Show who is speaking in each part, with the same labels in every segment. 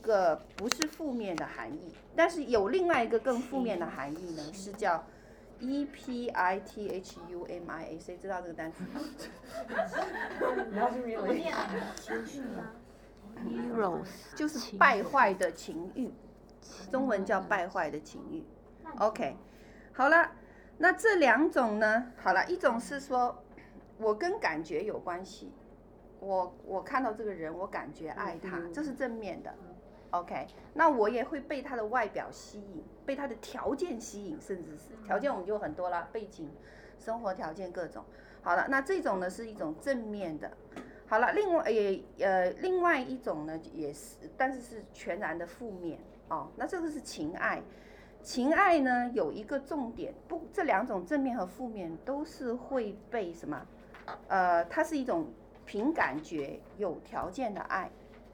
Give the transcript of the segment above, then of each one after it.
Speaker 1: 个不是负面的含义，但是有另外一个更负面的含义呢，是叫 E P I T H U M I A C，知道这个单 词吗？
Speaker 2: Not
Speaker 3: 我
Speaker 2: really.
Speaker 3: 念啊情绪吗？
Speaker 4: Eros
Speaker 1: 就是败坏的情欲，中文叫败坏的情欲。OK，好了，那这两种呢？好了，一种是说我跟感觉有关系，我我看到这个人，我感觉爱他，这是正面的。OK，那我也会被他的外表吸引，被他的条件吸引，甚至是条件我们就很多啦，背景、生活条件各种。好了，那这种呢是一种正面的。好了，另外也呃，另外一种呢也是，但是是全然的负面哦。那这个是情爱，情爱呢有一个重点，不，这两种正面和负面都是会被什么？呃，它是一种凭感觉、有条件的爱。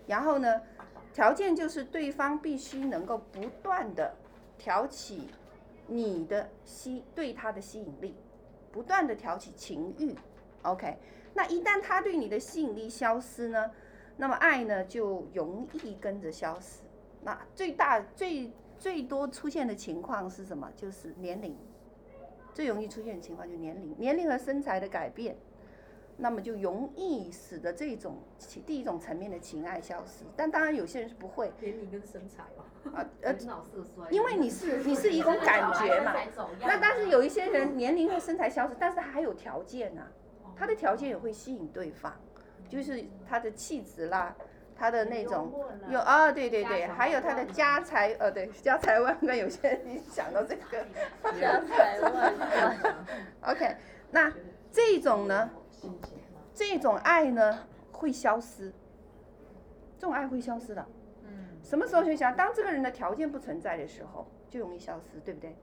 Speaker 1: 然后呢，条件就是对方必须能够不断的挑起你的吸对他的吸引力，不断的挑起情欲。OK，那一旦他对你的吸引力消失呢，那么爱呢就容易跟着消失。那最大最最多出现的情况是什么？就是年龄，最容易出现的情况就是年龄，年龄和身材的改变，那么就容易使得这种情第一种层面的情爱消失。但当然有些人是不会
Speaker 2: 年龄跟身材哦，
Speaker 1: 啊，呃，
Speaker 5: 人脑色衰，
Speaker 1: 因为你是你是一种感觉嘛。那但是有一些人年龄和身材消失，但是他还有条件呐、他的条件也会吸引对方，就是他的气质啦，他的那种有啊，对对对，
Speaker 5: 家财
Speaker 1: 还有他的家财，呃，对，家财万贯，有些人一想到这个
Speaker 4: 家财万贯，
Speaker 1: ，OK，那这种呢，这种爱呢会消失，这种爱会消失的。
Speaker 5: 嗯，
Speaker 1: 什么时候就想，当这个人的条件不存在的时候，就容易消失，对不对？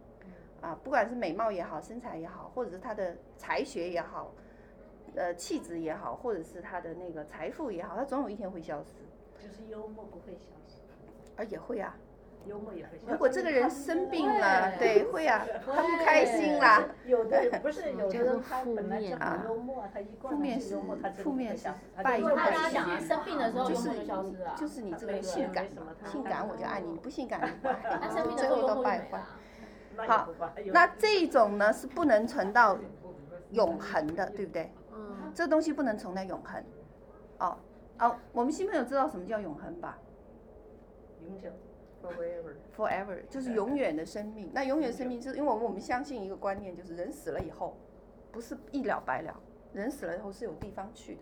Speaker 1: 啊，不管是美貌也好，身材也好，或者是他的才学也好，呃，气质也好，或者是他的那个财富也好，他总有一天会消失，
Speaker 3: 就是幽默不会消失，
Speaker 1: 啊，也会啊。
Speaker 3: 幽默也会消失。
Speaker 1: 如果这个人生病了，
Speaker 5: 会
Speaker 1: 对，会啊，他不开心啦，
Speaker 2: 有的人不是有的
Speaker 4: 就是
Speaker 2: 人他
Speaker 4: 负
Speaker 2: 本来就
Speaker 4: 面
Speaker 1: 啊
Speaker 2: 很幽默，他一过
Speaker 1: 负面
Speaker 2: 来就是幽默，
Speaker 1: 是
Speaker 2: 他真的
Speaker 1: 负
Speaker 2: 不
Speaker 1: 面
Speaker 2: 会
Speaker 1: 是
Speaker 2: 想他
Speaker 1: 败
Speaker 2: 就
Speaker 1: 坏
Speaker 2: 会
Speaker 1: 的
Speaker 2: 想
Speaker 1: 情绪
Speaker 5: 生病的时候
Speaker 1: 就
Speaker 5: 幽
Speaker 1: 是
Speaker 5: 默就消失啊了，
Speaker 1: 就是你这个人性感嘛，性感我就爱你，你不性感你不爱
Speaker 5: 他
Speaker 1: 你，
Speaker 5: 生病的
Speaker 1: 啊最
Speaker 5: 时候
Speaker 1: 后
Speaker 5: 幽默
Speaker 1: 都
Speaker 5: 就
Speaker 1: 败
Speaker 5: 没
Speaker 1: 坏。
Speaker 5: 了。
Speaker 2: 那也
Speaker 1: 好
Speaker 2: 不吧有
Speaker 1: 那这种呢是不能存到永恒的，对不对？
Speaker 4: 嗯，
Speaker 1: 这东西不能存在永恒。哦哦，我们新朋友知道什么叫永恒吧
Speaker 2: 永久 forever
Speaker 1: ？Forever 就是永远的生命。那永远生命就是因为我们我们相信一个观念，就是人死了以后，不是一了百了，人死了以后是有地方去的。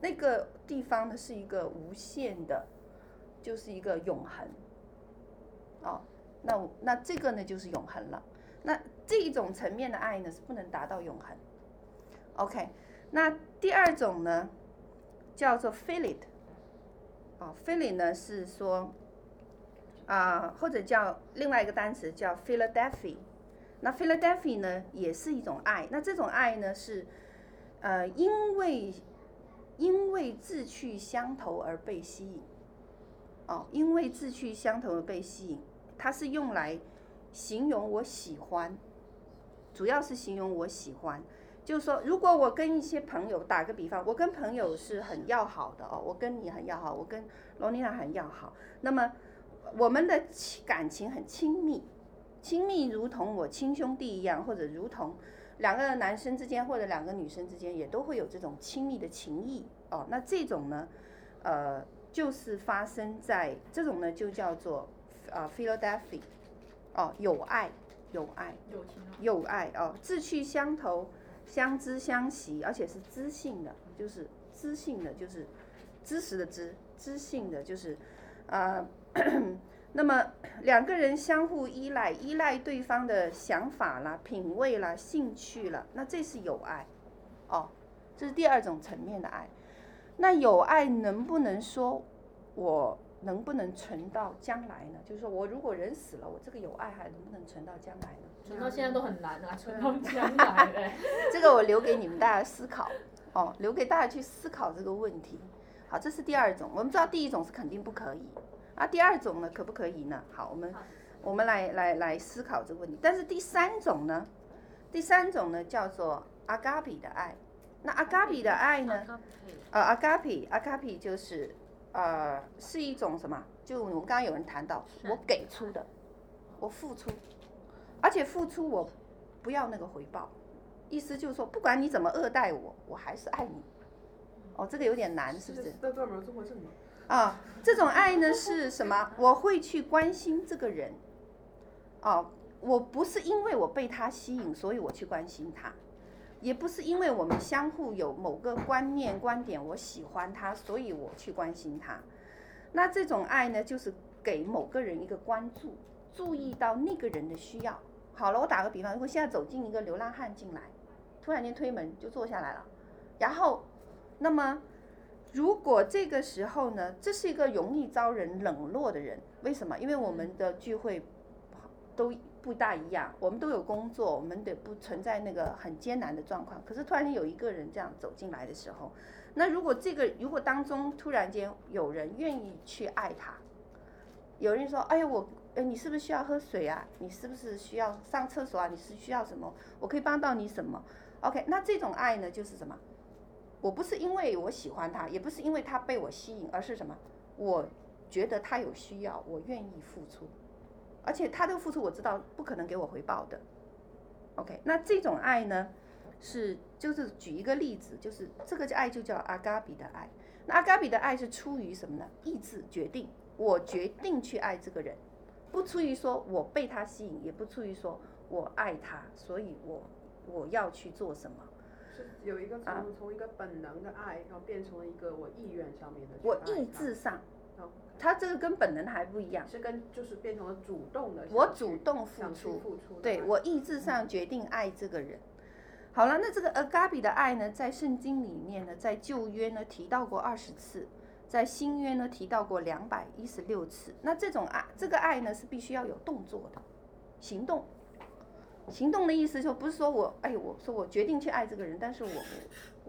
Speaker 1: 那个地方呢是一个无限的，就是一个永恒。哦，那我那这个呢就是永恒了。那这一种层面的爱呢是不能达到永恒。OK，那第二种呢叫做 feel it，哦，feel it 呢是说啊、或者叫另外一个单词叫 Philadelphia。那 Philadelphia 呢也是一种爱，那这种爱呢是呃因为因为志趣相投而被吸引，哦，因为志趣相投而被吸引，它是用来形容我喜欢，主要是形容我喜欢。就是说，如果我跟一些朋友打个比方，我跟朋友是很要好的哦，我跟你很要好，我跟罗妮娜很要好，那么我们的亲感情很亲密，亲密如同我亲兄弟一样，或者如同两个男生之间或者两个女生之间也都会有这种亲密的情谊哦。那这种呢，呃，就是发生在这种呢就叫做呃 Philadelphia 哦，有爱，有爱。
Speaker 5: 友情啊，
Speaker 1: 友爱哦，志趣相投，相知相惜，而且是知性的，就是知性的，就是知识的知，知性的就是，呃， 那么两个人相互依赖，依赖对方的想法啦、品味啦、兴趣啦，那这是友爱，哦，这是第二种层面的爱。那友爱能不能说我能不能存到将来呢？就是说我如果人死了，我这个友爱还能不能存到将来呢？
Speaker 5: 存到现在都很难啊，存到将来嘞。
Speaker 1: 这个我留给你们大家思考哦，留给大家去思考这个问题。好，这是第二种。我们知道第一种是肯定不可以，啊，第二种呢可不可以呢？好，我们我们来来来思考这个问题。但是第三种呢，第三种呢叫做阿嘎比的爱。那阿嘎比的爱呢？呃，阿嘎比，阿嘎比就是呃是一种什么？就我们刚刚有人谈到，
Speaker 4: 是
Speaker 1: 我给出的，我付出，而且付出我不要那个回报，意思就是说，不管你怎么恶待我，我还是爱你。哦，这个有点难，是不是？
Speaker 6: 在段门综合症吗？
Speaker 1: 啊，这种爱呢是什么？我会去关心这个人，哦，我不是因为我被他吸引，所以我去关心他，也不是因为我们相互有某个观念观点，我喜欢他，所以我去关心他。那这种爱呢，就是给某个人一个关注，注意到那个人的需要。好了，我打个比方，如果现在走进一个流浪汉进来，突然间推门就坐下来了，然后，那么。如果这个时候呢，这是一个容易招人冷落的人，为什么？因为我们的聚会都不大一样，我们都有工作，我们得不存在那个很艰难的状况。可是突然间有一个人这样走进来的时候，那如果这个如果当中突然间有人愿意去爱他，有人说：“哎呀，我呃，你是不是需要喝水啊？你是不是需要上厕所啊？你是需要什么？我可以帮到你什么？”OK，那这种爱呢，就是什么？我不是因为我喜欢他，也不是因为他被我吸引，而是什么？我觉得他有需要，我愿意付出，而且他的付出我知道不可能给我回报的。OK，那这种爱呢，是就是举一个例子，就是这个爱就叫阿嘎比的爱。那阿嘎比的爱是出于什么呢？意志决定，我决定去爱这个人，不出于说我被他吸引，也不出于说我爱他，所以我我要去做什么。
Speaker 6: 是有一个
Speaker 1: 啊
Speaker 6: 从从一个本能的爱，然后变成了一个我意愿上面的去
Speaker 1: 我
Speaker 6: 爱
Speaker 1: 意
Speaker 6: 它
Speaker 1: 志上
Speaker 6: 哦，
Speaker 1: 他这个跟本能还不一样。
Speaker 6: 是跟就是变成了主动的，
Speaker 1: 我主动付
Speaker 6: 想去
Speaker 1: 出，
Speaker 6: 付出的
Speaker 1: 对
Speaker 6: 爱
Speaker 1: 我意志上决定爱这个人。好了，那这个 agape 的爱呢，在圣经里面呢，在旧约呢提到过二十次，在新约呢提到过两百一十六次。那这种爱，这个爱呢是必须要有动作的，行动。行动的意思就不是说我，哎呦，我说我决定去爱这个人，但是我我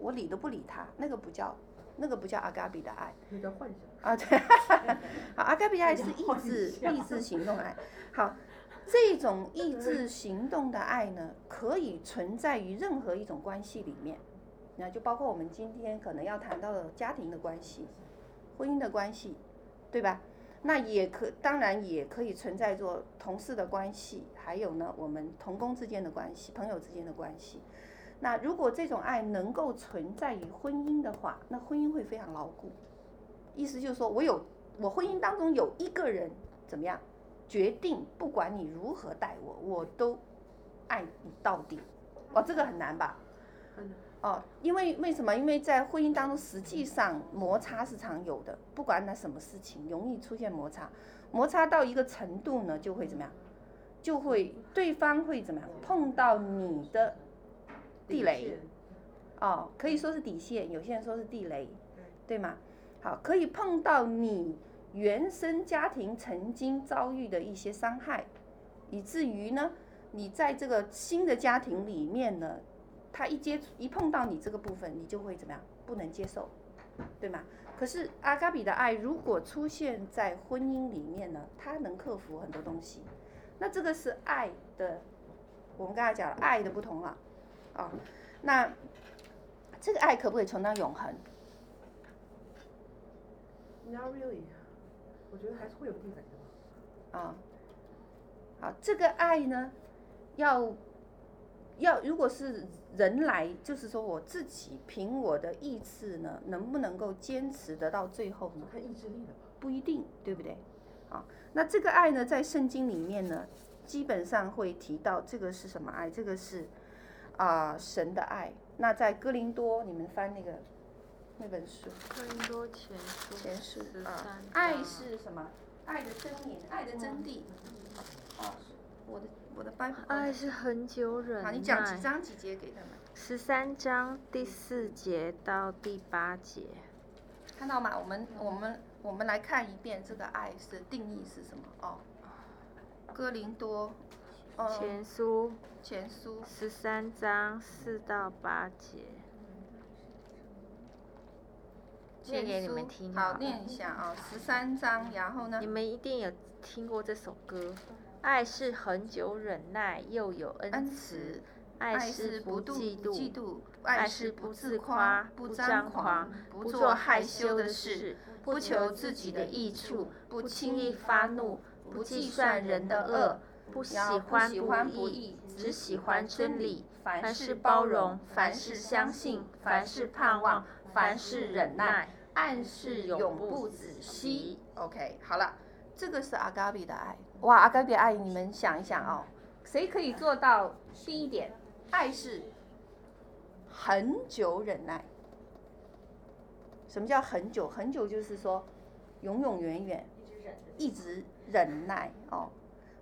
Speaker 1: 我理都不理他，那个不叫那个不叫 agape 的爱。
Speaker 6: 你的幻想，
Speaker 1: 啊，对，好，阿盖比爱是意志意志行动爱。好，这种意志行动的爱呢，可以存在于任何一种关系里面，那就包括我们今天可能要谈到的家庭的关系、婚姻的关系，对吧？那也可，当然也可以存在做同事的关系，还有呢，我们同工之间的关系、朋友之间的关系。那如果这种爱能够存在于婚姻的话，那婚姻会非常牢固。意思就是说我有我婚姻当中有一个人怎么样决定，不管你如何待我，我都爱你到底。哦，这个很难吧？
Speaker 6: 很难
Speaker 1: 哦，因为为什么？因为在婚姻当中，实际上摩擦是常有的，不管那什么事情，容易出现摩擦。摩擦到一个程度呢，就会怎么样？就会对方会怎么样碰到你的地雷
Speaker 6: 线
Speaker 1: 哦，可以说是底线，有些人说是地雷，对吗？好，可以碰到你原生家庭曾经遭遇的一些伤害，以至于呢，你在这个新的家庭里面呢，他一接触一碰到你这个部分，你就会怎么样？不能接受，对吗？可是阿嘎比的爱如果出现在婚姻里面呢，它能克服很多东西。那这个是爱的，我们刚才讲了爱的不同了，啊、那这个爱可不可以存到永恒？
Speaker 6: ，Not really，我觉得还是会有地雷的吧。
Speaker 1: 啊，好，这个爱呢，要要如果是人来，就是说我自己凭我的意志呢，能不能够坚持得到最后呢？
Speaker 6: 看意志力的吧，
Speaker 1: 不一定，对不对？啊，那这个爱呢，在圣经里面呢，基本上会提到这个是什么爱？这个是啊、神的爱。那在哥林多，你们翻那个那本书。
Speaker 4: 哥林多前书
Speaker 1: 前书
Speaker 4: 十
Speaker 1: 啊
Speaker 4: 三，
Speaker 1: 爱
Speaker 4: 章
Speaker 1: 是什么？爱的真言，爱的真谛。哦，我的我的 Bible
Speaker 4: 爱是很久忍
Speaker 1: 好，
Speaker 4: 耐。
Speaker 1: 你讲几章几节给他们，
Speaker 4: 十三章第四节到第八节，
Speaker 1: 看到吗？我们我们我们来看一遍这个爱是定义是什么哦。哥林多，呃，
Speaker 4: 前书
Speaker 1: 前书
Speaker 4: 十三章四到八节。念给你们听
Speaker 1: 好，
Speaker 4: 了
Speaker 1: 念一下啊，十三章，然后呢
Speaker 4: 你？们一定有听过这首歌。爱是恒久忍耐，又有恩
Speaker 1: 恩
Speaker 4: 慈
Speaker 1: 慈；
Speaker 4: 爱
Speaker 1: 是
Speaker 4: 是不
Speaker 1: 妒
Speaker 4: 嫉妒，
Speaker 1: 嫉妒；
Speaker 4: 爱
Speaker 1: 爱
Speaker 4: 是
Speaker 1: 是
Speaker 4: 不
Speaker 1: 不
Speaker 4: 自
Speaker 1: 自
Speaker 4: 夸
Speaker 1: 夸，
Speaker 4: 不
Speaker 1: 不
Speaker 4: 张
Speaker 1: 张
Speaker 4: 狂
Speaker 1: 狂，
Speaker 4: 不
Speaker 1: 做
Speaker 4: 害
Speaker 1: 害
Speaker 4: 羞
Speaker 1: 羞
Speaker 4: 的
Speaker 1: 的
Speaker 4: 事
Speaker 1: 事，
Speaker 4: 不求自己的益处，不轻易发怒，不计算人的恶，不喜
Speaker 1: 然后
Speaker 4: 欢
Speaker 1: 喜欢
Speaker 4: 不义，
Speaker 1: 义，
Speaker 4: 只喜欢真理。
Speaker 1: 凡
Speaker 4: 凡
Speaker 1: 事
Speaker 4: 事
Speaker 1: 包
Speaker 4: 包
Speaker 1: 容
Speaker 4: 容，，
Speaker 1: 凡
Speaker 4: 凡事
Speaker 1: 事相
Speaker 4: 相
Speaker 1: 信
Speaker 4: 信，，
Speaker 1: 凡
Speaker 4: 凡
Speaker 1: 事
Speaker 4: 事
Speaker 1: 盼
Speaker 4: 盼
Speaker 1: 望
Speaker 4: 望，，
Speaker 1: 凡
Speaker 4: 凡
Speaker 1: 事
Speaker 4: 事
Speaker 1: 忍
Speaker 4: 忍
Speaker 1: 耐
Speaker 4: 耐，
Speaker 1: 暗
Speaker 4: 暗
Speaker 1: 示
Speaker 4: 示
Speaker 1: 永
Speaker 4: 永
Speaker 1: 不
Speaker 4: 不
Speaker 1: 止
Speaker 4: 止
Speaker 1: 息
Speaker 4: 息。
Speaker 1: OK，好了，这个是阿嘎比的爱。哇，阿嘎比的爱，你们想一想哦，谁可以做到第一点？爱是很久忍耐。什么叫很久？很久就是说永永远远，一直忍耐哦。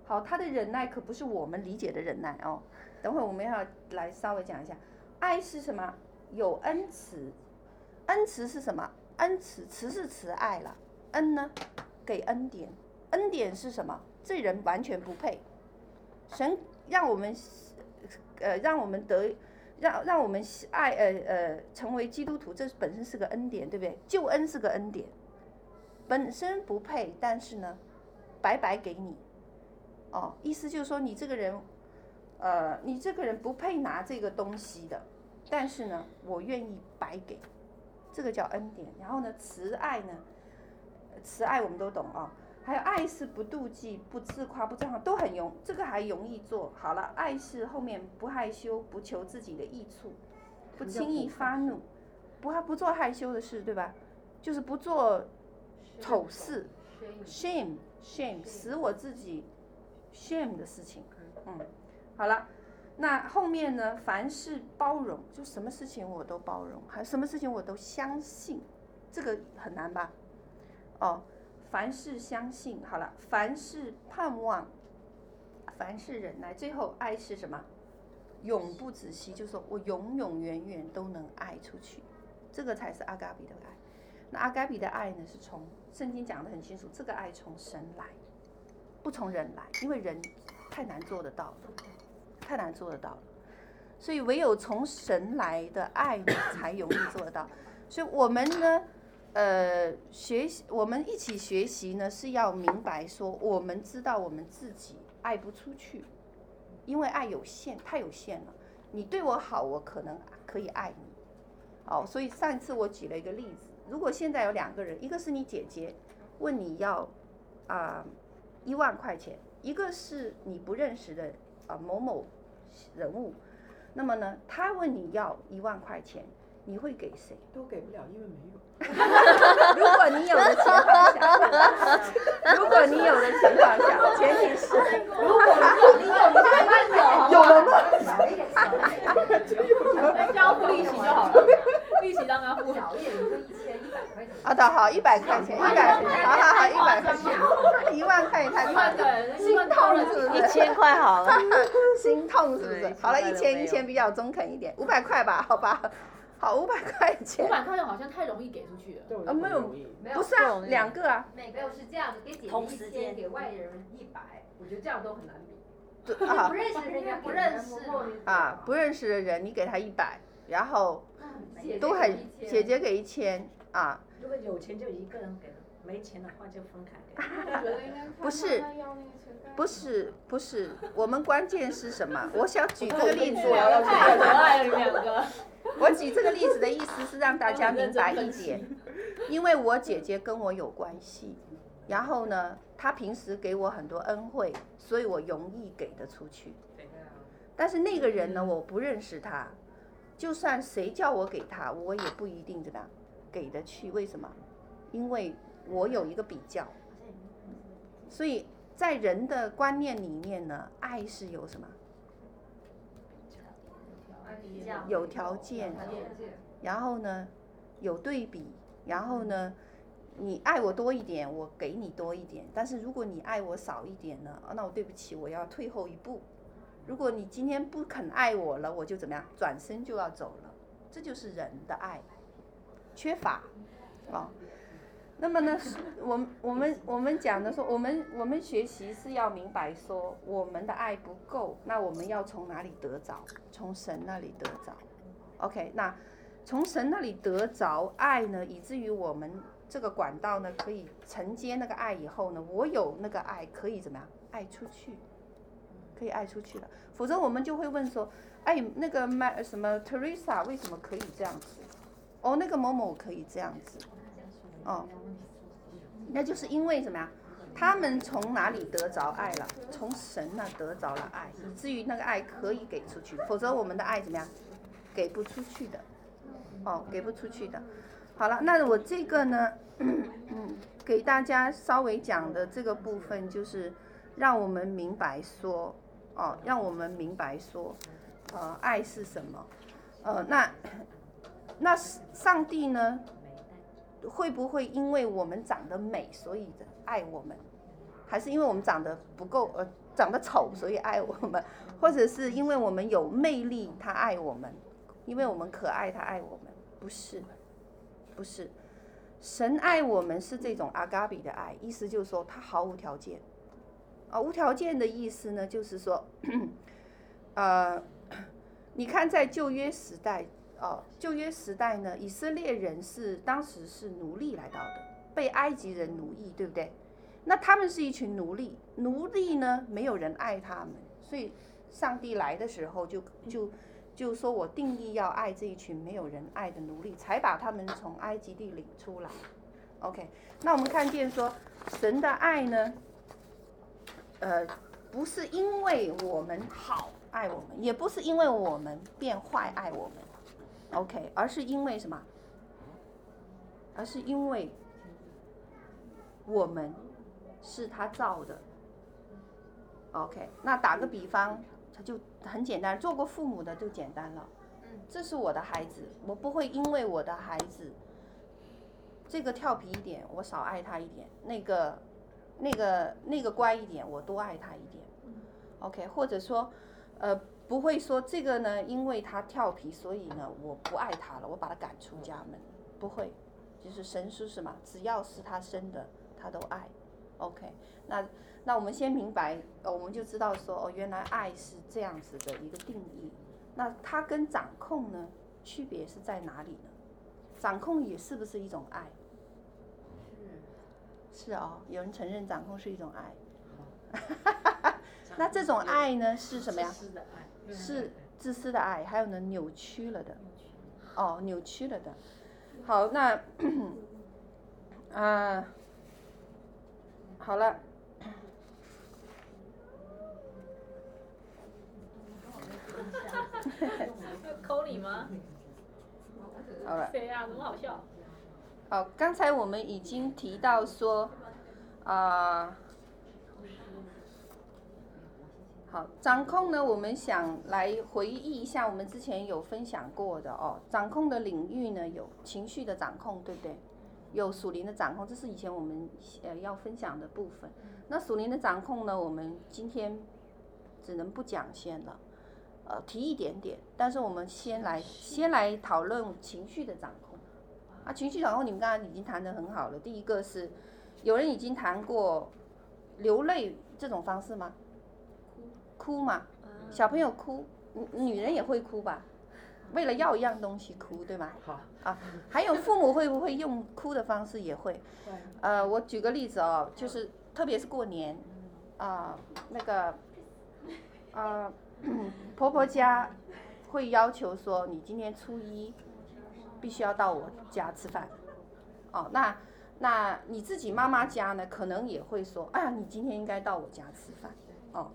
Speaker 1: 好，他的忍耐可不是我们理解的忍耐哦。等会我们要来稍微讲一下，爱是什么？有恩慈，恩慈是什么？恩慈，慈是慈爱了，恩呢，给恩典，恩典是什么？这人完全不配，神让我们，呃，让我们得，让让我们喜爱，呃呃，成为基督徒，这本身是个恩典，对不对？救恩是个恩典，本身不配，但是呢，白白给你，哦，意思就是说你这个人，呃，你这个人不配拿这个东西的，但是呢，我愿意白给。这个叫恩典。然后呢，慈爱呢，呃慈爱我们都懂啊、还有爱是不妒忌、不自夸、不张狂，都很容，这个还容易做好了。爱是后面不害羞，不求自己的益处，不轻易发怒，不不做害羞的事，对吧？就是不做丑事，shame shame 使我自己 shame 的事情。嗯，好了。那后面呢？凡事包容，就什么事情我都包容，还什么事情我都相信，这个很难吧？哦，凡事相信，好了，凡事盼望，凡事忍耐，最后爱是什么？永不止息，就是说我永永远远都能爱出去，这个才是阿嘎比的爱。那阿嘎比的爱呢，是从圣经讲的很清楚，这个爱从神来，不从人来，因为人太难做得到了。太难做得到了。所以唯有从神来的爱呢才容易做得到。所以我们呢，呃，学习我们一起学习呢，是要明白说，我们知道我们自己爱不出去，因为爱有限，太有限了。你对我好，我可能可以爱你。哦，所以上一次我举了一个例子，如果现在有两个人，一个是你姐姐，问你要啊一、万块钱，一个是你不认识的啊、某某人物，那么呢，他问你要一万块钱，你会给谁？
Speaker 6: 都给不了，因为没有。
Speaker 1: 如果你有的情况下，如果你有的情况下，前提是
Speaker 5: 如果你有你有，你就慢走，好
Speaker 1: 有
Speaker 5: 不
Speaker 1: 了
Speaker 5: 好？
Speaker 1: 吗？
Speaker 2: 小一点，小一点，
Speaker 5: 那交付利息就好了，利息当然付。
Speaker 2: 小一点，你说一千一百块钱。
Speaker 1: 好的，啊好，一百块钱，一百，好好好，一百块钱，一万块也太
Speaker 5: 一
Speaker 1: 夸
Speaker 5: 万
Speaker 1: 张，
Speaker 5: 个，
Speaker 1: 心痛了是不
Speaker 4: 一
Speaker 1: 是？
Speaker 4: 千块好了，
Speaker 1: 心痛是不是
Speaker 4: 对？
Speaker 1: 好了，
Speaker 4: 从来都
Speaker 1: 一
Speaker 4: 没
Speaker 1: 千
Speaker 4: 有
Speaker 1: 一千比较中肯一点，五百块吧， 好吧，好，五百块
Speaker 5: 五
Speaker 1: 钱，
Speaker 5: 百块钱好像太容易给出去了。
Speaker 6: 对我
Speaker 1: 啊没有
Speaker 6: 容易。
Speaker 2: 没有
Speaker 1: 不，是啊，两个啊，
Speaker 2: 每个是这样的，给姐姐
Speaker 4: 同
Speaker 2: 一
Speaker 4: 时间
Speaker 2: 千，给外人一百，我觉得这样都很难比。
Speaker 1: 对啊
Speaker 2: 不认识的人家
Speaker 3: 不认识
Speaker 1: 啊，不认识的人你给他一百，然后都很，姐姐给一千啊，
Speaker 2: 如果有钱就一个人给了，没钱的话就分开给。
Speaker 1: 不是，不是，不是，我们关键是什么？我想举这个例子，
Speaker 5: 太可爱了，你们两个。
Speaker 1: 我举这个例子的意思是让大家明白一点，因为我姐姐跟我有关系，然后呢，她平时给我很多恩惠，所以我容易给得出去。但是那个人呢，我不认识他，就算谁叫我给他，我也不一定怎么样给得去。为什么？因为我有一个比较，所以在人的观念里面呢，爱是有什么？有条件，然后呢有对比，然后呢你爱我多一点，我给你多一点，但是如果你爱我少一点呢，啊那我对不起，我要退后一步。如果你今天不肯爱我了，我就怎么样，转身就要走了，这就是人的爱，缺乏，啊、那么呢，我们我们我们讲的说，我们我们学习是要明白说，我们的爱不够，那我们要从哪里得着？从神那里得着。OK，那从神那里得着爱呢，以至于我们这个管道呢，可以承接那个爱以后呢，我有那个爱可以怎么样？爱出去，可以爱出去了。否则我们就会问说，哎，那个麦什么 Teresa 为什么可以这样子？哦，那个某某可以这样子。哦，那就是因为什么呀？他们从哪里得着爱了？从神那得着了爱，以至于那个爱可以给出去，否则我们的爱怎么样？给不出去的，哦，给不出去的。好了，那我这个呢，嗯，给大家稍微讲的这个部分，就是让我们明白说，哦，让我们明白说，呃，爱是什么？呃，那那上帝呢，会不会因为我们长得美，所以爱我们？还是因为我们长得不够呃长得丑，所以爱我们？或者是因为我们有魅力，他爱我们？因为我们可爱，他爱我们？不是，不是。神爱我们是这种阿嘎比的爱，意思就是说他毫无条件。啊、无条件的意思呢，就是说， 呃，你看在旧约时代，哦，旧约时代呢，以色列人是当时是奴隶来到的，被埃及人奴役，对不对？那他们是一群奴隶，奴隶呢没有人爱他们，所以上帝来的时候就就就说我定义要爱这一群没有人爱的奴隶，才把他们从埃及地领出来。OK，那我们看见说神的爱呢，呃，不是因为我们好爱我们，也不是因为我们变坏爱我们。OK，而是因为什么？而是因为我们是他造的。OK，那打个比方，他就很简单，做过父母的就简单了。嗯，这是我的孩子，我不会因为我的孩子这个调皮一点，我少爱他一点；那个、那个、那个乖一点，我多爱他一点。OK，或者说，呃，不会说这个呢，因为他调皮，所以呢，我不爱他了，我把他赶出家门，不会，就是神是什么，只要是他生的，他都爱。OK，那那我们先明白，呃，我们就知道说，哦，原来爱是这样子的一个定义。那它跟掌控呢，区别是在哪里呢？掌控也是不是一种爱？
Speaker 2: 嗯
Speaker 1: 是哦，有人承认掌控是一种爱。那这种爱呢是什么呀？
Speaker 2: 自私的爱
Speaker 1: 是自私的爱，还有呢扭曲了的，哦，扭曲了的。好，那 啊、好了，
Speaker 5: 抠你吗？
Speaker 1: 好了，
Speaker 5: 谁呀、啊？怎么好笑？
Speaker 1: 好，刚才我们已经提到说，啊、好，掌控呢，我们想来回忆一下我们之前有分享过的哦，掌控的领域呢有情绪的掌控，对不对？有属灵的掌控，这是以前我们呃要分享的部分。那属灵的掌控呢，我们今天只能不讲先了，呃，提一点点，但是我们先来先来讨论情绪的掌控。啊，情绪掌控你们刚才已经谈得很好了，第一个是有人已经谈过流泪这种方式吗？哭嘛，小朋友哭，女女人也会哭吧？为了要一样东西哭，对吗？
Speaker 6: 好
Speaker 1: 啊，还有父母会不会用哭的方式也会？呃，我举个例子哦，就是特别是过年，啊、那个，啊、婆婆家会要求说你今天初一必须要到我家吃饭，哦，那那你自己妈妈家呢，可能也会说，哎呀，你今天应该到我家吃饭。哦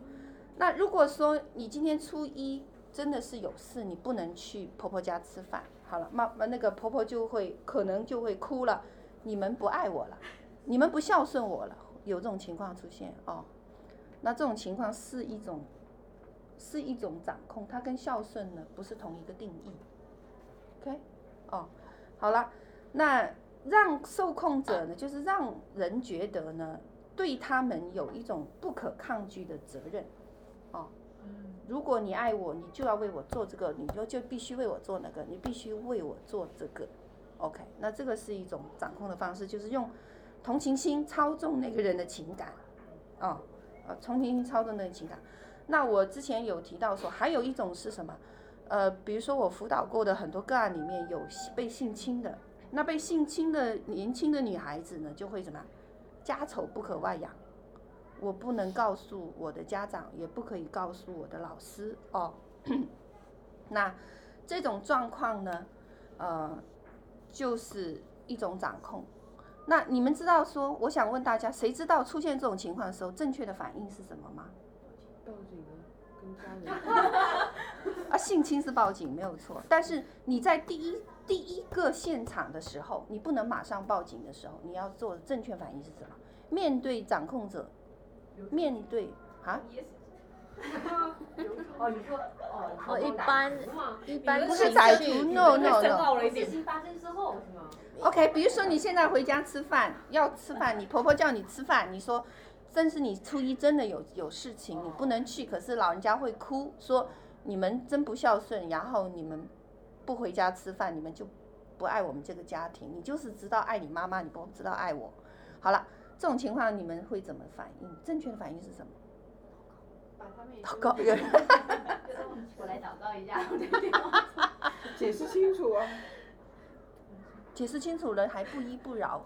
Speaker 1: 那如果说你今天初一真的是有事，你不能去婆婆家吃饭，好了，妈那个婆婆就会可能就会哭了，你们不爱我了，你们不孝顺我了，有这种情况出现哦。那这种情况是一种是一种掌控，它跟孝顺呢不是同一个定义。OK，哦，好了，那让受控者呢，就是让人觉得呢，对他们有一种不可抗拒的责任。
Speaker 6: 嗯
Speaker 1: 如果你爱我，你就要为我做这个，你就就必须为我做那个，你必须为我做这个。OK，那这个是一种掌控的方式，就是用同情心操纵那个人的情感，哦，呃，同情心操纵那个情感。那我之前有提到说，还有一种是什么？呃，比如说我辅导过的很多个案里面有被性侵的，那被性侵的年轻的女孩子呢，就会怎么样？家丑不可外扬。我不能告诉我的家长，也不可以告诉我的老师哦。 那这种状况呢，呃，就是一种掌控。那那你们知道说，我想问大家，谁知道出现这种情况的时候，正确的反应是什么吗？
Speaker 6: 报警啊，跟家人
Speaker 1: 啊，性侵是报警没有错，但是你在第一第一个现场的时候，你不能马上报警的时候，你要做的正确反应是什么？面对掌控者，面对啊，
Speaker 5: 哦，你说哦，
Speaker 4: 我一般一般
Speaker 1: 不是
Speaker 4: 情
Speaker 1: 歹
Speaker 4: 绪
Speaker 1: 徒，no no
Speaker 5: 深
Speaker 1: no。
Speaker 5: 奥了一
Speaker 3: 事
Speaker 5: 点。
Speaker 3: 情发生之后是吗？
Speaker 1: OK，比如说你现在回家吃饭，要吃饭，你婆婆叫你吃饭，你说，真是你初一真的有有事情，你不能去，可是老人家会哭，说你们真不孝顺，然后你们不回家吃饭，你们就不爱我们这个家庭，你就是知道爱你妈妈，你不知道爱我。好了，这种情况你们会怎么反应？正确的反应是什么？
Speaker 3: 把他们也
Speaker 1: 祷告，
Speaker 3: 我来祷告 一下。
Speaker 6: 解释清楚啊。
Speaker 1: 解释清楚了还不依不饶，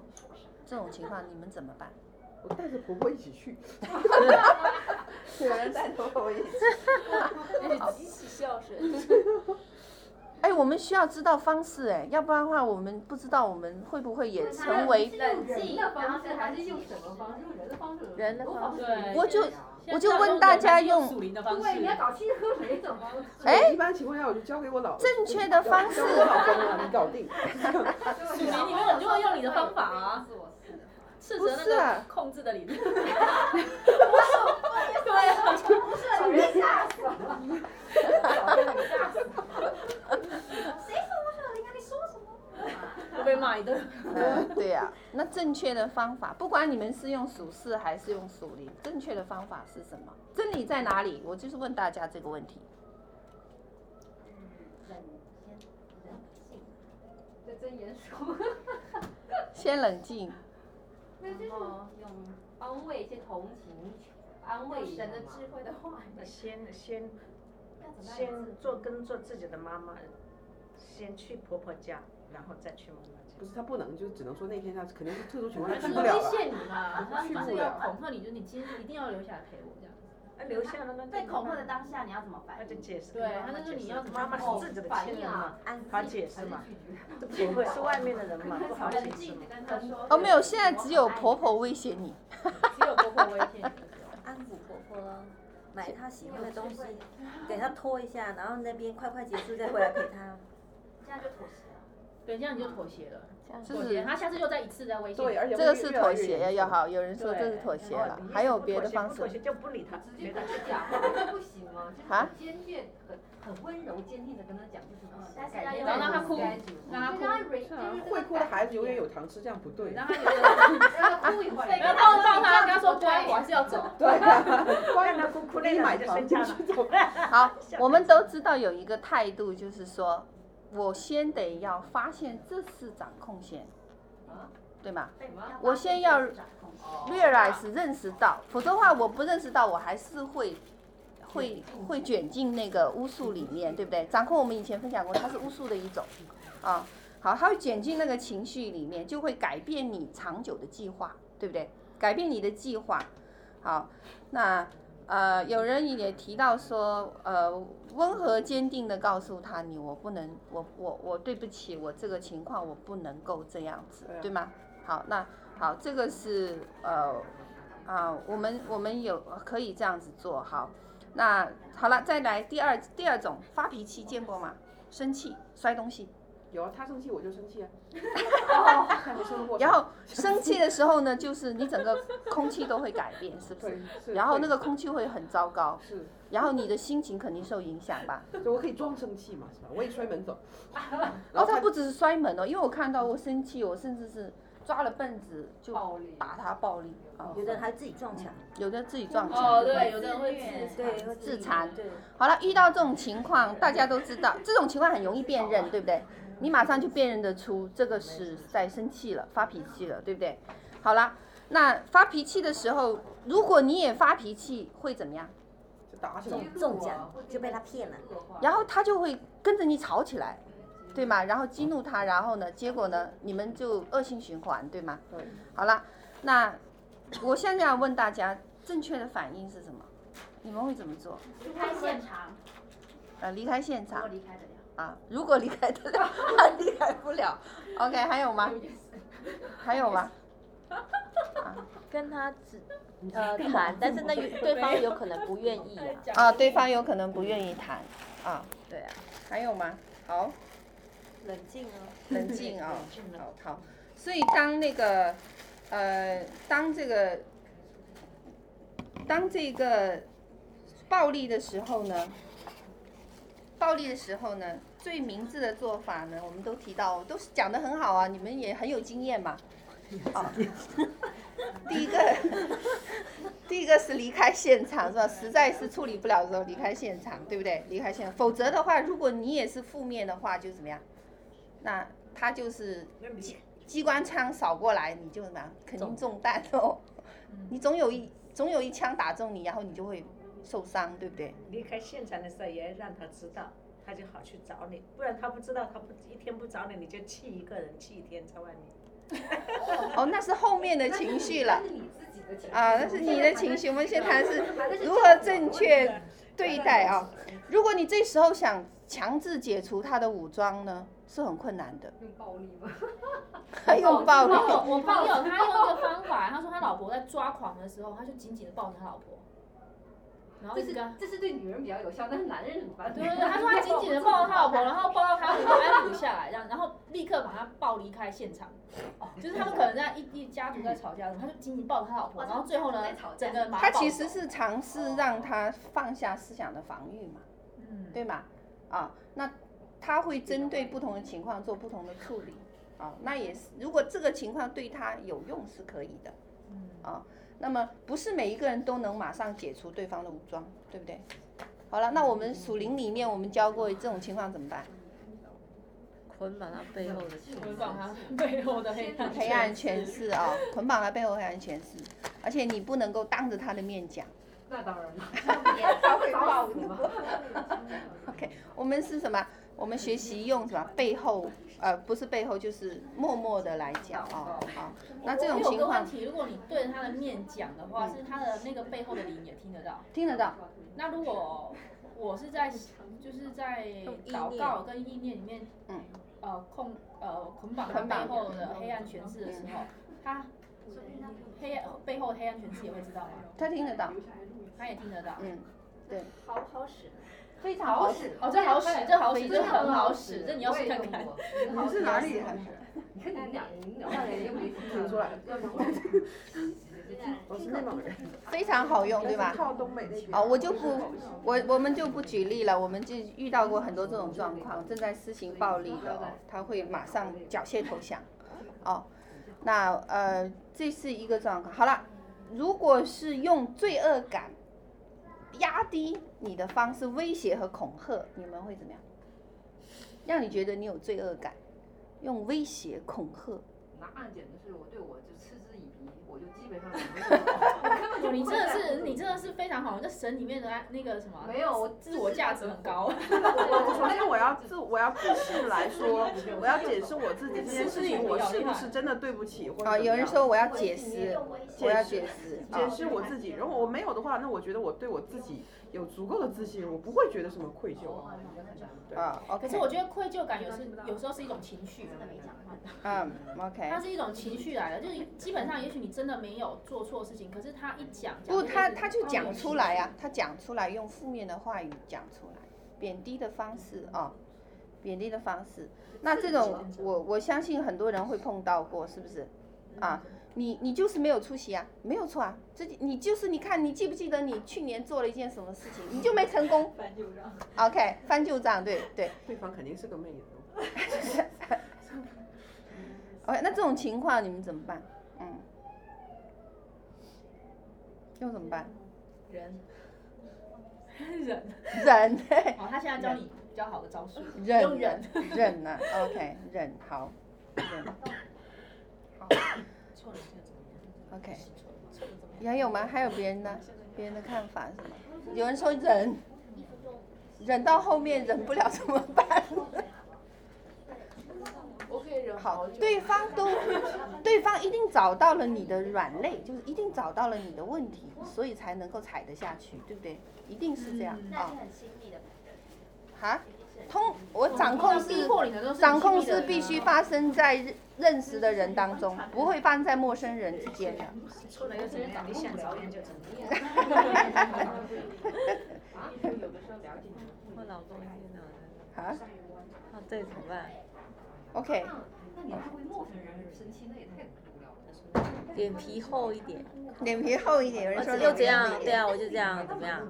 Speaker 1: 这种情况你们怎么办？
Speaker 6: 我带着婆婆一起去，
Speaker 1: 有人带头我一
Speaker 5: 那是极其孝顺。
Speaker 1: 哎，我们需要知道方式，哎，要不然的话，我们不知道我们会不会 也成为。
Speaker 3: 冷静的
Speaker 5: 然
Speaker 3: 方
Speaker 5: 后
Speaker 3: 式
Speaker 5: 是
Speaker 3: 还
Speaker 5: 还
Speaker 3: 是
Speaker 5: 是
Speaker 3: 用
Speaker 5: 用
Speaker 3: 什
Speaker 5: 什
Speaker 3: 么
Speaker 5: 么
Speaker 3: 方
Speaker 5: 方
Speaker 3: 式？人的方式，
Speaker 4: 人的
Speaker 3: 方
Speaker 4: 方
Speaker 3: 式
Speaker 4: 式，
Speaker 1: 我就我
Speaker 5: 现
Speaker 1: 就
Speaker 5: 在
Speaker 1: 问大家
Speaker 5: 这种
Speaker 1: 用
Speaker 5: 属灵的方
Speaker 3: 对，
Speaker 5: 式
Speaker 3: 你要搞清楚每一种方式。
Speaker 1: 哎
Speaker 6: 一般情况下我就交给我老
Speaker 1: 正确的方式
Speaker 6: 交给我老公了，你 搞定。
Speaker 2: 啊
Speaker 3: 对
Speaker 5: 属灵你们就要用你的方法啊。
Speaker 3: 自我思考
Speaker 5: 斥
Speaker 1: 不
Speaker 5: 责那
Speaker 1: 是啊
Speaker 5: 个控制的 理论。
Speaker 3: 不是，把人吓死了，把人吓死了。谁说我说人家你说什么？
Speaker 5: 我被骂一顿。
Speaker 1: 嗯， 对呀、那正确的方法，不管你们是用属事还是用属灵，正确的方法是什么？真理在哪里？我就是问大家这个问题。
Speaker 3: 冷先冷静，这真言说。
Speaker 1: 先冷静，
Speaker 3: 那就是用安慰一些同情，安慰神的智慧的话语。
Speaker 2: 先先
Speaker 3: 要怎么样
Speaker 2: 先做跟做自己的妈妈，先去婆婆家，然后再去妈妈家。
Speaker 6: 不是他不能，就只能说那天他肯定是特殊情况
Speaker 5: 他
Speaker 6: 下
Speaker 5: 就
Speaker 6: 去
Speaker 5: 是
Speaker 6: 不
Speaker 5: 威
Speaker 6: 了了。啊
Speaker 2: 啊
Speaker 5: 胁你嘛，他就
Speaker 6: 去
Speaker 5: 是
Speaker 6: 不
Speaker 5: 要
Speaker 6: 了
Speaker 5: 恐吓你，就是你今天一定要留下来陪我这样。
Speaker 2: 哎，留下了那
Speaker 3: 在
Speaker 2: 就
Speaker 3: 恐
Speaker 2: 妈
Speaker 3: 吓
Speaker 2: 妈
Speaker 3: 的，当下，你要怎么
Speaker 2: 那
Speaker 3: 反
Speaker 2: 就
Speaker 3: 应？
Speaker 2: 解释。
Speaker 5: 对
Speaker 2: 跟妈
Speaker 5: 他
Speaker 2: 妈
Speaker 5: 就说
Speaker 2: 解释
Speaker 5: 你要怎么
Speaker 2: 妈妈
Speaker 5: 哦
Speaker 2: 是自己的
Speaker 3: 反
Speaker 2: 亲
Speaker 3: 应
Speaker 2: 人嘛
Speaker 3: 啊，
Speaker 4: 安
Speaker 2: 好
Speaker 4: 静
Speaker 2: 解释
Speaker 3: 还是
Speaker 2: 嘛，
Speaker 3: 拒绝？
Speaker 2: 这 不会是外面的人嘛，不 好解
Speaker 3: 冷
Speaker 2: 释
Speaker 3: 静
Speaker 2: 嘛
Speaker 3: 的。跟他说。
Speaker 1: 哦，没有，现在只有婆婆威胁你。
Speaker 5: 只有婆婆威胁你的时候，
Speaker 7: 安抚婆婆咯，买她喜欢的东西，给她拖一下，然后那边快快结束再回来陪她。
Speaker 3: 这样就妥协了。
Speaker 5: 对，这样你就妥协了。
Speaker 1: 就
Speaker 5: 妥
Speaker 1: 是
Speaker 5: 协，他下次又再一次再威胁你。
Speaker 6: 对，而且
Speaker 1: 这个是妥协呀，要。好。有人说这是妥协了，还有别的方
Speaker 2: 哦不妥
Speaker 1: 式？
Speaker 2: 协就不理他，
Speaker 3: 直
Speaker 2: 觉
Speaker 3: 接
Speaker 2: 得
Speaker 3: 跟他讲，这不行吗？就是
Speaker 1: 啊
Speaker 3: 很坚决、很很温柔、坚定的跟他讲，就是不行。但
Speaker 5: 嗯要
Speaker 3: 要
Speaker 5: 让他哭让他
Speaker 3: 让
Speaker 5: 哭
Speaker 3: 他忍
Speaker 6: 是啊，会哭的孩子永远有糖吃，这样不对。
Speaker 5: 让他觉得，
Speaker 3: 让他哭一会儿。
Speaker 5: 不要到到他跟他说乖，我还是要走。
Speaker 6: 对 啊，
Speaker 2: 让他哭哭累了
Speaker 6: 买
Speaker 2: 就
Speaker 6: 糖
Speaker 2: 睡觉了。
Speaker 1: 好，我们都知道有一个态度，就是说我先得要发现这是掌控线，
Speaker 2: 啊
Speaker 1: 对吗？
Speaker 3: 什么
Speaker 1: 我先要 realize 认识到，否则的话我不认识到，我还是会会会卷进那个巫术里面，对不对？掌控我们以前分享过，它是巫术的一种啊。好，它会卷进那个情绪里面，就会改变你长久的计划，对不对？改变你的计划。好，那呃，有人也提到说，呃，温和坚定的告诉他你，我不能，我我我对不起，我这个情况我不能够这样子
Speaker 6: 对啊，
Speaker 1: 对吗？好，那好，这个是呃啊、我们我们有可以这样子做好。那好了，再来第二第二种发脾气，见过吗？生气摔东西，
Speaker 6: 有啊，他生气我就生气啊。
Speaker 2: 哦
Speaker 6: 还没 生 过。
Speaker 1: 然后生气的时候呢，就是你整个空气都会改变，是不是？
Speaker 6: 对，是
Speaker 1: 然后那
Speaker 6: 对
Speaker 1: 个空气会很糟糕，
Speaker 6: 是，
Speaker 1: 然后你的心情肯定受影响吧。
Speaker 6: 就我可以装生气嘛，是吧？我也摔门 走。然
Speaker 1: 然后
Speaker 6: 后
Speaker 1: 他不只是摔门哦，因为我看到我生气，我甚至是抓了凳子就
Speaker 3: 暴力。
Speaker 1: 打他暴力啊、
Speaker 7: 有的人还自己撞墙，
Speaker 1: 有的自己撞墙。
Speaker 5: 哦，
Speaker 1: 对不
Speaker 5: 对，
Speaker 1: 对
Speaker 5: 有的人会自
Speaker 7: 对，会
Speaker 1: 自残
Speaker 7: 对，
Speaker 1: 好了，遇到这种情况，大家都知道，这种情况很容易辨认，对不对？你马上就辨认得出这个是在生气了、发脾气了，对不对？好了，那发脾气的时候，如果你也发脾气，会怎么样？
Speaker 6: 就打起来
Speaker 7: 中中奖就被他骗了。
Speaker 1: 然后他就会跟着你吵起来，对吗？然后激怒他，然后呢，结果呢，你们就恶性循环，对吗？
Speaker 6: 对。
Speaker 1: 好了，那我现在要问大家，正确的反应是什么？你们会怎么做？
Speaker 3: 离开现场，
Speaker 1: 呃，离开现场
Speaker 3: 我离开得了。
Speaker 1: 啊，如果离开得了，离开不了。OK，还有吗？还有吗？嗯
Speaker 7: 跟他只呃谈，但是那有对方有可能不愿意啊。
Speaker 1: 啊，对方有可能不愿意谈啊。
Speaker 7: 对啊，
Speaker 1: 还有吗？好，
Speaker 8: 冷静哦。
Speaker 1: 冷静啊、
Speaker 2: 静了
Speaker 1: 好好。所以当那个呃，当这个当这个暴力的时候呢，暴力的时候呢，最明智的做法呢，我们都提到，都是讲的很好啊，你们也很有经验嘛。好，第一个，第一个是离开现场是吧？实在是处理不了的时候离开现场，对不对？离开现场，否则的话，如果你也是负面的话，就怎么样？那他就是机机关枪扫过来，你就什么样，肯定中弹哦。你总有一总有一枪打中你，然后你就会受伤，对不对？
Speaker 2: 离开现场的时候也让他知道，他就好去找你，不然他不知道，他不一天不找你，你就气一个人，气一天在外面。
Speaker 1: 哦，那是后面的情绪 了
Speaker 9: 那是你自己的情绪
Speaker 1: 啊，那是你的情绪。我们先谈是如何正确对待 啊。如果你这时候想强制解除他的武装呢，是很困难的，
Speaker 9: 用暴力吗？
Speaker 1: 用暴力。
Speaker 9: 我我朋友他用一个方法，他说他老婆在抓狂的时候，他就紧紧的抱着他老婆，然后
Speaker 10: 这
Speaker 9: 一直
Speaker 10: 是
Speaker 9: 跟他。
Speaker 10: 这是对女人比较有效，但是男人怎么办？
Speaker 9: 对对对，他说他紧紧的抱着他老婆，然后抱到他老婆安抚下来，这样，然后立刻把他抱离开现场。哦就是他们可能在一一家族在吵架，他就紧紧抱着他老婆，然后最后呢
Speaker 10: 在吵，架
Speaker 9: 整个马
Speaker 1: 他其实是尝试让他放下思想的防御嘛，
Speaker 9: 嗯，
Speaker 1: 对吗？啊，那他会针对不同的情况做不同的处理啊，那也是如果这个情况对他有用是可以的，啊，那么不是每一个人都能马上解除对方的武装，对不对？好了，那我们属灵里面我们教过这种情况怎么办？
Speaker 7: 捆绑他背后的裙
Speaker 9: 回
Speaker 7: 子。
Speaker 9: 放他背后的黑暗
Speaker 1: 黑暗权势啊，捆绑他背后黑暗权势，而且你不能够当着他的面讲。
Speaker 10: 那当然了，
Speaker 1: 他会
Speaker 10: 暴力吗？
Speaker 1: 我们是什么？我们学习用什么背后，呃，不是背后，就是默默的来讲啊啊。那这种
Speaker 9: 我有
Speaker 1: 情
Speaker 9: 个问
Speaker 1: 况
Speaker 9: 题，如果你对着他的面讲的话，是他的那个背后的铃也听得到。
Speaker 1: 听得到，
Speaker 9: 那如果我是在就是在祷告跟意念里面，
Speaker 1: 嗯，
Speaker 9: 呃控呃捆绑嗯他
Speaker 1: 捆绑
Speaker 9: 背后的黑暗权势的时候，他黑背后的黑暗权势也会知道吗？
Speaker 1: 他听得到，
Speaker 9: 他也听得到。
Speaker 1: 嗯，
Speaker 10: 好好使，
Speaker 1: 非常好使。
Speaker 9: 哦，这好使，这好使，
Speaker 1: 非
Speaker 9: 这
Speaker 1: 常
Speaker 9: 很好
Speaker 1: 好
Speaker 9: 使，这你要试看看。
Speaker 10: 你
Speaker 6: 你是哪里人？
Speaker 10: 你看你们俩，你们俩人又没
Speaker 6: 听出来，
Speaker 10: 要 不然
Speaker 6: 我是内蒙人，
Speaker 1: 非常好用，对吧？
Speaker 6: 靠东北那边。
Speaker 1: 啊，我就不，我我们就不举例了，我们就遇到过很多这种状况，正在施行暴力的哦，他会马上缴械投降，哦，那呃，这是一个状况。好了，如果是用罪恶感压低你的方式威胁和恐吓，你们会怎么样？让你觉得你有罪恶感，用威胁恐吓，
Speaker 10: 那简直是我对我就嗤之以鼻，我就基本上什么都不懂我根本就
Speaker 9: 哦，你
Speaker 10: 不
Speaker 9: 真
Speaker 10: 会
Speaker 9: 的
Speaker 10: 在
Speaker 9: 是
Speaker 10: 乎
Speaker 9: 你真的是非常好，你这神里面的那个什么，
Speaker 10: 没有我
Speaker 9: 自我价值很高。
Speaker 6: 我首先 我要自我要自信来说，我要解释我自己这件事情，我是不是真的对不起或者
Speaker 1: 啊，
Speaker 6: 怎么
Speaker 1: 有
Speaker 6: 样
Speaker 1: 人说我要解释，我要
Speaker 6: 解
Speaker 1: 解释，
Speaker 6: 解
Speaker 1: 啊，
Speaker 6: 释我自己，如果我没有的话，那我觉得我对我自己有足够的自信，我不会觉得什么愧疚
Speaker 11: 哦
Speaker 6: 啊。对
Speaker 1: 啊
Speaker 9: 可
Speaker 1: ，OK，
Speaker 9: 是我觉得愧疚感有时有时候是一种情绪，
Speaker 1: 嗯，OK。
Speaker 9: 它是一种情绪来的，就是基本上也许你真的没有做错事情，可是他一讲，
Speaker 1: 不，
Speaker 9: 讲
Speaker 1: 他他就讲出来啊呀、他讲出来，用负面的话语讲出来，贬低的方式啊、贬低的方式。那这种我我相信很多人会碰到过，是不是？啊，你你就是没有出息啊，没有错啊，自己你就是你看你记不记得你去年做了一件什么事情，你就没成 功。OK，翻旧账，对对。
Speaker 6: 对方肯定是个妹 子，
Speaker 1: OK，那这种情况你们怎么办？嗯，又怎么办？
Speaker 9: 人 人
Speaker 1: 忍
Speaker 9: 哦，他现在教你比较好的招数，
Speaker 1: 忍
Speaker 9: 用忍。
Speaker 1: 忍呐、o k 忍好，忍
Speaker 2: 错了就怎么样？
Speaker 1: ，OK。
Speaker 2: 错了错了怎么样？
Speaker 1: 还有吗？还有别人呢？别人的看法是吗？有人说忍，忍到后面忍不了怎么办？
Speaker 9: 我可以忍
Speaker 1: 好，对方都，对方一定找到了你的软肋，就是一定找到了你的问题，所以才能够踩得下去，对不对？一定是这样啊、
Speaker 9: 嗯
Speaker 12: 那是很亲密的朋友，
Speaker 1: 哈，
Speaker 12: 一定是
Speaker 1: 通我掌
Speaker 9: 哦
Speaker 1: 控
Speaker 5: 逼
Speaker 1: 是
Speaker 5: 迫你的都是
Speaker 1: 掌
Speaker 5: 亲
Speaker 1: 控
Speaker 5: 密的
Speaker 1: 是
Speaker 5: 人啊
Speaker 1: 必须发生在认认识的人当中，不会发生在陌生人之间的。
Speaker 2: 出来又怎么样？你想
Speaker 9: 啊
Speaker 2: 怎么样就怎么样。
Speaker 9: 哦
Speaker 11: 啊，有的时候了解你。
Speaker 7: 我老公晕了，
Speaker 1: 啊
Speaker 7: 哦，这怎么办？
Speaker 1: ，OK，
Speaker 11: 那你还为陌生人而生气，那也太无聊了。
Speaker 7: 脸皮厚一点，
Speaker 1: 脸皮厚一点，有人
Speaker 7: 我
Speaker 1: 说
Speaker 7: 哦就
Speaker 1: 脸
Speaker 7: 这
Speaker 1: 皮厚
Speaker 7: 样
Speaker 1: 一，
Speaker 7: 对
Speaker 1: 点。
Speaker 7: 啊，我就这样，怎么样？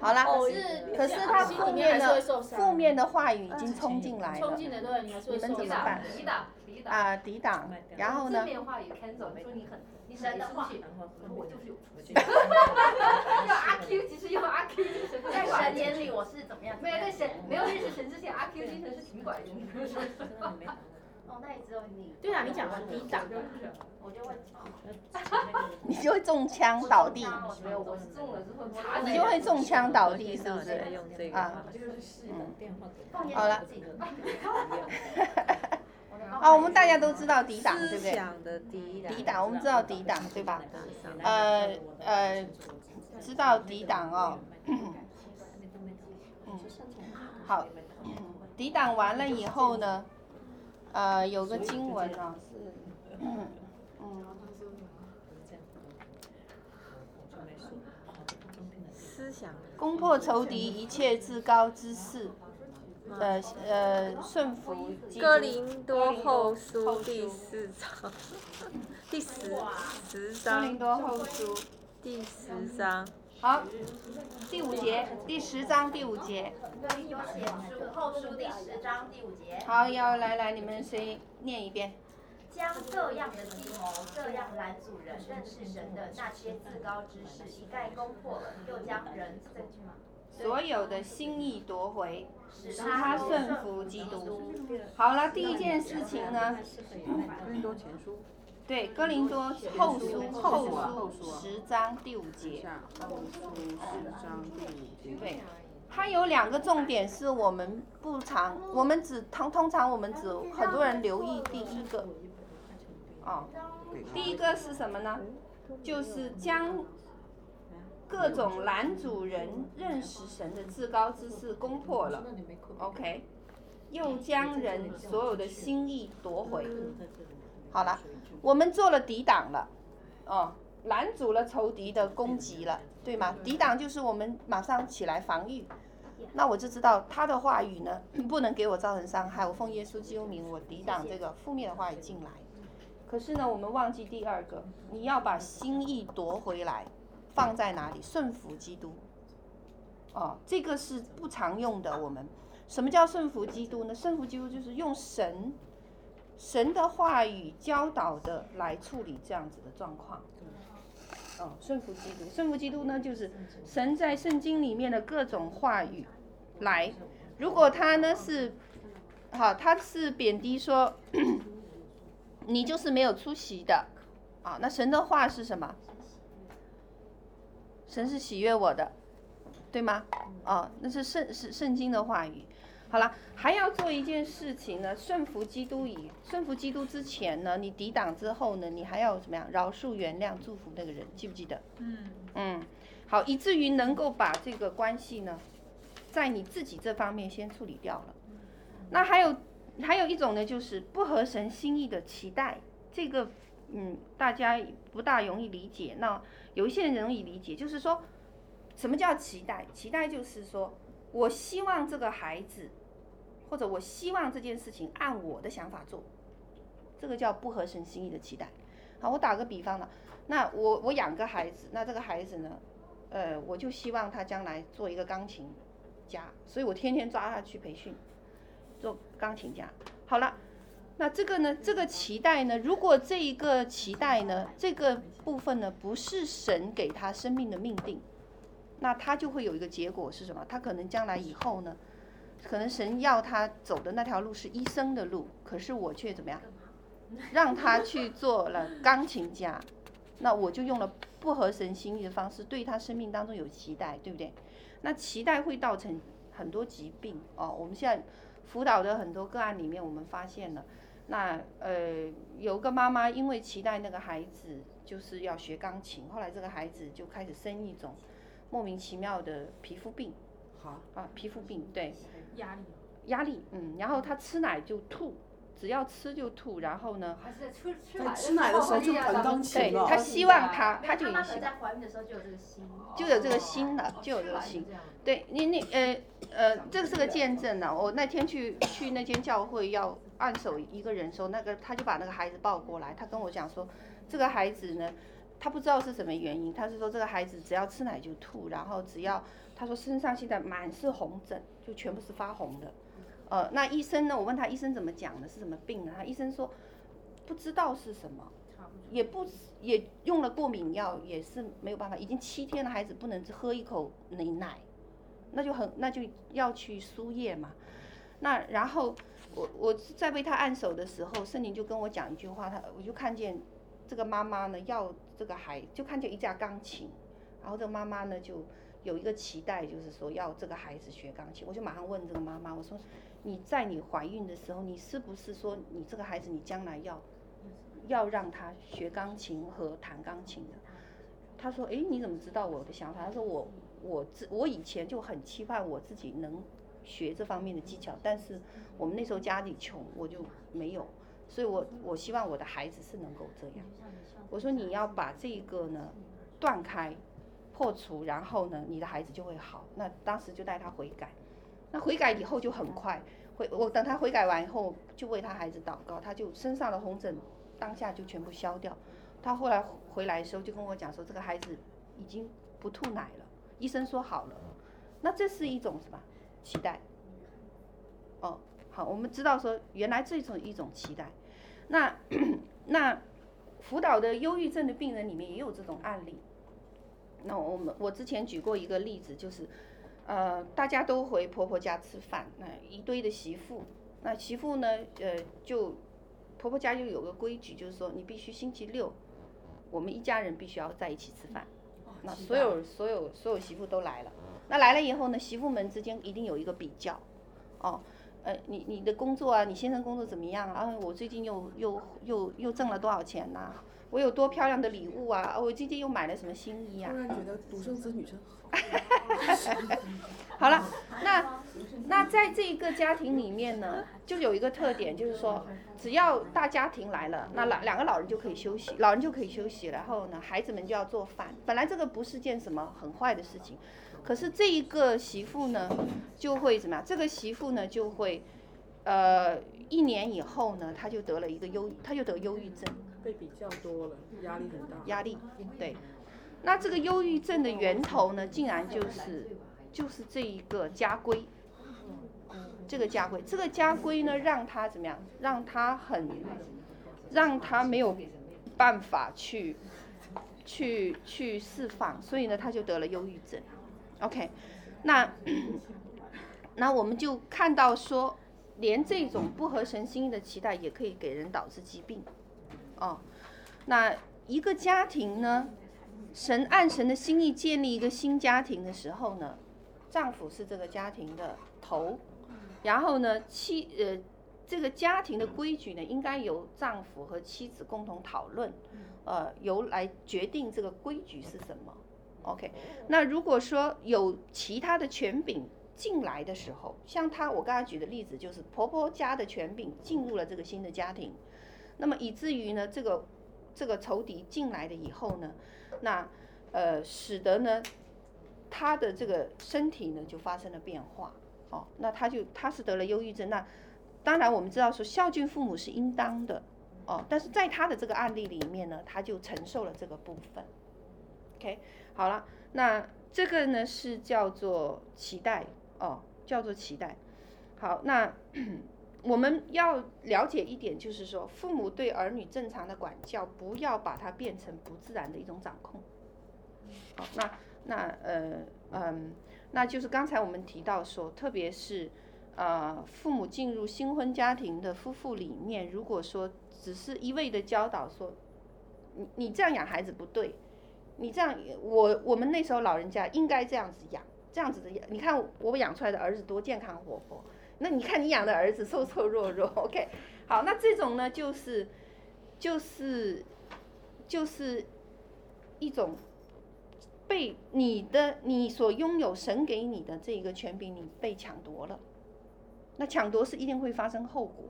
Speaker 1: 好啦，
Speaker 9: 哦
Speaker 7: 厚
Speaker 5: 可
Speaker 7: 一点
Speaker 5: 是
Speaker 1: 可是他
Speaker 5: 心
Speaker 1: 负
Speaker 5: 里面
Speaker 1: 面
Speaker 5: 还是
Speaker 1: 的
Speaker 5: 会受伤，
Speaker 1: 负面的话语已经冲进来
Speaker 5: 冲
Speaker 1: 了
Speaker 5: 进来对，你还是会
Speaker 1: 你们
Speaker 5: 受
Speaker 1: 怎么
Speaker 5: 伤
Speaker 1: 办
Speaker 11: 抵挡，抵挡。
Speaker 1: 啊，抵挡。然后
Speaker 11: 正
Speaker 1: 呢，
Speaker 11: 面话语 cancel，说你很你很没出息，我说我就是有出息。要阿 Q，其实要阿 Q 精神，
Speaker 3: 在神眼里我是怎么样？
Speaker 11: 没有在神没有认识神之前，阿 Q 精神是挺管 用的。
Speaker 3: 哦，那也只有你。
Speaker 5: 对啊，你讲完抵挡，
Speaker 3: 我就会
Speaker 1: 你就会中枪倒地，
Speaker 11: 没啊有，我是中了之后查
Speaker 1: 你就会中枪倒地，是不
Speaker 7: 我
Speaker 1: 是
Speaker 7: 在？用这个
Speaker 1: 啊
Speaker 7: 话，
Speaker 1: 好了
Speaker 3: 我的
Speaker 1: 啊，我们大家都知道抵挡，对
Speaker 7: 思
Speaker 1: 不对？
Speaker 7: 想的抵挡，
Speaker 1: 抵挡，我们知道抵挡，对吧？
Speaker 7: 打上
Speaker 1: 呃呃，知道抵挡哦。嗯，好，抵挡完了以后呢，呃，有个经文啊、是，嗯嗯，
Speaker 7: 思想
Speaker 1: 攻破仇敌一切至高之事，呃呃，顺服基督
Speaker 7: 哥林多后书第四章，第十十
Speaker 1: 哥林
Speaker 7: 章，
Speaker 1: 多后书
Speaker 7: 第十章，
Speaker 1: 好，第五节，第十章第五节，
Speaker 3: 书后书第十章第五节，
Speaker 1: 好，要来来，你们谁念一遍？
Speaker 3: 将各样的计谋、各样拦阻人认识神的那些至高之事一概攻破了，又将人这句吗？
Speaker 1: 所有的心意夺回，
Speaker 3: 使
Speaker 1: 使他
Speaker 3: 他
Speaker 1: 顺服基督。好了，第一件事情呢，
Speaker 6: 哥林多前书
Speaker 1: 对哥林多后书
Speaker 6: 后书
Speaker 1: 后
Speaker 6: 后
Speaker 1: 书
Speaker 6: 书啊
Speaker 1: 十章第五节，
Speaker 6: 下，后书十章第五节。
Speaker 1: 对，它有两个重点是我们不常，我们只通通常我们只很多人留意第一个，哦，第一个是什么呢？就是将各种男主人认识神的至高之事攻破了，OK，又将人所有的心意夺回。好了，我们做了抵挡了，哦，拦阻了仇敌的攻击了，对嗯吗？抵挡就是我们马上起来防御。那我就知道他的话语呢， 不能给我造成伤害。我奉耶稣基督名，我抵挡这个负面的话语进来。可是呢，我们忘记第二个，你要把心意夺回来，放在哪里？顺服基督。哦，这个是不常用的。我们什么叫顺服基督呢？顺服基督就是用神神的话语教导的来处理这样子的状况。哦，顺服基督，顺服基督呢，就是神在圣经里面的各种话语来。如果他呢是，好，他是贬低说 你就是没有出息的，啊，那神的话是什么？神是喜悦我的，对吗？哦，那是圣是圣经的话语。好了，还要做一件事情呢，顺服基督以顺服基督之前呢，你抵挡之后呢，你还要怎么样？饶恕、原谅、祝福那个人，记不记得？
Speaker 5: 嗯，
Speaker 1: 嗯，好，以至于能够把这个关系呢，在你自己这方面先处理掉了。那还有还有一种呢，就是不合神心意的期待，这个嗯，大家不大容易理解。那有一些人容易理解，就是说，什么叫期待？期待就是说我希望这个孩子，或者我希望这件事情按我的想法做，这个叫不合神心意的期待。好，我打个比方呢，那我我养个孩子，那这个孩子呢，呃，我就希望他将来做一个钢琴家，所以我天天抓他去培训，做钢琴家。好了，那这个呢，这个期待呢，如果这一个期待呢，这个部分呢，不是神给他生命的命定，那他就会有一个结果是什么？他可能将来以后呢，可能神要他走的那条路是医生的路，可是我却怎么样，让他去做了钢琴家。那我就用了不合神心意的方式，对他生命当中有期待，对不对？那期待会造成很多疾病哦。我们现在辅导的很多个案里面，我们发现了，那呃，有个妈妈因为期待那个孩子就是要学钢琴，后来这个孩子就开始生一种莫名其妙的皮肤病，
Speaker 6: 好，
Speaker 1: 啊，皮肤病，对，
Speaker 5: 压力。
Speaker 1: 压力，嗯，然后他吃奶就吐，只要吃就吐，然后呢，
Speaker 11: 还是吃吃
Speaker 6: 在
Speaker 11: 奶
Speaker 6: 吃奶的时候就弹钢
Speaker 1: 对
Speaker 6: 琴
Speaker 1: 他
Speaker 6: 了，
Speaker 1: 希望他，他
Speaker 11: 他
Speaker 1: 就已
Speaker 11: 妈
Speaker 1: 经
Speaker 11: 可
Speaker 1: 希
Speaker 11: 能
Speaker 1: 望
Speaker 11: 在怀孕的时候就有这个心，
Speaker 1: 就有这个心了，就有这个心。对你你呃呃，这是个见证呢、我那天去去那间教会要按手一个人的时候，那个他就把那个孩子抱过来，他跟我讲说，这个孩子呢，他不知道是什么原因，他是说这个孩子只要吃奶就吐，然后只要他说身上现在满是红疹，就全部是发红的。呃，那医生呢？我问他医生怎么讲的，是什么病啊呢？他医生说不知道是什么，也不也用了过敏药，也是没有办法，已经七天了，孩子不能喝一口奶奶。那就很那就要去输液嘛。那然后我我在为他按手的时候，圣灵就跟我讲一句话，他我就看见这个妈妈呢要这个孩，就看见一架钢琴，然后这个妈妈呢就有一个期待，就是说要这个孩子学钢琴。我就马上问这个妈妈，我说你在你怀孕的时候，你是不是说你这个孩子你将来要要让他学钢琴和弹钢琴的？他说：“诶，你怎么知道我的想法？”他说：“我我自我以前就很期盼我自己能学这方面的技巧，但是我们那时候家里穷，我就没有，所以我我希望我的孩子是能够这样。我说你要把这个呢断开、破除，然后呢你的孩子就会好。那当时就带他悔改，那悔改以后就很快悔，我等他悔改完以后就为他孩子祷告，他就身上的红疹当下就全部消掉。他后来回来的时候就跟我讲说，这个孩子已经不吐奶了。医生说好了，那这是一种什么期待？哦，好，我们知道说原来这种一种期待。那 那辅导的忧郁症的病人里面也有这种案例。那我们我之前举过一个例子，就是呃，大家都回婆婆家吃饭，那一堆的媳妇，那媳妇呢，呃，就婆婆家就有个规矩，就是说你必须星期六，我们一家人必须要在一起吃饭。那所有所有所有媳妇都来了，那来了以后呢，媳妇们之间一定有一个比较，哦，呃，你你的工作啊，你先生工作怎么样啊？啊我最近又又又又挣了多少钱呐、我有多漂亮的礼物啊？啊我最近又买了什么新衣啊
Speaker 6: 突？然觉得独生子女真好。
Speaker 1: 好了，那那在这一个家庭里面呢，就有一个特点，就是说，只要大家庭来了，那老两个老人就可以休息，老人就可以休息，然后呢，孩子们就要做饭。本来这个不是件什么很坏的事情，可是这一个媳妇呢，就会怎么样？这个媳妇呢，就会，呃，一年以后呢，她就得了一个忧，她就得忧郁症。
Speaker 6: 被比较多了，压力很大。
Speaker 1: 压力，对。那这个忧郁症的源头呢，竟然就是就是这一个家规，这个家规，这个家规呢，让他怎么样？让他很，让他没有办法去去去释放，所以呢，他就得了忧郁症。OK，那那我们就看到说，连这种不合神心意的期待也可以给人导致疾病，哦，那一个家庭呢，神按神的心意建立一个新家庭的时候呢，丈夫是这个家庭的头，然后呢，妻呃，这个家庭的规矩呢，应该由丈夫和妻子共同讨论，呃，由来决定这个规矩是什么。OK，那如果说有其他的权柄进来的时候，像她我刚才举的例子，就是婆婆家的权柄进入了这个新的家庭，那么以至于呢，这个这个仇敌进来了以后呢，那呃，使得呢，他的这个身体呢就发生了变化，哦，那他就他是得了忧郁症。那当然我们知道说孝敬父母是应当的，哦，但是在他的这个案例里面呢，他就承受了这个部分。OK，好了，那这个呢是叫做期待哦，叫做期待。好，那我们要了解一点，就是说，父母对儿女正常的管教，不要把它变成不自然的一种掌控。好，那那呃嗯，那就是刚才我们提到说，特别是呃父母进入新婚家庭的夫妇里面，如果说只是一味的教导说，你你这样养孩子不对，你这样我我们那时候老人家应该这样子养，这样子的养，你看我养出来的儿子多健康活泼。那你看你养的儿子瘦瘦弱弱，OK，好，那这种呢就是就是就是一种被以你的你所拥有神给你的这一个权柄，你被抢夺了。那抢夺是一定会发生后果，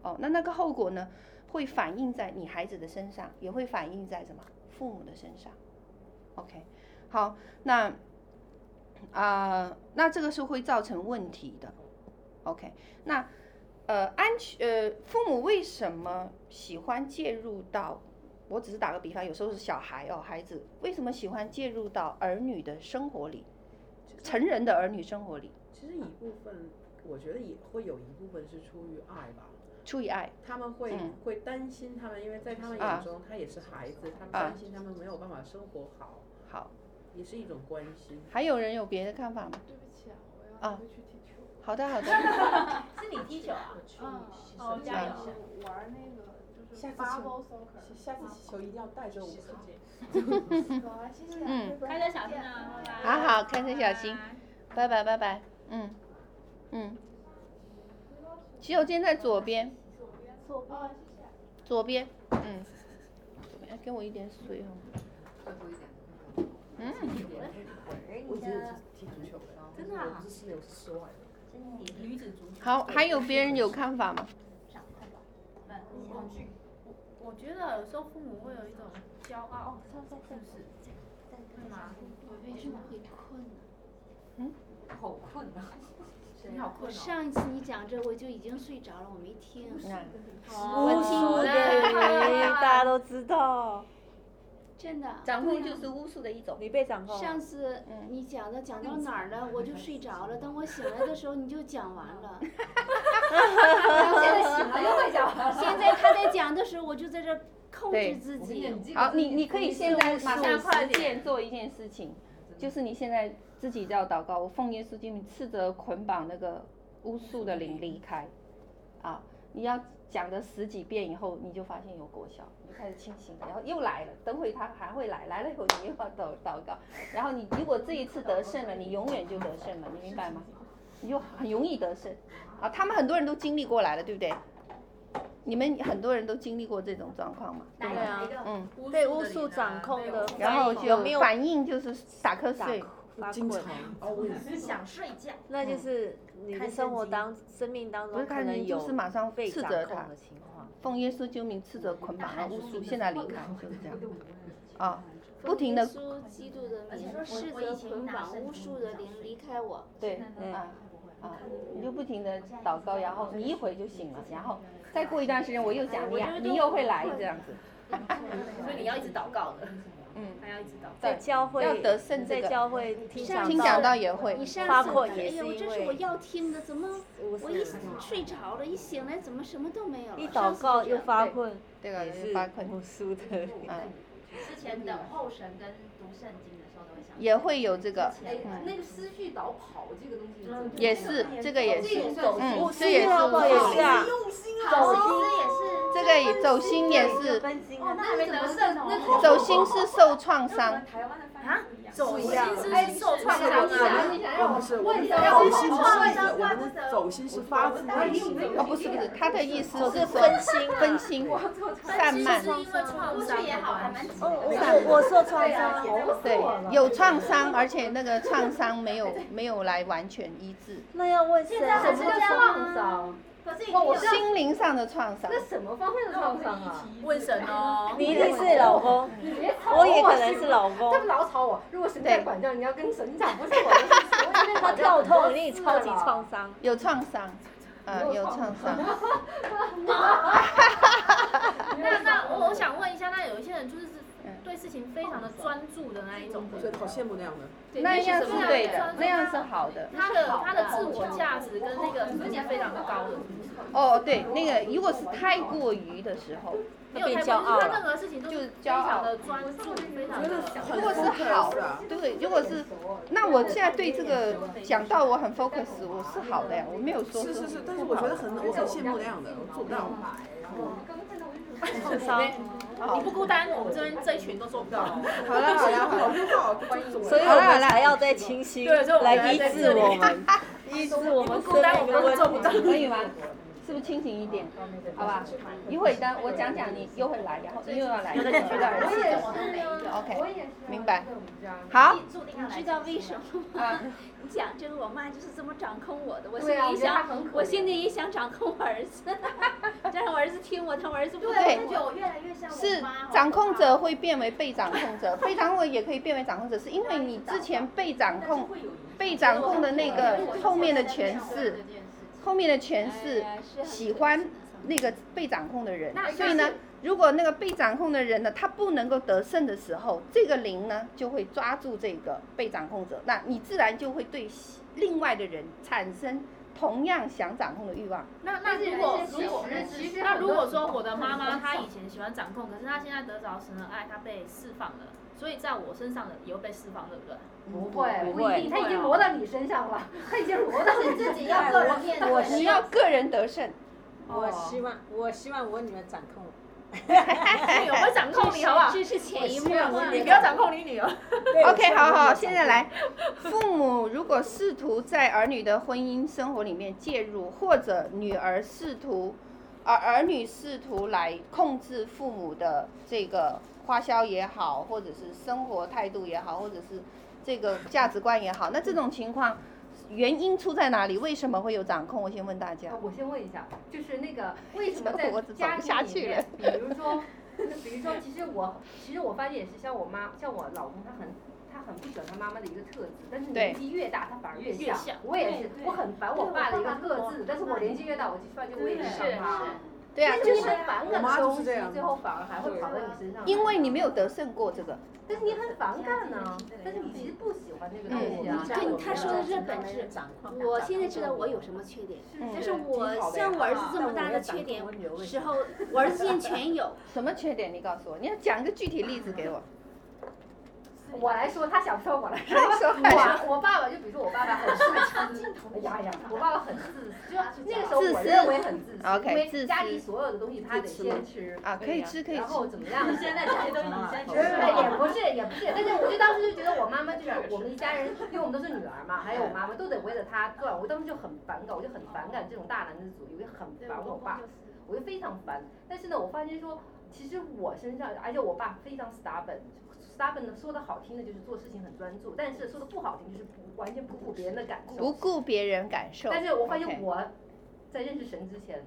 Speaker 1: 哦，那那个后果呢，会反映在你孩子的身上，也会反映在什么父母的身上。OK，好，那啊、那这个是会造成问题的。OK，那呃，安全呃，父母为什么喜欢介入到？我只是打个比方，有时候是小孩哦，孩子为什么喜欢介入到儿女的生活里，成人的儿女生活里，
Speaker 6: 其实一部分，我觉得也会有一部分是出于爱吧。
Speaker 1: 出于爱，
Speaker 6: 他们会、
Speaker 1: 嗯
Speaker 6: 会担心他们，因为在他们
Speaker 1: 啊
Speaker 6: 眼中、他也是孩子，他们
Speaker 1: 啊
Speaker 6: 担心他们没有办法生活好，
Speaker 1: 好。
Speaker 6: 也是一种关心。
Speaker 1: 还有人有别的看法吗？
Speaker 13: 对不起啊，我
Speaker 1: 啊
Speaker 13: 要回去踢球。
Speaker 1: 好的，好的。
Speaker 3: 是你踢球啊？
Speaker 13: 嗯，
Speaker 9: 哦加油！
Speaker 13: 我玩那个就是
Speaker 6: 下次
Speaker 13: bubble
Speaker 7: 嗯
Speaker 13: soccer，
Speaker 6: 下次踢球一定要带着我。
Speaker 13: 走啊，谢谢。
Speaker 1: 嗯
Speaker 13: 拜拜
Speaker 9: 开车小心啊！拜拜
Speaker 1: 好好开车小心拜拜，拜拜。嗯，嗯。洗手间在左边，
Speaker 13: 哦，谢谢。
Speaker 1: 左边。嗯。左边，哎给我一点水哦。嗯，
Speaker 7: 我觉得
Speaker 3: 真的啊？
Speaker 9: 女子足
Speaker 1: 好，还有别人有看法吗？
Speaker 9: 我觉得有时候父母会有一种骄傲，是不是？
Speaker 3: 是吗？
Speaker 13: 为什么会困呢？嗯
Speaker 3: 好困啊！
Speaker 9: 你好困哦。
Speaker 13: 上一次你讲这我就已经睡着了，我没听。嗯
Speaker 1: 那
Speaker 9: 哦
Speaker 7: 巫术的人大家都知道，
Speaker 13: 真的。
Speaker 1: 掌控就是巫术的一种。
Speaker 7: 你被掌控
Speaker 13: 上
Speaker 7: 了。
Speaker 13: 次
Speaker 1: 嗯
Speaker 13: 你讲的讲到哪儿了，我就睡着了。等我醒来的时候，你就讲完了。
Speaker 3: 现在醒了又会讲话
Speaker 13: 现在他在讲的时候，我就在这儿控
Speaker 1: 对
Speaker 13: 制自己。嗯
Speaker 1: 好，你你可以现在马上快点做一件事情，就是你现在自己要祷告，我奉耶稣基督名斥责捆绑那个巫术的灵离开，啊，你要讲了十几遍以后，你就发现有果效，你就开始清醒，然后又来了，等会他还会来，来了以后你又要祷祷告，然后你如果这一次得胜了，你永远就得胜了，你明白吗？你就很容易得胜，啊，他们很多人都经历过来了，对不对？你们很多人都经历过这种状况吗？
Speaker 3: 哪一
Speaker 7: 对啊
Speaker 3: 个？哪一个？
Speaker 1: 嗯，
Speaker 7: 被巫术掌控的，
Speaker 1: 然后就
Speaker 7: 有没有
Speaker 1: 反应就是打瞌睡，
Speaker 7: 发
Speaker 6: 经常
Speaker 7: 困？
Speaker 6: 哦，我也是。
Speaker 3: 想睡觉。
Speaker 7: 那就是你的生活当、生命当
Speaker 1: 嗯不是
Speaker 7: 中可
Speaker 1: 看
Speaker 7: 能
Speaker 1: 见就
Speaker 7: 有
Speaker 1: 是马上
Speaker 7: 被
Speaker 1: 斥
Speaker 7: 掌
Speaker 1: 责
Speaker 7: 控
Speaker 1: 他
Speaker 7: 的，情况。
Speaker 1: 奉耶稣救命，斥责捆绑了巫术，现在离开，就是这样。啊，不停
Speaker 13: 的
Speaker 1: 的
Speaker 13: 说基督的
Speaker 3: 而且
Speaker 13: 名，
Speaker 3: 说
Speaker 13: 斥
Speaker 3: 我我以
Speaker 13: 责
Speaker 3: 前
Speaker 13: 捆
Speaker 3: 拿
Speaker 13: 绑
Speaker 3: 圣
Speaker 13: 巫
Speaker 3: 经
Speaker 13: 术的灵离开我。
Speaker 1: 对
Speaker 7: 嗯
Speaker 1: 啊啊，你就不停的祷告，然后你一会就醒了，然后再过一段时间我又想你啊，你又会来这样子，
Speaker 9: 所以你要一直祷告的，
Speaker 1: 嗯，
Speaker 9: 还要一直祷告。
Speaker 7: 在教会
Speaker 1: 要得胜这
Speaker 7: 在
Speaker 1: 个，
Speaker 7: 教会听
Speaker 13: 上
Speaker 1: 听
Speaker 13: 次
Speaker 1: 讲
Speaker 7: 到
Speaker 1: 到也会
Speaker 13: 你，上
Speaker 7: 发
Speaker 13: 次
Speaker 7: 困
Speaker 13: 哎
Speaker 7: 也是
Speaker 13: 呦，
Speaker 7: 因
Speaker 13: 这是
Speaker 7: 为
Speaker 13: 我要听的，怎么
Speaker 7: 巫术
Speaker 13: 我一睡着了，一醒来怎么什么都没有了？
Speaker 7: 一
Speaker 13: 上
Speaker 7: 祷
Speaker 13: 次就
Speaker 7: 告
Speaker 13: 这
Speaker 7: 又
Speaker 13: 样
Speaker 7: 发困，
Speaker 1: 这个
Speaker 7: 也是
Speaker 1: 发困，
Speaker 7: 巫术的人。
Speaker 1: 嗯，
Speaker 3: 之前等候神跟读圣经的时候都会想。
Speaker 1: 也会有这个，
Speaker 3: 哎
Speaker 1: 嗯，
Speaker 3: 那个思绪导跑这个东西
Speaker 1: 也是这个也是，
Speaker 3: 走
Speaker 1: 嗯，
Speaker 7: 是
Speaker 1: 这也是
Speaker 7: 啊
Speaker 1: 巫
Speaker 7: 也
Speaker 1: 术
Speaker 7: 是，啊，
Speaker 3: 走心也是。
Speaker 1: 这个也走心也是。
Speaker 7: 分心
Speaker 3: 哦，
Speaker 7: 啊，
Speaker 3: 那还没得胜呢。
Speaker 1: 走心是受创伤，
Speaker 3: 台湾的翻译
Speaker 9: 走
Speaker 7: 一样
Speaker 9: 是受创伤啊，
Speaker 6: 我们是，我们
Speaker 3: 想让我
Speaker 6: 走心是
Speaker 3: 创
Speaker 6: 是
Speaker 3: 伤
Speaker 6: 我
Speaker 3: 怪
Speaker 6: 们
Speaker 3: 不
Speaker 6: 的
Speaker 3: 得
Speaker 6: 走心是发自内心的。
Speaker 1: 哦，不是不是，他的意思是说
Speaker 7: 分心啊
Speaker 1: 分心、散漫，
Speaker 9: 是因为创
Speaker 3: 过
Speaker 9: 伤
Speaker 3: 去也好，还蛮
Speaker 7: 哦，我我我受创伤，
Speaker 1: 对，有创伤，而且那个创伤没有没有来完全医治，
Speaker 7: 那要问谁？
Speaker 3: 现在还是这样
Speaker 7: 伤？
Speaker 3: 可是
Speaker 1: 心灵上的创伤，
Speaker 3: 什么方面的创伤啊？
Speaker 9: 问神哦。
Speaker 7: 你一定是老公，我也可能是老
Speaker 3: 他们
Speaker 7: 公。
Speaker 3: 老吵我，如果神在管教，你要跟神讲，不是我
Speaker 7: 他跳痛，一定超级创伤。
Speaker 1: 有创伤，啊，有创伤，
Speaker 9: 那那我我想问一下，那有一些人就是
Speaker 1: 嗯
Speaker 9: 对事情非常的专注的那一种，
Speaker 6: 我觉得好羡慕那样的。
Speaker 9: 对
Speaker 1: 那样是
Speaker 9: 非常
Speaker 1: 对的
Speaker 9: 专，注
Speaker 1: 那样是好的。
Speaker 9: 他的他的自我价值跟那个是非常高的，
Speaker 1: 哦，对，那个如果是太过于的时候，
Speaker 9: 没有
Speaker 7: 变
Speaker 9: 太
Speaker 7: 骄傲
Speaker 9: 他
Speaker 7: 了
Speaker 9: 任何事情都
Speaker 1: 就是是
Speaker 9: 非
Speaker 1: 骄傲
Speaker 9: 常的专注，非常的
Speaker 1: 如果是好的，对，如果是，那我现在对这个讲到我很 focus，我是好的呀，我没有说
Speaker 6: 是是是，但是我觉得很，我很羡慕那样的，我做不到。
Speaker 7: 受伤，
Speaker 9: 你不孤单，我们这边这一群都做不 到哦。
Speaker 1: 好了好了好了。
Speaker 7: 所以我们才要再清新
Speaker 9: 对所以我们
Speaker 7: 来
Speaker 9: 才
Speaker 7: 医
Speaker 9: 在
Speaker 7: 治
Speaker 9: 这里
Speaker 7: 我们，医治我
Speaker 9: 你不
Speaker 7: 们
Speaker 9: 孤单，
Speaker 7: 生
Speaker 9: 我
Speaker 7: 命
Speaker 9: 们都
Speaker 7: 的
Speaker 9: 做不
Speaker 7: 问
Speaker 9: 到
Speaker 7: 题。
Speaker 1: 可以吗？是不是清醒一点？好吧，一会儿当我讲讲你又会来，然后你又要来，又要来。OK，明白。好，
Speaker 6: 注定要
Speaker 7: 啊你
Speaker 6: 来
Speaker 7: 知道为什么
Speaker 1: 啊，
Speaker 7: 你讲这个，我妈就是这么掌控我的。我现
Speaker 6: 对啊
Speaker 7: 在也
Speaker 6: 我觉得她
Speaker 7: 想，
Speaker 6: 很可
Speaker 7: 我现
Speaker 6: 怜
Speaker 7: 在也想掌控我儿子， 但是我儿子听我，但我儿子不听
Speaker 1: 对
Speaker 6: 我觉得我越来越像我
Speaker 1: 是
Speaker 6: 妈好
Speaker 1: 掌控者
Speaker 6: 可
Speaker 1: 会变为被掌控者，被掌控者也可以变为掌控者，是因为你之前被掌
Speaker 6: 怕
Speaker 1: 控
Speaker 6: 但是、会有
Speaker 1: 被掌控的那个后面的权势，后面的权势
Speaker 7: 哎呀是很
Speaker 1: 喜
Speaker 7: 可
Speaker 1: 欢
Speaker 7: 惜
Speaker 1: 那个被掌控的人，所以呢，如果那个被掌控的人呢，他不能够得胜的时候，这个灵呢就会抓住这个被掌控者，那你自然就会对另外的人产生同样想掌控的欲望。
Speaker 9: 那那如果如果那如果说我的妈妈她以前喜欢掌控，可是她现在得着神的爱，她被释放了，所以在我身上的也会被释放，对不对？
Speaker 6: 不会，
Speaker 1: 不
Speaker 6: 不一定，他已经挪到你身 上了，他已经挪到你
Speaker 14: 自己要个人面对。
Speaker 1: 你要个人得胜，
Speaker 2: 我希望，我希望我女儿掌控我。
Speaker 9: 哎我会掌控你，好不好？
Speaker 7: 这是潜移默化
Speaker 9: 你不
Speaker 7: 的。
Speaker 9: 要掌控你女儿。
Speaker 2: 对
Speaker 1: OK，好好，现在。来，父母如果试图在儿女的婚姻生活里面介入，或者女儿试图，而儿女试图来控制父母的这个花销也好，或者是生活态度也好，或者是这个价值观也好，那这种情况原因出在哪里？为什么会有掌控？我先问大家
Speaker 6: 啊。我先问一下，就是那个为 什么
Speaker 1: 这
Speaker 6: 在
Speaker 1: 我走不
Speaker 6: 家
Speaker 1: 下
Speaker 6: 庭里
Speaker 1: 去
Speaker 6: 面，比如说，比如说，其实我其实我发现也是像我妈，像我老公，他很他很不喜欢他妈妈的一个特质，但是
Speaker 1: 对
Speaker 6: 年纪越大，他反而越
Speaker 9: 越像
Speaker 6: 我也是，我很烦我爸的一个特质，但是我年纪越大，我就发现我也很
Speaker 7: 是
Speaker 6: 想他。
Speaker 1: 对啊，就
Speaker 6: 你
Speaker 1: 是
Speaker 6: 很反
Speaker 15: 我
Speaker 6: 感
Speaker 15: 妈
Speaker 6: 的
Speaker 15: 就
Speaker 6: 东
Speaker 15: 是
Speaker 6: 西
Speaker 15: 这样，
Speaker 6: 最后反而还会跑到你身上。
Speaker 1: 因为你没有得胜过这个。
Speaker 6: 但是你很反感
Speaker 1: 嗯
Speaker 6: 呢，但是你其实不喜欢这个东西啊。
Speaker 7: 嗯跟他说的这本质
Speaker 2: 质，掌控
Speaker 7: 我现在知道我有什么缺点，
Speaker 1: 嗯
Speaker 7: 但是我像我儿子这么大的缺点时候，我儿子现在全 有。
Speaker 1: 什么缺点？你告诉我，你要讲一个具体例子给我。
Speaker 6: 我来说，他想说我来说。
Speaker 1: 说
Speaker 6: 我我爸爸就比如说我爸爸很自私，哎呀呀，我爸爸很自私，就那个时候我认为很自私，
Speaker 1: OK，自
Speaker 6: 因
Speaker 1: 私
Speaker 6: 为家里所有的东西他得先吃。
Speaker 1: 啊，可以吃，可以
Speaker 6: 然后
Speaker 1: 吃。
Speaker 6: 怎么样？现在
Speaker 2: 这些都是你先吃
Speaker 6: 对，也不是也不是，但是我就当时就觉得我妈妈就是我们一家人，因为我们都是女儿嘛，还有我妈妈都得为了她做，我当时就很反感，我就很反感这种大男子主义，我就很烦我爸，我就非常烦。但是呢，我发现说，其实我身上，而且我爸非常 stubborn，stubborn 呢说的好听的就是做事情很专注，但是说的不好听就是不完全不顾别人的感受
Speaker 1: 不。顾别人感受。
Speaker 6: 但是我发现
Speaker 1: OK
Speaker 6: 我在认识神之前，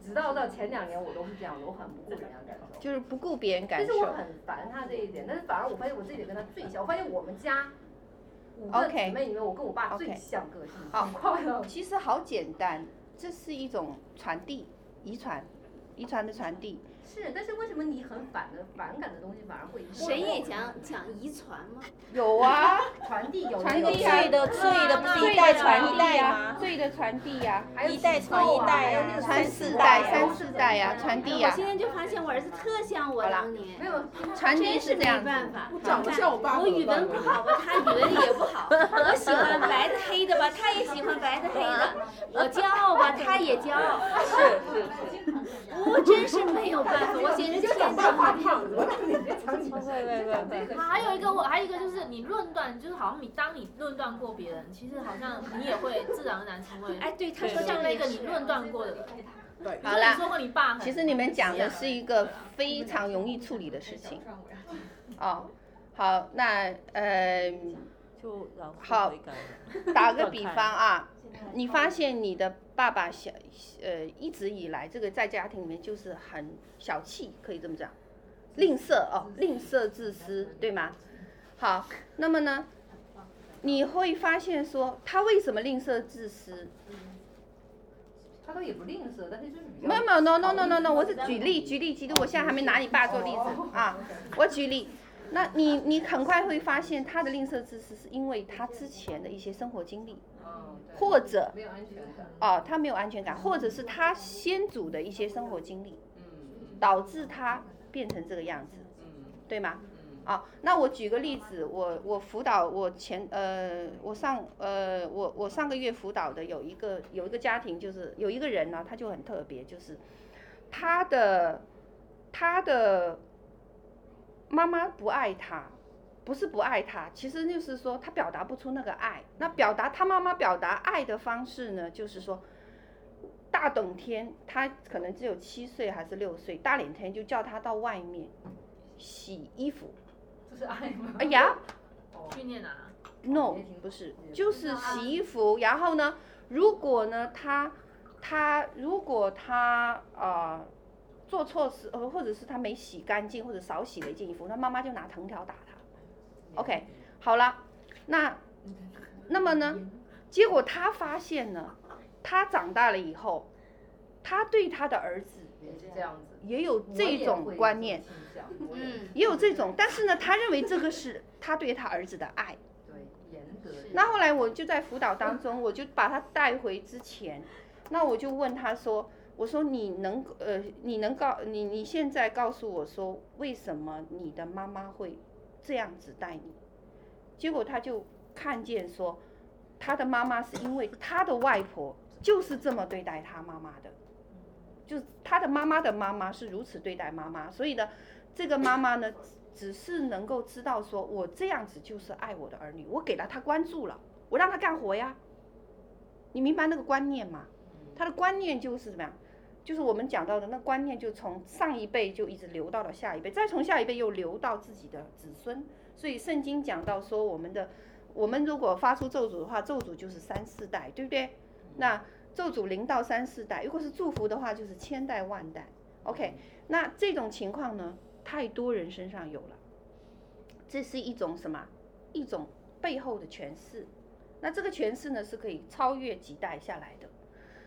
Speaker 6: 直到到前两年我都是这样的，我很不顾别人的感受。
Speaker 1: 就是不顾别人感
Speaker 6: 但是我
Speaker 1: 受。
Speaker 6: 很烦他这一点，但是反而我发现我自己跟他最像。我发现我们家五个姊
Speaker 1: OK
Speaker 6: 妹里面，我跟我爸最
Speaker 1: OK
Speaker 6: 像个性，
Speaker 1: 好
Speaker 6: 很快乐。
Speaker 1: 其实好简单，这是一种传递，遗传，遗传的传 递。
Speaker 6: 是，但是为什么你很反的反感的东西反而会
Speaker 7: 谁也讲讲遗传吗？
Speaker 1: 有啊，
Speaker 6: 传递有
Speaker 1: 传
Speaker 6: 有
Speaker 1: 递啊
Speaker 3: 罪的罪的不是一代传一代
Speaker 1: 呀，
Speaker 3: 吗？
Speaker 1: 罪啊的传递呀，
Speaker 6: 啊还有
Speaker 3: 一代
Speaker 6: 诅
Speaker 3: 传
Speaker 6: 咒
Speaker 3: 一
Speaker 6: 啊
Speaker 3: 代
Speaker 6: 还有
Speaker 3: 呀
Speaker 6: 那个
Speaker 1: 传
Speaker 6: 诅
Speaker 1: 四
Speaker 6: 咒
Speaker 1: 代、
Speaker 6: 啊
Speaker 1: 三四代呀，传啊递
Speaker 7: 我
Speaker 1: 呀，
Speaker 7: 现在就发现我儿子特像我
Speaker 1: 好了
Speaker 7: 当年
Speaker 6: 没。有
Speaker 1: 传递
Speaker 7: 真是
Speaker 1: 是这
Speaker 7: 没
Speaker 1: 样子。
Speaker 7: 办法，
Speaker 15: 我长得像我爸
Speaker 7: 我
Speaker 15: 怎么
Speaker 7: 语文
Speaker 15: 办
Speaker 7: 不
Speaker 15: 呢
Speaker 7: 好吧，他语文也不好。我喜欢白的黑的吧，他也喜欢白的黑的。 我骄傲吧，他也骄 傲。是是是。我真是没有办法，我 简直天生 胖子。
Speaker 3: 对对对对。
Speaker 9: 还有一个我，还有一个就是你论断，就是好像你当你论断过别人，其实好像你也会自然而然成为
Speaker 7: 哎，对，他说这
Speaker 9: 就像
Speaker 7: 个
Speaker 9: 那
Speaker 7: 也
Speaker 9: 个
Speaker 7: 是
Speaker 9: 你。论断过的人。
Speaker 15: 对，
Speaker 1: 好
Speaker 9: 你
Speaker 1: 啦，
Speaker 9: 说过你爸很，
Speaker 1: 其实你们讲的是一个非常容易处理的事情。哦，好，那呃，
Speaker 3: 就老师
Speaker 1: 好
Speaker 3: 悔改了
Speaker 1: 打个比方啊，你发现你的爸爸小呃一直以来这个在家庭里面就是很小气，可以这么讲，吝啬哦，吝啬自私，对吗？好，那么呢，你会发现说他为什么吝啬自私？
Speaker 6: 他都也不吝啬，但是就是比较
Speaker 1: 没有没有 no no no no no，我是举例举例举例，我现在还没拿你爸做例子啊，我举例。那你你很快会发现他的吝啬自私是因为他之前的一些生活经历，
Speaker 6: 嗯对
Speaker 1: 或者
Speaker 6: 没有安全感。
Speaker 1: 哦，他没有安全感，或者是他先祖的一些生活经历，
Speaker 6: 嗯
Speaker 1: 导致他变成这个样子，对吗？啊、那我举个例子，我我辅导我前呃，我上呃，我我上个月辅导的有一个有一个家庭，就是有一个人呢、他就很特别，就是他的他的妈妈不爱他，不是不爱他，其实就是说他表达不出那个爱。那表达他妈妈表达爱的方式呢，就是说，大大冷天，他可能只有七岁还是六岁，大冷天就叫他到外面洗衣服。
Speaker 5: 这是爱吗？
Speaker 1: 哎呀
Speaker 5: 训练啊，
Speaker 1: ，no，不是，就是洗衣服。然后呢，如果呢他他如果他呃做错事，呃或者是他没洗干净或者少洗了一件衣服，他妈妈就拿藤条打他。OK，好了，那那么呢，结果他发现呢，他长大了以后，他对他的儿子
Speaker 11: 也是这样子，
Speaker 1: 也有这种观念，
Speaker 11: 嗯，
Speaker 1: 也有这种，但是呢，他认为这个是他对他儿子的爱。
Speaker 11: 严格的
Speaker 1: 那后来我就在辅导当中，我就把他带回之前，那我就问他说：“我说你能呃，你能告你你现在告诉我说，为什么你的妈妈会这样子待你？”结果他就看见说，他的妈妈是因为他的外婆就是这么对待他妈妈的，就是他的妈妈的妈妈是如此对待妈妈，所以呢，这个妈妈呢，只是能够知道说我这样子就是爱我的儿女，我给了他关注了，我让他干活呀，你明白那个观念吗？他的观念就是怎么样？就是我们讲到的那观念，就从上一辈就一直流到了下一辈，再从下一辈又流到自己的子孙。所以圣经讲到说，我们的我们如果发出咒诅的话，咒诅就是三四代，对不对？那咒诅零到三四代，如果是祝福的话，就是千代万代。OK，那这种情况呢，太多人身上有了，这是一种什么？一种背后的诠释。那这个诠释呢，是可以超越几代下来的。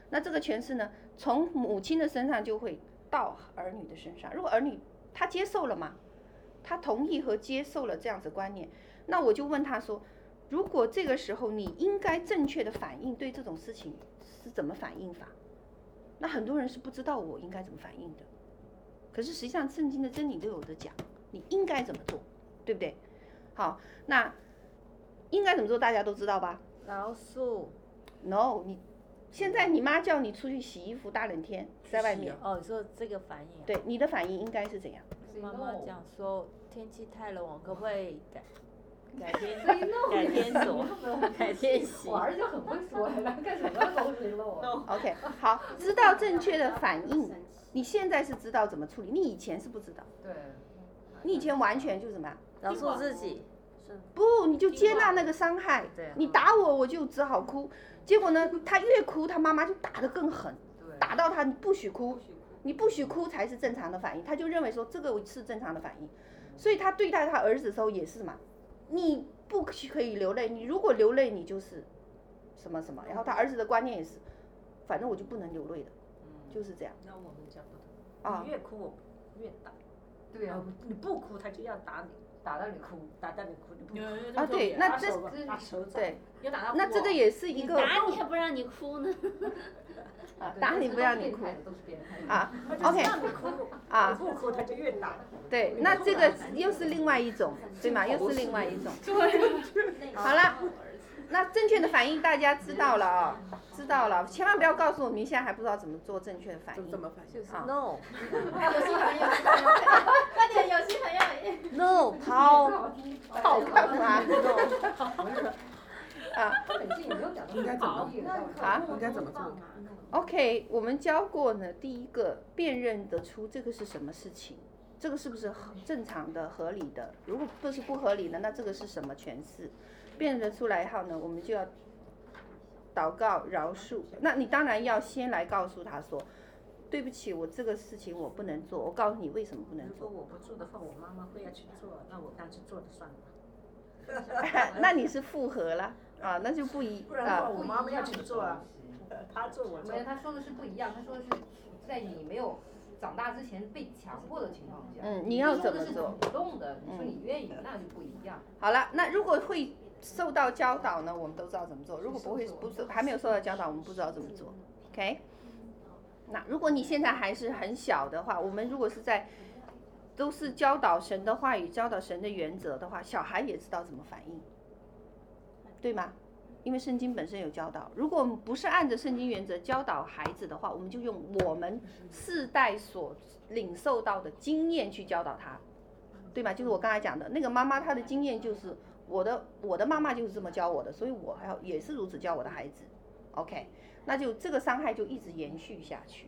Speaker 1: 那这个诠释呢，从母亲的身上就会到儿女的身上。如果儿女他接受了嘛，他同意和接受了这样子观念，那我就问他说，如果这个时候你应该正确的反应对这种事情是怎么反应法？那很多人是不知道我应该怎么反应的。可是实际上，圣经的真理都有的讲，你应该怎么做，对不对？好，那应该怎么做，大家都知道吧
Speaker 7: 老鼠
Speaker 1: ？No，你现在你妈叫你出去洗衣服，大冷天在外面，
Speaker 7: 哦，你说这个反应啊，
Speaker 1: 对你的反应应该是怎样？
Speaker 7: 妈妈讲说天气太冷，我可不可以改改天
Speaker 1: 哎
Speaker 7: 改天走，改天 洗？
Speaker 11: 我儿子就很会说呀，干什么 都没漏啊。
Speaker 1: OK，好，知道正确的反应，你现在是知道怎么处理，你以前是不知道，
Speaker 11: 对，
Speaker 1: 你以前完全就是什么啊？
Speaker 7: 饶恕自己，
Speaker 1: 不，你就接纳那个伤害。你打我，我就只好哭。结果呢，他越哭，他妈妈就打得更狠，打到他你不许哭，你不许哭才是正常的反应。他就认为说这个是正常的反应，所以他对待他儿子的时候也是嘛，你不可以流泪，你如果流泪你就是什么什么。然后他儿子的观念也是，反正我就不能流泪的，就是这样。
Speaker 2: 嗯那我们家不
Speaker 1: 啊
Speaker 2: 同，你越哭我越打。
Speaker 11: 对呀
Speaker 2: 啊，你不哭他就要打你，
Speaker 11: 打到你哭，
Speaker 2: 打到你哭，你不
Speaker 5: 有有有这
Speaker 2: 哭
Speaker 5: 么
Speaker 1: 啊
Speaker 5: 做
Speaker 1: 对
Speaker 5: 也
Speaker 1: 那
Speaker 2: 打
Speaker 1: 这
Speaker 2: 手吧打手掌。
Speaker 1: 对，
Speaker 5: 有打到
Speaker 1: 那
Speaker 5: 过
Speaker 1: 这
Speaker 2: 哦
Speaker 1: 个也是一
Speaker 16: 你
Speaker 1: 个
Speaker 16: 打你还不让你哭呢，
Speaker 1: 啊打你不让你哭
Speaker 11: 都是变态的。
Speaker 1: 啊
Speaker 2: 他就
Speaker 1: ，OK
Speaker 2: 让你哭，
Speaker 1: 啊
Speaker 2: 你。不哭他就越打。
Speaker 1: 对，那这个又是另外一种，对吗？又是另外一种。好了，那正确的反应大家知道了啊、知道了，千万不要告诉我们现在还不知道怎么做正确的反
Speaker 6: 怎么
Speaker 1: 应
Speaker 6: 怎。么反应？
Speaker 7: 就是
Speaker 1: 好
Speaker 7: no
Speaker 16: 有新 朋友，快点有新朋友。
Speaker 7: no 抛
Speaker 1: 好干嘛？啊
Speaker 11: 本质你没有讲到
Speaker 6: 应该怎么
Speaker 1: 啊
Speaker 6: 应该怎么做？
Speaker 1: ，OK，我们教过呢，第一个辨认得出这个是什么事情，这个是不是合正常的、合理的？如果不是不合理的，那这个是什么诠释？辨认得出来以后呢，我们就要祷告饶恕。那你当然要先来告诉他说。对不起，我这个事情我不能做。我告诉你为什么不能
Speaker 2: 如
Speaker 1: 做
Speaker 2: 果。我不做的话，我妈妈会要去做，那我干脆做了算了。
Speaker 1: 啊 那你是复合了啊，那就不一
Speaker 2: 不然的话，
Speaker 1: 啊。
Speaker 2: 我妈妈要去做啊，她做我做
Speaker 11: 没有，。他说的是不一样，他说的是在你没有长大之前被强迫的情况下，
Speaker 1: 嗯你要
Speaker 11: 说
Speaker 1: 怎
Speaker 11: 的
Speaker 1: 么
Speaker 11: 是
Speaker 1: 做
Speaker 11: 主动的，你说你愿意，那就不一样。
Speaker 1: 好了，那如果会受到教导呢，我们都知道怎么做；如果不会不是还没有受到教导，我们不知道怎么做。OK？那如果你现在还是很小的话，我们如果是在都是教导神的话语、教导神的原则的话，小孩也知道怎么反应，对吗？因为圣经本身有教导，如果我们不是按着圣经原则教导孩子的话，我们就用我们世代所领受到的经验去教导他，对吗？就是我刚才讲的那个妈妈，她的经验就是我的我的妈妈就是这么教我的，所以我还要也是如此教我的孩子， OK，那就这个伤害就一直延续下去。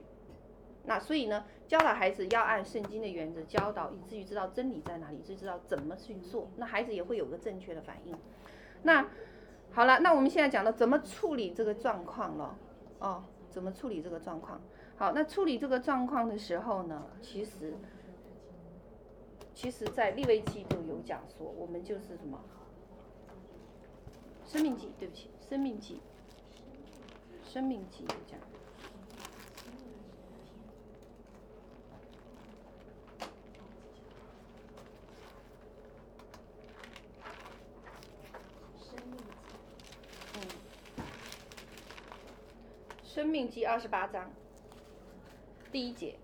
Speaker 1: 那所以呢，教导孩子要按圣经的原则教导，以至于知道真理在哪里，以至于知道怎么去做，那孩子也会有个正确的反应。那好了，那我们现在讲到怎么处理这个状况了，哦，怎么处理这个状况？好，那处理这个状况的时候呢，其实，其实在立位记就有讲说，我们就是什么，生命记，对不起，生命记，生命记有讲。《生命记》二十八章第一节：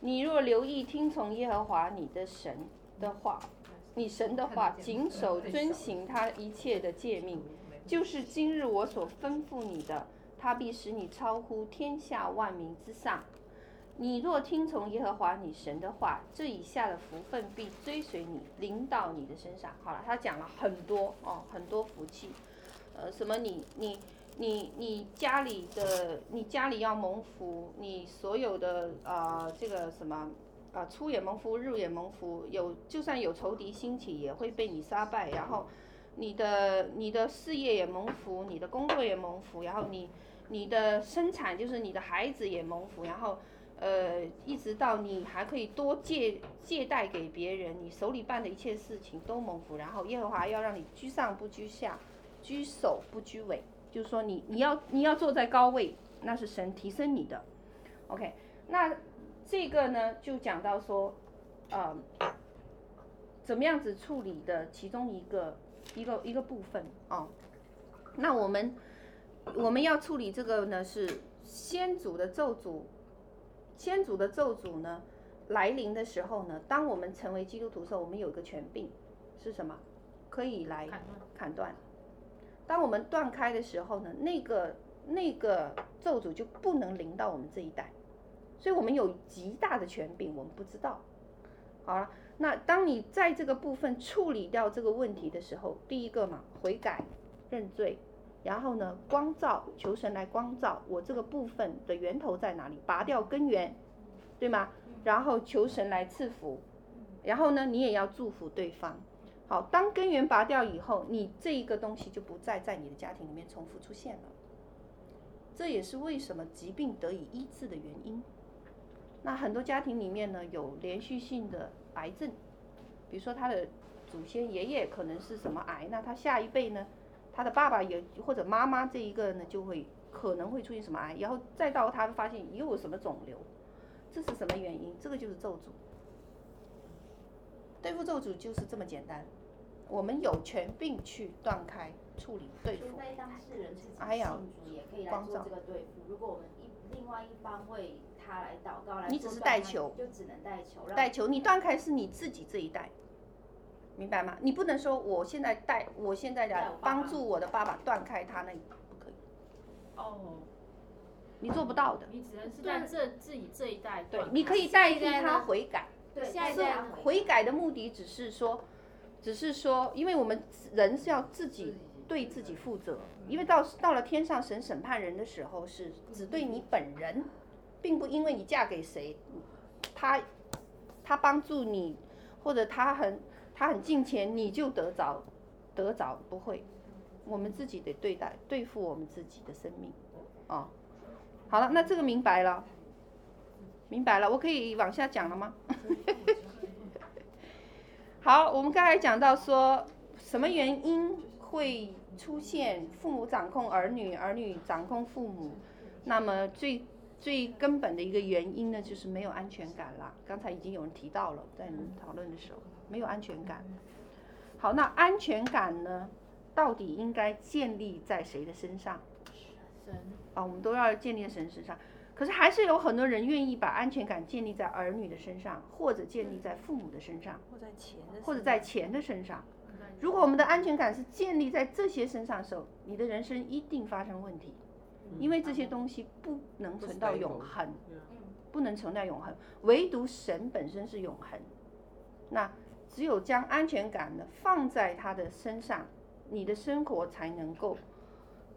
Speaker 1: 你若留意听从耶和华你的神的话，你神的话，谨守遵行他一切的诫命，就是今日我所吩咐你的，他必使你超乎天下万民之上。你若听从耶和华你神的话，这以下的福分必追随你，临到你的身上。好了，他讲了很多哦，很多福气，呃，什么你你。你你家里的你家里要蒙福，你所有的呃这个什么呃出也蒙福，入也蒙福，有就算有仇敌兴起也会被你杀败，然后你的你的事业也蒙福，你的工作也蒙福，然后你你的生产就是你的孩子也蒙福，然后呃一直到你还可以多借借贷给别人，你手里办的一切事情都蒙福，然后耶和华要让你居上不居下，居首不居尾。就是说你你要你要坐在高位，那是神提升你的。OK，那这个呢就讲到说，呃，怎么样子处理的其中一个一个一个部分哦。那我们我们要处理这个呢是先祖的咒诅，先祖的咒诅呢来临的时候呢，当我们成为基督徒的时候，我们有一个权柄是什么？可以来砍断。当我们断开的时候呢，那个那个咒诅就不能临到我们这一代，所以我们有极大的权柄，我们不知道。好了，那当你在这个部分处理掉这个问题的时候，第一个嘛，悔改、认罪，然后呢，光照，求神来光照我这个部分的源头在哪里，拔掉根源，对吗？然后求神来赐福，然后呢，你也要祝福对方。好，当根源拔掉以后，你这一个东西就不再在你的家庭里面重复出现了。这也是为什么疾病得以医治的原因。那很多家庭里面呢，有连续性的癌症，比如说他的祖先爷爷可能是什么癌，那他下一辈呢，他的爸爸也或者妈妈这一个呢，就会可能会出现什么癌，然后再到他发现又有什么肿瘤，这是什么原因？这个就是咒诅。对付咒诅就是这么简单，我们有权并去断开处理对付。
Speaker 3: 除非当事人自己
Speaker 1: 哎呀
Speaker 3: 信主，也可以来
Speaker 1: 光
Speaker 3: 做
Speaker 1: 照
Speaker 3: 这个对付。如果我们一另外一方为他来祷告来做断开，
Speaker 1: 你只是代求
Speaker 3: 就只能代求，让
Speaker 1: 带球，你断开是你自己这一代，明白吗？你不能说我现在带，我现在
Speaker 3: 带
Speaker 1: 来
Speaker 3: 我爸爸
Speaker 1: 帮助我的爸爸断开他那一步，不可以，
Speaker 5: 哦，
Speaker 1: 你做不到的。
Speaker 5: 你只能是在这自己这一代
Speaker 1: 对
Speaker 5: 断，开，
Speaker 1: 你可以代替
Speaker 16: 现在呢
Speaker 1: 他悔改。
Speaker 3: 对
Speaker 16: 下一
Speaker 3: 代
Speaker 16: 代
Speaker 1: 悔改的目的只是说，只是说，因为我们人是要自己对自己负责，因为到到了天上神审判人的时候，是只对你本人，并不因为你嫁给谁，他他帮助你，或者他很他很敬虔，你就得着得着不会，我们自己得对待对付我们自己的生命，哦，好了，那这个明白了。明白了，我可以往下讲了吗？好，我们刚才讲到说，什么原因会出现父母掌控儿女，儿女掌控父母？那么最最根本的一个原因呢，就是没有安全感啦。刚才已经有人提到了，在你们讨论的时候，没有安全感。好，那安全感呢，到底应该建立在谁的身上？
Speaker 5: 神
Speaker 1: 啊，我们都要建立在神身上。可是还是有很多人愿意把安全感建立在儿女的身上，或者建立在父母的身上，
Speaker 7: 或在钱的，
Speaker 1: 或者在钱的身上。如果我们的安全感是建立在这些身上的时候，你的人生一定发生问题，因为这些东西不能存到永恒，不能存到永恒，唯独神本身是永恒。那只有将安全感呢放在他的身上，你的生活才能够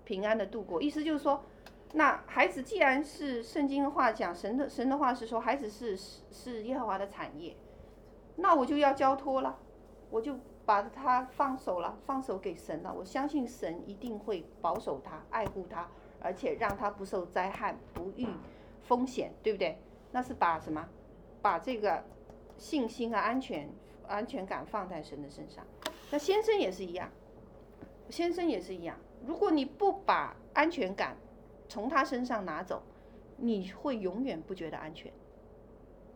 Speaker 1: 平安的度过。意思就是说，那孩子既然是圣经的话讲，神的神的话是说，孩子是是是耶和华的产业，那我就要交托了，我就把他放手了，放手给神了。我相信神一定会保守他，爱护他，而且让他不受灾害，不遇风险，对不对？那是把什么？把这个信心啊、安全、安全感放在神的身上。那先生也是一样，先生也是一样。如果你不把安全感从他身上拿走，你会永远不觉得安全。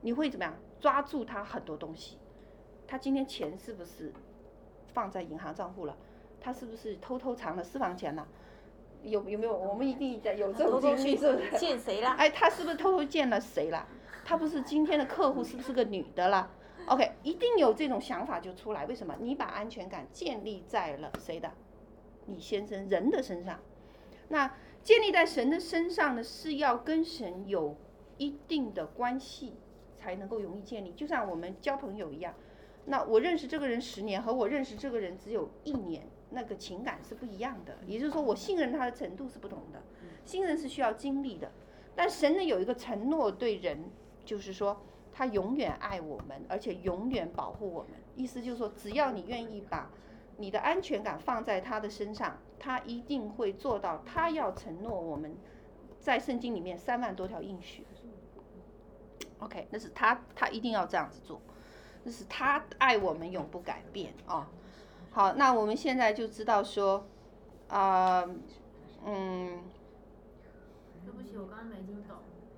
Speaker 1: 你会怎么样？抓住他很多东西。他今天钱是不是放在银行账户了？他是不是偷偷藏了私房钱了？有有没有？我们一定有这种经历，是不是？
Speaker 7: 见谁啦？
Speaker 1: 哎，他是不是偷偷见了谁啦？他不是今天的客户，是不是个女的啦？OK，一定有这种想法就出来。为什么？你把安全感建立在了谁的？你先生人的身上。那建立在神的身上呢，是要跟神有一定的关系才能够容易建立。就像我们交朋友一样，那我认识这个人十年，和我认识这个人只有一年，那个情感是不一样的。也就是说，我信任他的程度是不同的，信任是需要经历的。但神呢，有一个承诺对人。就是说，他永远爱我们，而且永远保护我们。意思就是说，只要你愿意把你的安全感放在他的身上，他一定会做到。他要承诺我们，在圣经里面三万多条应许。OK，那是他，他一定要这样子做，那是他爱我们永不改变啊、哦。好，那我们现在就知道说，啊、呃，嗯。
Speaker 9: 对不起，我刚刚没听懂。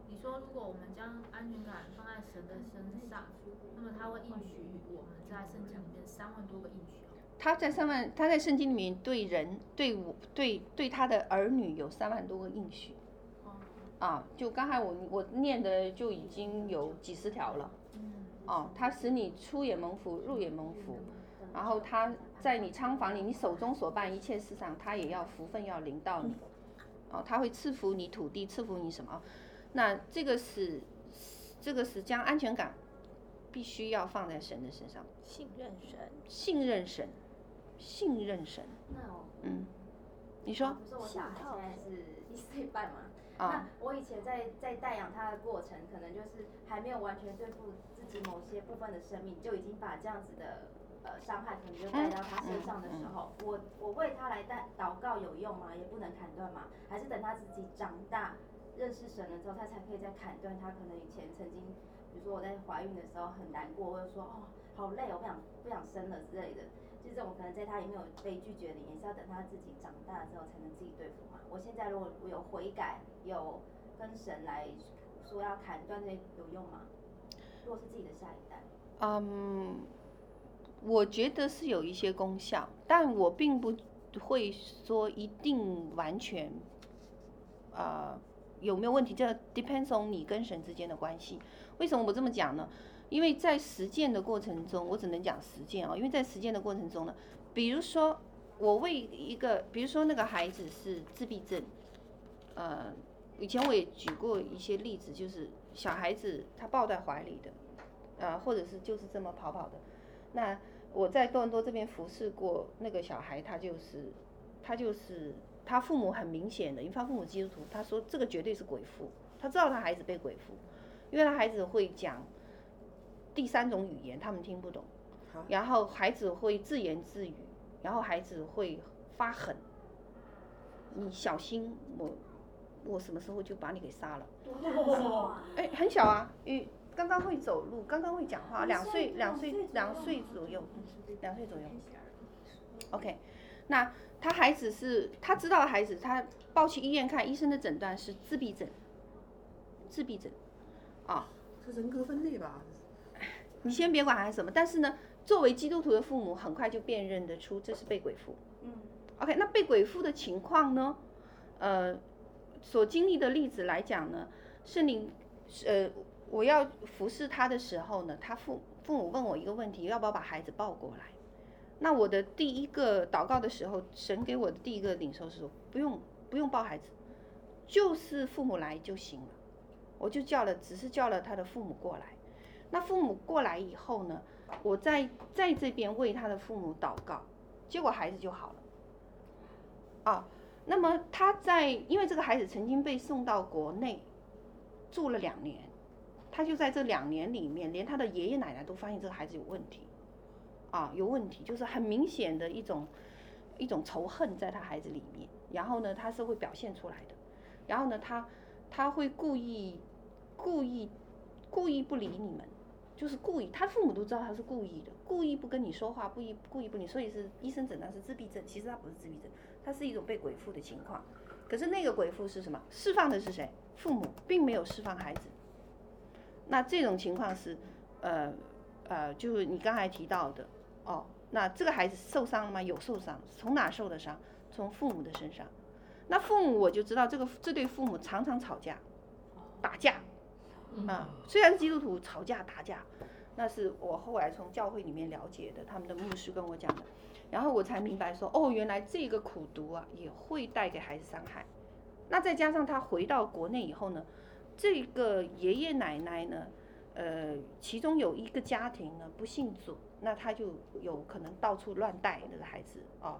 Speaker 9: 你说，如果我们将安全感放在神的身上，那么他会应许我们在圣经里面三万多个应许哦。
Speaker 1: 他在三万，他在圣经里面对人、对我、对对他的儿女有三万多个应许。
Speaker 9: 哦。
Speaker 1: 啊，就刚才我我念的就已经有几十条了。
Speaker 9: 嗯。
Speaker 1: 哦，他使你出也蒙福，入也蒙福，然后他在你仓房里，你手中所办一切事上，他也要福分要临到你。哦，他会赐福你土地，赐福你什么？那这个是，这个是将安全感必须要放在神的身上，
Speaker 7: 信任神，
Speaker 1: 信任神，信任神。
Speaker 9: 那哦，
Speaker 1: 嗯，你说，
Speaker 3: 比如说我小孩现在是一岁半嘛，
Speaker 1: 啊
Speaker 3: 那我以前在在带养他的过程，可能就是还没有完全对付自己某些部分的生命，就已经把这样子的呃伤害可能就带到他身上的时候，我我为他来带祷告有用吗？也不能砍断嘛，还是等他自己长大认识神了之后，他才可以再砍断他可能以前曾经，比如说我在怀孕的时候很难过，或者说哦好累，我不想不想生了之类的，就这种可能在他也没有被拒绝里面，是要等他自己长大之后才能自己对付嘛。我现在如果我有悔改，有跟神来说要砍断这些有用吗？如果是自己的下一代，
Speaker 1: 嗯，我觉得是有一些功效，但我并不会说一定完全，呃，有没有问题？这 depends on 你跟神之间的关系。为什么我这么讲呢？因为在实践的过程中，我只能讲实践啊、因为在实践的过程中呢，比如说我为一个，比如说那个孩子是自闭症，呃，以前我也举过一些例子，就是小孩子他抱在怀里的，呃，或者是就是这么跑跑的。那我在多伦多这边服侍过那个小孩，他就是他就是他父母很明显的，因为他父母基督徒，他说这个绝对是鬼父，他知道他孩子被鬼附，因为他孩子会讲第三种语言，他们听不懂，然后孩子会自言自语，然后孩子会发狠，你小心我我什么时候就把你给杀了。 哎，很小啊，因为刚刚会走路，刚刚会讲话，两岁两岁两岁左右，嗯两岁左右。OK，那他孩子是，他知道孩子，他抱去医院看，医生的诊断是自闭症，自闭症，啊、
Speaker 6: 是人格分裂吧？
Speaker 1: 你先别管他是什么，但是呢，作为基督徒的父母，很快就辨认得出这是被鬼附。
Speaker 3: 嗯
Speaker 1: OK，那被鬼附的情况呢？呃，所经历的例子来讲呢，圣灵，呃，我要服侍他的时候呢，他父父母问我一个问题，要不要把孩子抱过来？那我的第一个祷告的时候，神给我的第一个领受是说，不用不用抱孩子，就是父母来就行了。我就叫了，只是叫了他的父母过来。那父母过来以后呢，我在在这边为他的父母祷告，结果孩子就好了。啊，那么他在因为这个孩子曾经被送到国内住了两年，他就在这两年里面，连他的爷爷奶奶都发现这个孩子有问题，啊，有问题，就是很明显的一种一种仇恨在他孩子里面，然后呢，他是会表现出来的，然后呢，他他会故意故意故意不理你们。就是故意，他父母都知道他是故意的，故意不跟你说话，故意故意不理，所以是医生诊断是自闭症，其实他不是自闭症，他是一种被鬼附的情况。可是那个鬼附是什么？释放的是谁？父母并没有释放孩子。那这种情况是，呃呃，就是你刚才提到的哦。那这个孩子受伤了吗？有受伤，从哪受的伤？从父母的身上。那父母我就知道这个这对父母常常吵架，打架。
Speaker 9: 嗯
Speaker 1: 啊，虽然基督徒吵架打架，那是我后来从教会里面了解的，他们的牧师跟我讲的，然后我才明白说，哦，原来这个苦读啊也会带给孩子伤害。那再加上他回到国内以后呢，这个爷爷奶奶呢，呃，其中有一个家庭呢不信主，那他就有可能到处乱带那个孩子啊、哦。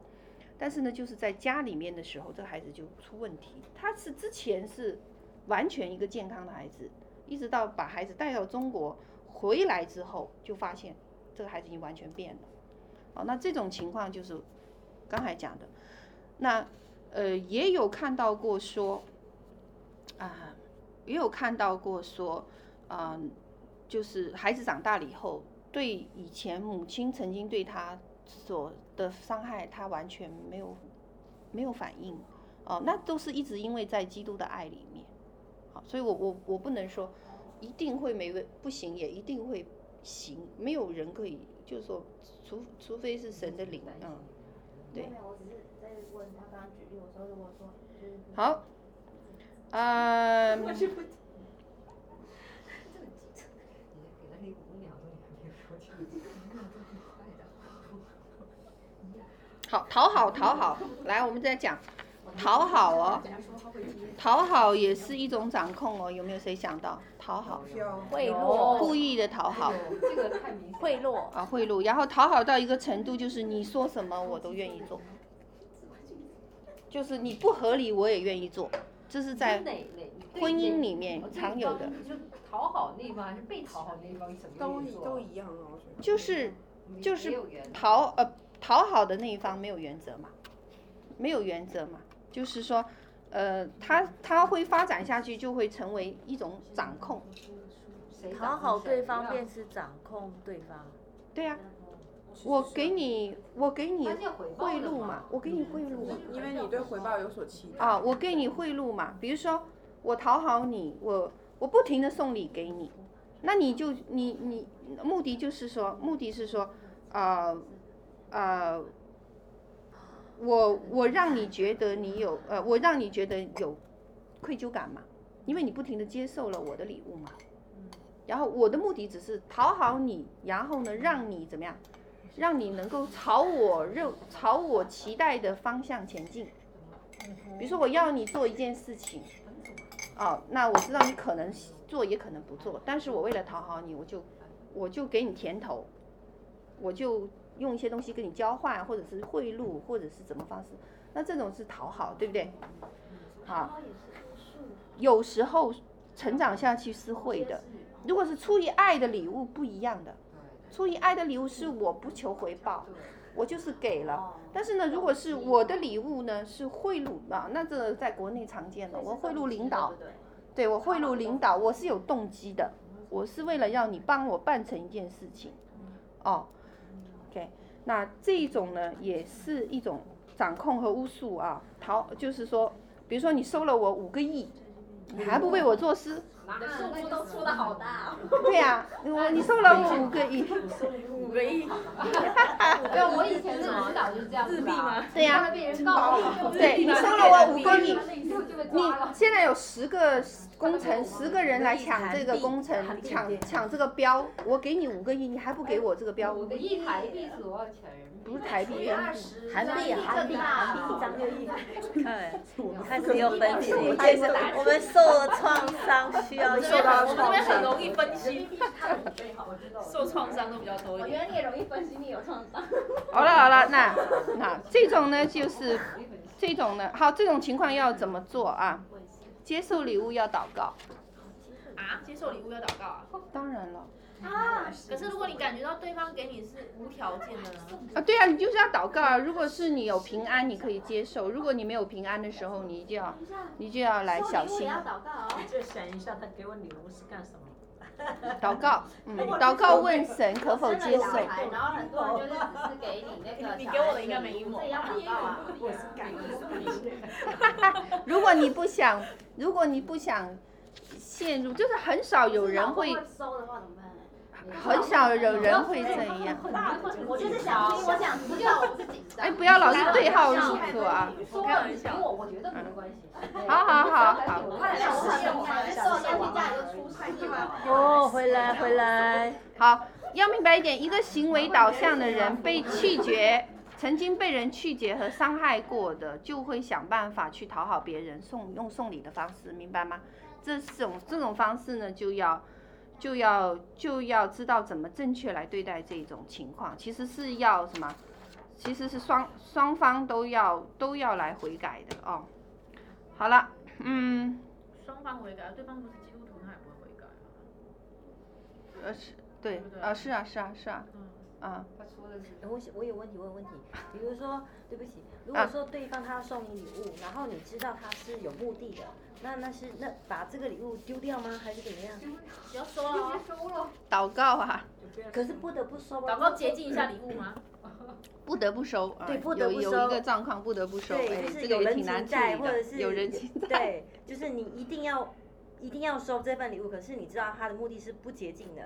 Speaker 1: 但是呢，就是在家里面的时候，这个孩子就出问题。他是之前是完全一个健康的孩子。一直到把孩子带到中国回来之后，就发现这个孩子已经完全变了。哦，那这种情况就是刚才讲的。那呃，也有看到过说啊，也有看到过说啊，就是孩子长大了以后，对以前母亲曾经对他所的伤害，他完全没有没有反应。哦，那都是一直因为在基督的爱里面。所以我我我不能说一定会没问不行，也一定会行，没有人可以就是说，除除非是神的灵，嗯，对。
Speaker 3: 没有，我只是在问他刚刚举例，我说如果说就是
Speaker 1: 好，呃，好，讨好讨好，来，我们再讲。讨好哦，讨好也是一种掌控哦，有没有谁想到讨好？
Speaker 7: 贿赂，
Speaker 1: 故意的讨好，
Speaker 11: 这个太明显。
Speaker 7: 贿赂
Speaker 1: 啊，贿赂，然后讨好到一个程度，就是你说什么我都愿意做，就是你不合理我也愿意做，这是在婚姻里面常有的。
Speaker 11: 就讨好那方还是被讨好那方什么
Speaker 6: 都都一样啊，我觉得。
Speaker 1: 就是就是讨呃讨好的那一方没有原则嘛，没有原则嘛。就是说，呃，他他会发展下去，就会成为一种掌控，
Speaker 4: 讨好对方便是掌控对方。
Speaker 1: 对呀、啊，我给你，我给你贿赂嘛，我给你贿赂嘛，
Speaker 6: 因为你对回报有所期待
Speaker 1: 啊，我给你贿赂嘛，比如说我讨好你，我我不停的送礼给你，那你就你你目的就是说，目的是说，啊、呃、啊。呃我我让你觉得你有呃，我让你觉得有愧疚感嘛，因为你不停的接受了我的礼物嘛。然后我的目的只是讨好你，然后呢，让你怎么样，让你能够朝我认朝我期待的方向前进。比如说我要你做一件事情，哦，那我知道你可能做也可能不做，但是我为了讨好你，我就我就给你甜头，我就。用一些东西跟你交换，或者是贿赂，或者是怎么方式，那这种是讨好，对不对？啊，有时候成长下去是会的。
Speaker 9: 嗯
Speaker 1: 如果是出于爱的礼物，不一样的。出于爱的礼物是我不求回报，我就是给
Speaker 3: 哦
Speaker 1: 了。但是呢，如果是我的礼物呢，是贿赂啊，那这在国内常见的，我贿赂领导，对我贿赂领导，我是有动机的，我是为了让你帮我办成一件事情，哦。OK，那这种呢也是一种掌控和巫术啊，讨就是说，比如说你收了我五个亿，你还不为我做事？
Speaker 11: 那数目都出的好大、哦。
Speaker 1: 对呀、啊，我你收了我五个亿。
Speaker 11: 五个亿。没有，我以前的指导就是这样子的、啊。
Speaker 1: 对呀、
Speaker 11: 啊。被人告
Speaker 1: 对你收了我五个亿，你现在有十个工程，十个人来抢这个工程，抢抢这个标，我给你五个亿，你还不给我这个标？
Speaker 11: 五个亿台币是多少钱？
Speaker 1: 不是台币，
Speaker 7: 韩币，韩币，韩币一张
Speaker 4: 六亿。看，开始有分析，这是我们受了创伤需要。
Speaker 5: 受到创伤。我们这边很容易分析。受创伤都比较多一点。
Speaker 11: 我觉得你也容易分析，你有创伤。
Speaker 1: 好了好了，那那这种呢就是这种呢，好，这种情况要怎么做啊？接受礼物要祷告，
Speaker 9: 啊，接受礼物要祷告啊。
Speaker 1: 当然了
Speaker 9: 啊，可是如果你感觉到对方给你是无条件的呢？
Speaker 1: 啊，对啊，你就是要祷告啊。如果是你有平安，你可以接受；如果你没有平安的时候，你就要你就要来小心
Speaker 3: 要祷告哦。
Speaker 2: 你就想一下，他给我礼物是干什么？
Speaker 1: 祷告，嗯，祷告问神可否接受。
Speaker 3: 然后很多人就是只是给你那个，
Speaker 9: 你给我的应该没一毛
Speaker 3: 这也要祷告啊。
Speaker 2: 我是感恩。
Speaker 1: 如果你不想，如果你不想陷入，就是很少 有人会，
Speaker 3: 收的话怎么办呢？
Speaker 1: 很少有人会这样。
Speaker 3: 我就是想听，我想知道我自己。
Speaker 1: 哎，不要老
Speaker 9: 啊
Speaker 1: 是对号入座啊！
Speaker 11: 说了你听我，我觉得没关系。
Speaker 1: 好好好好。
Speaker 3: 快点，我很想知道，家庭家里都出事了。
Speaker 7: 哦，回来回来，
Speaker 1: 好，要明白一点，一个行为导向的人被拒绝，曾经被人拒绝和伤害过的，就会想办法去讨好别人，送用送礼的方式，明白吗？这种这种方式呢，就要就要就要知道怎么正确来对待这种情况，其实是要什么？其实是双双方都要都要来悔改的哦。好了，嗯，
Speaker 9: 双方悔改，对方不是基督徒，他也不会悔改啊。
Speaker 1: 呃是，对，啊是啊是啊是啊，啊
Speaker 11: 他说的是，
Speaker 7: 我我有问题问问题，比如说，对不起，如果说对方他要送你礼物，然后你知道他是有目的的，那那是那把这个礼物丢掉吗？还是怎么样？
Speaker 9: 不要收了哦，
Speaker 1: 祷告啊，
Speaker 7: 可是不得不收啊，
Speaker 9: 祷告洁净一下礼物吗？
Speaker 1: 不得不收啊，
Speaker 7: 对不得不
Speaker 1: 有有
Speaker 7: 收
Speaker 1: 一个状况不得不收，
Speaker 7: 对，
Speaker 1: 哎
Speaker 7: 就，
Speaker 1: 这
Speaker 7: 是
Speaker 1: 个
Speaker 7: 有
Speaker 1: 也
Speaker 7: 人
Speaker 1: 挺难
Speaker 7: 情
Speaker 1: 处
Speaker 7: 债，
Speaker 1: 理
Speaker 7: 或者
Speaker 1: 的，
Speaker 7: 是
Speaker 1: 有人 情债，
Speaker 7: 对，就是你一定要一定要收这份礼物，可是你知道他的目的是不洁净的，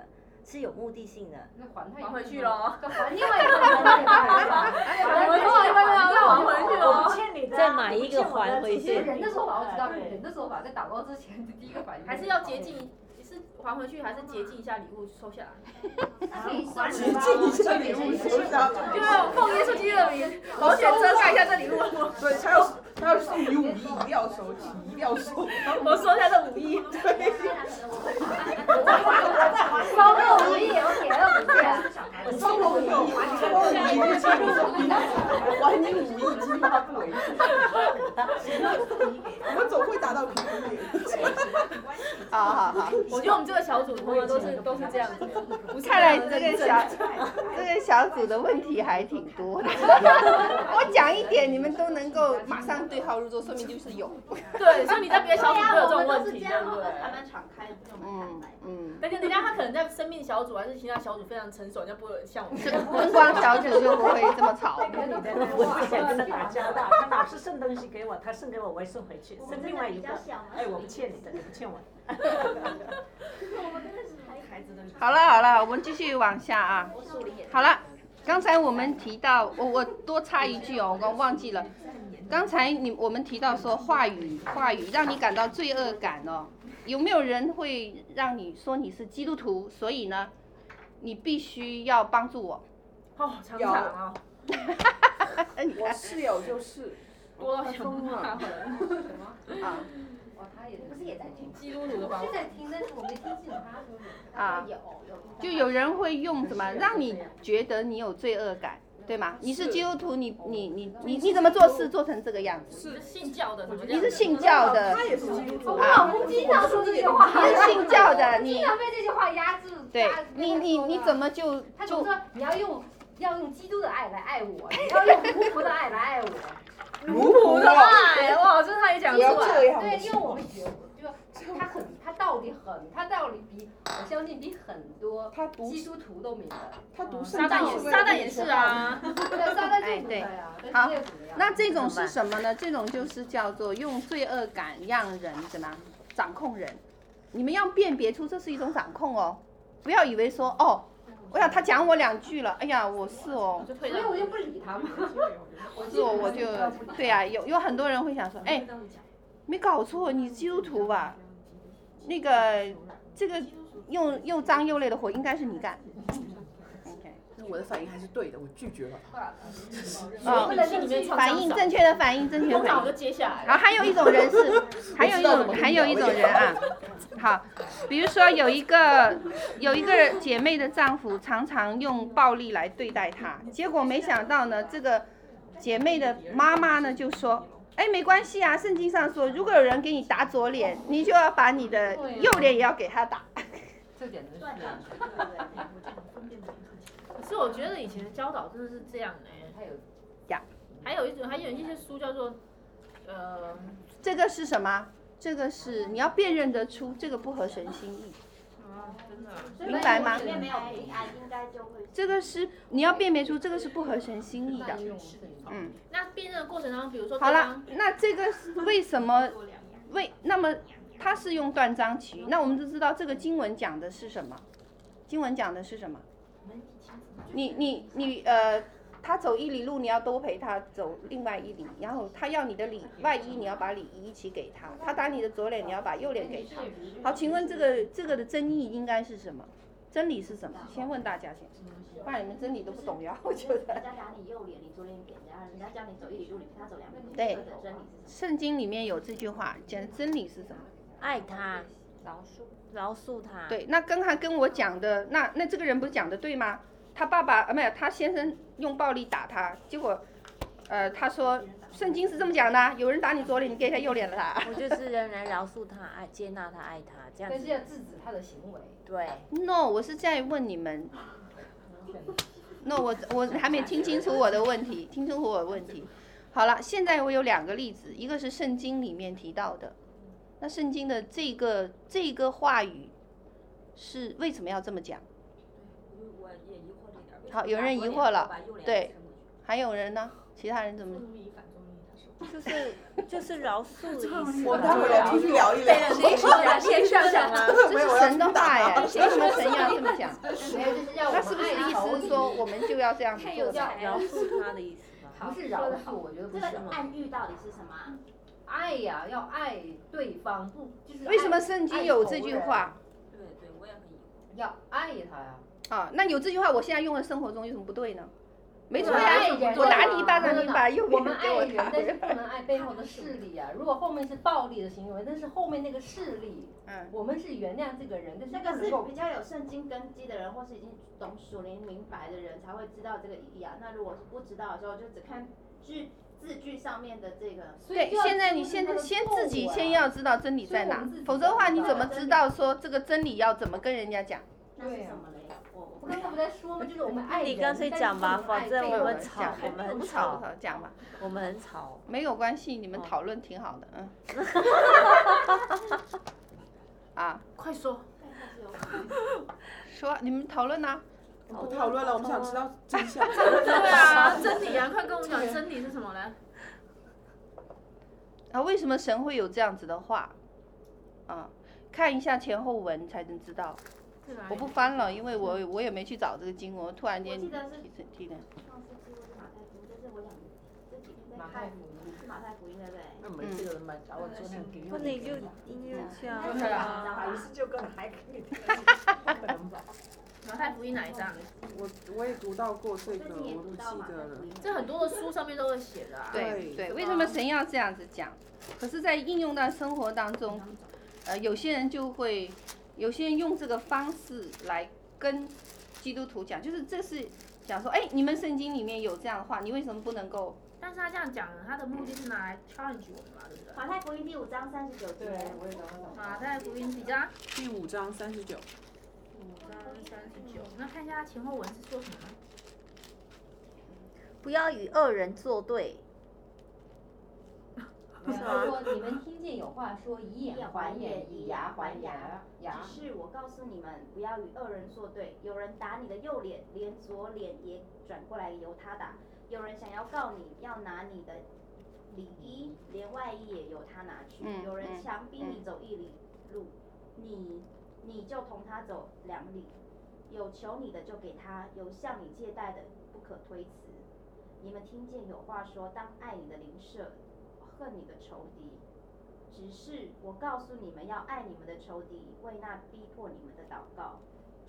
Speaker 7: 是有目的性的。
Speaker 11: 那还他
Speaker 9: 还回去喽。
Speaker 11: 还另外一个人，
Speaker 5: 我们说一般要还回去
Speaker 2: 我
Speaker 5: 哦
Speaker 2: 不。欠你的啊，
Speaker 7: 再买一个
Speaker 2: 我不欠我的
Speaker 7: 还回去
Speaker 11: 所以人的说法我知道，
Speaker 2: 对
Speaker 11: 人的说法在祷告之前第一个反应
Speaker 9: 还是要洁净，是还回去还是洁净一下礼物收下来？
Speaker 3: 可以收
Speaker 6: 洁净一下礼物收下，
Speaker 9: 对啊，奉耶稣基督的名，保险遮盖一下这礼物，
Speaker 6: 对他要他要送礼物，你一定要收，请一定要收。
Speaker 9: 我收下这五亿。啊
Speaker 11: 双肉无意，我铁了不见。
Speaker 6: 你收了 我，收了你一个金我还你五亿金发不为过。我们总会达到平衡点。
Speaker 1: 好好 好，
Speaker 9: 我觉得我们这个小组通常都是都是这样子，不是
Speaker 1: 看来这个小 这个小组的问题还挺多的， 我讲一点你们都能够马上对号入座，说明就是 有，
Speaker 9: 对，所以你在别的小组会有这种问
Speaker 3: 对
Speaker 9: 题，
Speaker 3: 呀
Speaker 9: 对
Speaker 3: 我
Speaker 9: 不
Speaker 3: 们都是这样，我
Speaker 9: 对
Speaker 3: 们？还蛮敞开的，这种坦
Speaker 1: 嗯
Speaker 3: 白。
Speaker 1: 嗯，
Speaker 9: 但是人家他可能在生命小组还是其他小组非常成熟，人家不会像我们这样。
Speaker 1: 灯光小组就不会这么吵，
Speaker 2: 我是想跟他打交道，他老是送东西给我，他送给我，我也送回去，
Speaker 1: 嗯
Speaker 3: 我
Speaker 2: 送
Speaker 3: 们真
Speaker 2: 另
Speaker 3: 的
Speaker 2: 外一
Speaker 3: 比
Speaker 2: 个
Speaker 3: 较。小嘛，
Speaker 2: 哎，我不欠你的，你不欠我的。
Speaker 3: 我们真的是还
Speaker 1: 好了好了，我们继续往下啊。好了，刚才我们提到，我我多插一句哦，我刚忘记了。刚才你我们提到说话语话语让你感到罪恶感哦，有没有人会让你说你是基督徒？所以呢，你必须要帮助我。
Speaker 9: 哦，常常啊，
Speaker 6: 我室友就是，
Speaker 9: 多到想
Speaker 6: 疯了。
Speaker 1: 啊
Speaker 11: 哦，他也不是也在听，
Speaker 9: 基督徒的吧
Speaker 11: 是？在听，但是我没听清楚他说什么。
Speaker 1: 啊，
Speaker 3: 有有
Speaker 1: 就有人会用什么让你觉得你有罪恶感，对吗？你是
Speaker 6: 是
Speaker 1: 基督徒，你你你你你怎么做事做成这个样子？
Speaker 9: 你是信教的，怎么这
Speaker 1: 你
Speaker 9: 样
Speaker 1: 是？信教的，
Speaker 6: 他也是基督徒
Speaker 11: 我老公经常说这些话，
Speaker 1: 你是信教的，
Speaker 11: 经
Speaker 1: 你
Speaker 11: 常被这些话压制。
Speaker 1: 对你你你怎么就
Speaker 11: 他总
Speaker 1: 就
Speaker 11: 说你要用要用基督的爱来爱我，你要用无福的爱来爱我。
Speaker 6: 奴仆的
Speaker 9: 哎，哇，这他也讲
Speaker 6: 不
Speaker 9: 出
Speaker 6: 要
Speaker 9: 来。
Speaker 6: 这样。
Speaker 11: 对，因为我们学过，就是他很，他道理很，他道理比我相信比很多
Speaker 6: 他读
Speaker 11: 基督徒都明白。
Speaker 6: 他读
Speaker 9: 撒
Speaker 6: 圣
Speaker 9: 旦
Speaker 6: 经
Speaker 9: 也
Speaker 6: 是为
Speaker 9: 撒
Speaker 6: 了
Speaker 9: 旦也是啊，
Speaker 11: 对，撒旦就是明白呀。
Speaker 1: 好
Speaker 11: 但是这又怎么样
Speaker 1: 那这种是什么呢？这种就是叫做用罪恶感让人怎么样掌控人？你们要辨别出这是一种掌控哦，不要以为说哦，哎呀，他讲我两句了，哎呀，我是哦
Speaker 9: 我，就退
Speaker 11: 所以
Speaker 9: 让
Speaker 11: 我。就不理他嘛。我
Speaker 1: 是哦，我就对呀、有有很多人会想说，哎，没搞错，你基督徒吧？那个这个又又脏又累的活应该是你干。OK，
Speaker 6: 那我的反应还是对的，我拒绝了。
Speaker 9: 所以你心里面创伤
Speaker 1: 反应正确的反应，正确的
Speaker 9: 通
Speaker 1: 反
Speaker 9: 常我
Speaker 1: 应。
Speaker 9: 就接下来了。
Speaker 1: 然后还有一种 人是，还有一种还有一种人啊， 好，比如说有一个有一个姐妹的丈夫常常用暴力来对待她，结果没想到呢，这个姐妹的妈妈呢就说，哎，没关系啊，圣经上说，如果有人给你打左脸，你就要把你的右脸也要给他打。
Speaker 6: 这简直是。
Speaker 9: 可是我觉得以前的教导真的是这样的、欸，还有
Speaker 1: 呀，
Speaker 9: 还有一种还有一些书叫做，呃，
Speaker 1: 这个是什么？这个是你要辨认得出这个不合神心意，
Speaker 9: 啊，真的啊，
Speaker 1: 明白吗？
Speaker 3: 里面没有平安，应该就会
Speaker 1: 这 个是你要辨别出这个是不合神心意的。嗯，
Speaker 9: 那辩证的过程当中，比如说
Speaker 1: 好
Speaker 9: 对
Speaker 1: 了
Speaker 9: 方，
Speaker 1: 那这个是为什么？为那么它是用断章取义，那我们就知道这个经文讲的是什么？经文讲的是什么？你你你呃，他走一里路，你要多陪他走另外一里，然后他要你的里外衣，你要把里衣一起给他；他打你的左脸，你要把右脸给他。好，请问这个这个的争议应该是什么？真理是什么？先问大家先，不然你嗯们真理都不懂呀，我觉得
Speaker 3: 人。家打你右脸，你左脸给人家，人家叫你走一里路，你陪他走两里路，
Speaker 1: 对
Speaker 3: 这个真理是什么？
Speaker 1: 圣经里面有这句话，讲真理是什么？
Speaker 4: 爱他，饶恕，饶恕他。
Speaker 1: 对，那跟他跟我讲的，那那这个人不是讲的对吗？他爸爸啊，没有，他先生用暴力打他，结果，呃，他说圣经是这么讲的啊，有人打你左脸，你给他右脸了啊啦。
Speaker 4: 我就是仍然饶恕他，爱接纳他，爱他，这样
Speaker 11: 但是要
Speaker 4: 子。
Speaker 11: 制止他的行为。
Speaker 4: 对，
Speaker 1: No，我是在问你们。No，我我还没听清楚我的问题，听清楚我的问题。好了，现在我有两个例子，一个是圣经里面提到的，那圣经的这个这个话语是为什么要这么讲？
Speaker 17: 我也疑惑这点。
Speaker 1: 好，有人疑惑了，对，还有人呢？其他人怎么？
Speaker 4: 就是 就是饶恕的意思吧。
Speaker 17: 我待会儿要出去聊一聊
Speaker 4: 对谁是神先上讲 啊？
Speaker 1: 这是神的话哎，谁什么神要这么讲？
Speaker 11: 没有就是要我
Speaker 1: 那
Speaker 11: 们
Speaker 1: 是不是
Speaker 11: 爱他
Speaker 1: 意思是说我们就要这样做
Speaker 11: 有
Speaker 1: 的？
Speaker 11: 才了饶
Speaker 4: 恕他的意思
Speaker 11: 不是饶恕，我觉得不
Speaker 3: 这
Speaker 11: 是
Speaker 3: 个暗喻到底是什么啊？
Speaker 11: 爱呀，要爱对方，不就是爱
Speaker 1: 为什么圣经有这句？话？
Speaker 17: 对对，我也很疑惑。
Speaker 11: 爱仇人要爱他呀。
Speaker 1: 啊，那有这句话，我现在用在生活中有什么不对呢？没错
Speaker 11: 我们
Speaker 1: 呀
Speaker 11: 爱人，
Speaker 1: 我打
Speaker 11: 对
Speaker 1: 你一
Speaker 11: 吧
Speaker 1: 巴
Speaker 11: 真
Speaker 1: 掌，
Speaker 11: 的
Speaker 1: 你把右
Speaker 11: 我
Speaker 1: 脸
Speaker 11: 们
Speaker 1: 给
Speaker 11: 爱
Speaker 1: 我
Speaker 11: 人，
Speaker 1: 打
Speaker 11: 但
Speaker 1: 回
Speaker 11: 是不
Speaker 1: 来。
Speaker 11: 能爱背后的势力啊。如果后面是暴力的行为，但是后面那个势力，
Speaker 1: 嗯，
Speaker 11: 我们是原谅这个人，但是
Speaker 3: 那个
Speaker 11: 不能
Speaker 3: 是
Speaker 11: 够
Speaker 3: 比较有圣经根基的人，或是已经懂属灵明白的人才会知道这个意义啊。那如果是不知道的时候，就只看句字句上面的这个。
Speaker 11: 所以
Speaker 1: 对
Speaker 11: 就，要
Speaker 1: 现在你
Speaker 11: 注意
Speaker 1: 先
Speaker 11: 他的
Speaker 1: 先
Speaker 11: 后
Speaker 1: 自己
Speaker 11: 果
Speaker 1: 先
Speaker 11: 啊
Speaker 1: 要知道真理在
Speaker 11: 所以我
Speaker 1: 哪
Speaker 11: 们自己，
Speaker 1: 否则的话你怎么
Speaker 11: 知道
Speaker 1: 知道说这个真理要怎么跟人家讲？
Speaker 3: 那是
Speaker 11: 对啊
Speaker 3: 什么嘞？我
Speaker 11: 我刚才不在说吗？就是我们爱人，
Speaker 4: 你干脆讲吧，
Speaker 11: 但
Speaker 4: 反
Speaker 11: 是不能爱
Speaker 4: 正
Speaker 11: 背
Speaker 4: 我
Speaker 11: 后
Speaker 4: 们
Speaker 11: 的
Speaker 4: 吵
Speaker 11: 讲，
Speaker 4: 我们很
Speaker 1: 哎吵
Speaker 4: 吵，
Speaker 1: 吵讲吧，
Speaker 4: 我们很吵。
Speaker 1: 没有关系，你
Speaker 11: 哦
Speaker 1: 们讨论挺好的， 嗯。啊，
Speaker 9: 快说，
Speaker 1: 说你们讨论啊呐、
Speaker 6: 不讨论了，我们想知道真相。
Speaker 9: 对啊，真理啊，快跟我们讲真理是什么呢？
Speaker 1: 啊，为什么神会有这样子的话？啊，看一下前后文才能知道。
Speaker 9: 对
Speaker 3: 哎
Speaker 9: 吧
Speaker 1: 我不翻了，因为我
Speaker 3: 嗯
Speaker 1: 我也没去找这个经文，我突然
Speaker 3: 我
Speaker 1: 间
Speaker 3: 记
Speaker 1: 提
Speaker 3: 得是
Speaker 1: 提提的。
Speaker 3: 上次几乎是马太福音，但是我想这几天在
Speaker 18: 马太
Speaker 3: 看
Speaker 18: 福音
Speaker 3: 是马太福音对不对？
Speaker 18: 那没这个人嘛，找我做那个给我
Speaker 4: 不
Speaker 18: 的
Speaker 4: 能
Speaker 18: 给
Speaker 4: 就
Speaker 18: 我的
Speaker 4: 音乐去啊
Speaker 3: 那。
Speaker 18: 对啊
Speaker 3: 个
Speaker 18: 不好意思，就跟还跟你听了，不可 能吧？
Speaker 9: 马太福音哪一章？
Speaker 6: 我我也读到过这
Speaker 3: 最
Speaker 6: 个，
Speaker 3: 近也
Speaker 6: 我
Speaker 3: 读
Speaker 6: 不记
Speaker 3: 到马太
Speaker 6: 得
Speaker 3: 福
Speaker 6: 了
Speaker 3: 音。，
Speaker 9: 这很多的书上面都会写的啊。
Speaker 1: 对
Speaker 6: 对
Speaker 1: 对，
Speaker 3: 嗯
Speaker 6: 是
Speaker 1: 为什么神要这样子讲？可是，在应用到生活当
Speaker 3: 嗯
Speaker 1: 中，呃，有些人就会，有些人用这个方式来跟基督徒讲，就是这是讲说，哎，你们圣经里面有这样的话，你为什么不能够？
Speaker 9: 但是他这样讲，他的目的是拿来 challenge 我们嘛，对不对？
Speaker 3: 马太福音第五章三十九节
Speaker 11: 对，，我也刚刚讲。
Speaker 9: 马太福音几章？
Speaker 6: 第五章三十九，
Speaker 9: 五章三十九。那看一下它前后文是说什么呢？
Speaker 4: 不要与恶人作对，
Speaker 11: 然后说你们听见有话说以眼还眼，以牙还牙，牙
Speaker 3: 只是我告诉你们，不要与恶人作对。有人打你的右脸，连左脸也转过来由他打；有人想要告你，要拿你的里衣，连外衣也由他拿去；
Speaker 1: 嗯
Speaker 3: 有人
Speaker 1: 嗯
Speaker 3: 强逼你走一里路，你你就同他走两里；有求你的就给他，有向你借贷的不可推辞。你们听见有话说：当爱你的邻舍，恨你的仇敌。只是我告诉你们要爱你们的仇敌，为那逼迫你们的祷告，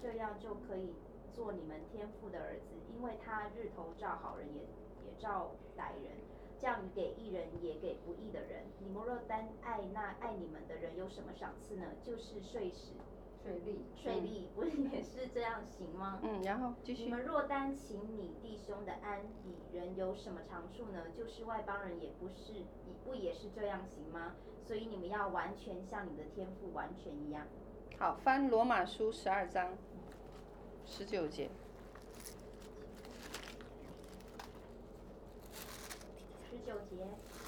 Speaker 3: 这样就可以做你们天父的儿子，因为他日头照好人也也照歹人，降雨给义人也给不义的人。你们若单爱那爱你们的人，有什么赏赐呢？就是碎石
Speaker 11: 水利，
Speaker 3: 水利不是也是这样行吗？
Speaker 1: 嗯然后继续
Speaker 3: 你们若单请你弟兄的安以人有什么长处呢？就是外邦人也不是，也不也是这样行吗？所以你们要完全像你的天赋完全一样。
Speaker 1: 好，翻罗马书十二章十九节。
Speaker 3: 十九节，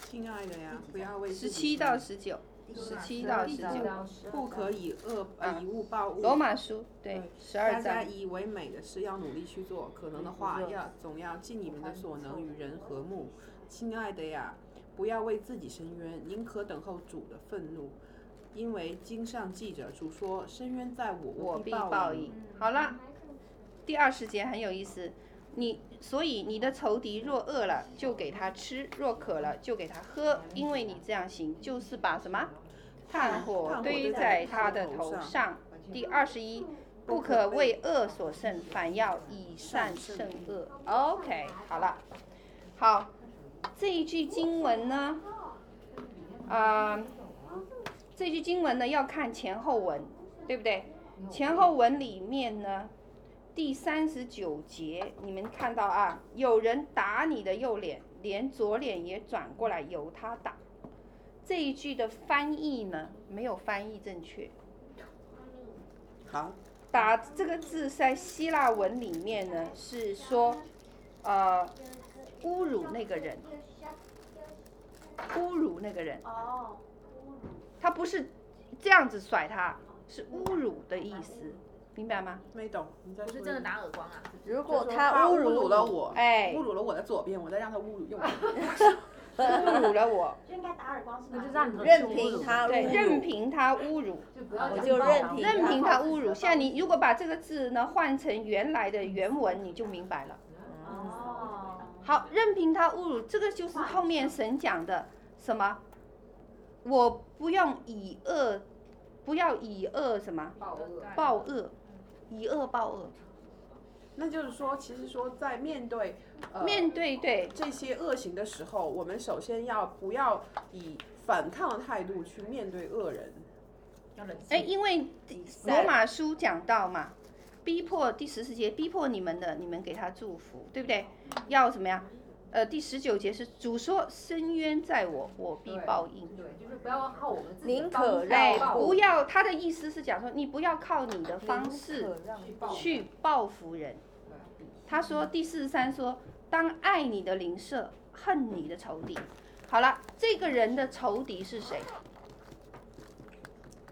Speaker 6: 亲爱的呀，不要为
Speaker 1: 十七到十九，十七到十九，
Speaker 6: 不可以恶呃以物报物。
Speaker 1: 罗马书对十二
Speaker 6: 大家
Speaker 1: 章，
Speaker 6: 以为美的事要努力去做，可能的话要总要尽你们的所能与人和睦。亲爱的呀，不要为自己伸冤，宁可等候主的愤怒，因为经上记着主说：“伸冤在我，
Speaker 1: 我必
Speaker 6: 必
Speaker 1: 报
Speaker 6: 应
Speaker 1: 应。”。好了，第二十节很有意思。你所以你的仇敌若饿了，就给他吃；若渴了，就给他喝，因为你这样行，就是把什么嗯炭火堆在他的头上。第二十一，不可为恶所胜，反要以善胜恶。OK，好了，好，这一句经文呢，啊、这句经文呢要看前后文，对不对？前后文里面呢，第三十九节你们看到啊，有人打你的右脸，连左脸也转过来由他打。这一句的翻译呢，没有翻译正确。
Speaker 6: 好，
Speaker 1: 打这个字在希腊文里面呢，是说，呃，侮辱那个人，侮辱那个人。
Speaker 3: 哦，
Speaker 1: 他不是这样子甩他，是侮辱的意思，明白吗？
Speaker 6: 没懂，你在
Speaker 9: 不是真的打耳光啊？
Speaker 1: 如
Speaker 6: 就说他侮辱了我，
Speaker 1: 哎，
Speaker 6: 哦侮辱了我的左边，我再让他侮辱右边。
Speaker 1: 侮辱了 我，
Speaker 3: 就应该打耳光是吗？
Speaker 1: 任凭他对，任凭他侮辱，
Speaker 3: 我就任凭
Speaker 1: 任凭
Speaker 3: 他
Speaker 1: 他侮辱。现在你如果把这个字呢换成原来的原文，你就明白了。
Speaker 4: 嗯
Speaker 1: 好，任凭他侮辱，这个就是后面神讲的什么？我不用以恶，不要以恶什么
Speaker 6: 报恶
Speaker 1: 报恶，以恶报恶。
Speaker 6: 那就是说，其实说在面对、呃、
Speaker 1: 面对对
Speaker 6: 这些恶行的时候，我们首先要不要以反抗的态度去面对恶人？
Speaker 1: 哎，因为罗马书讲到嘛，逼迫第十四节逼迫你们的，你们给他祝福，对不对？要怎么样？呃，第十九节是主说：“深渊在我，我必报应。”
Speaker 11: 对，就是不要靠我们自己
Speaker 1: 宁
Speaker 11: 的方
Speaker 1: 可
Speaker 11: 式
Speaker 1: 让
Speaker 11: 报
Speaker 1: 哎不要，他的意思是讲说，你不要靠你的方式去报复人。他说第四十三说，当爱你的邻舍，恨你的仇敌。好了，这个人的仇敌是谁？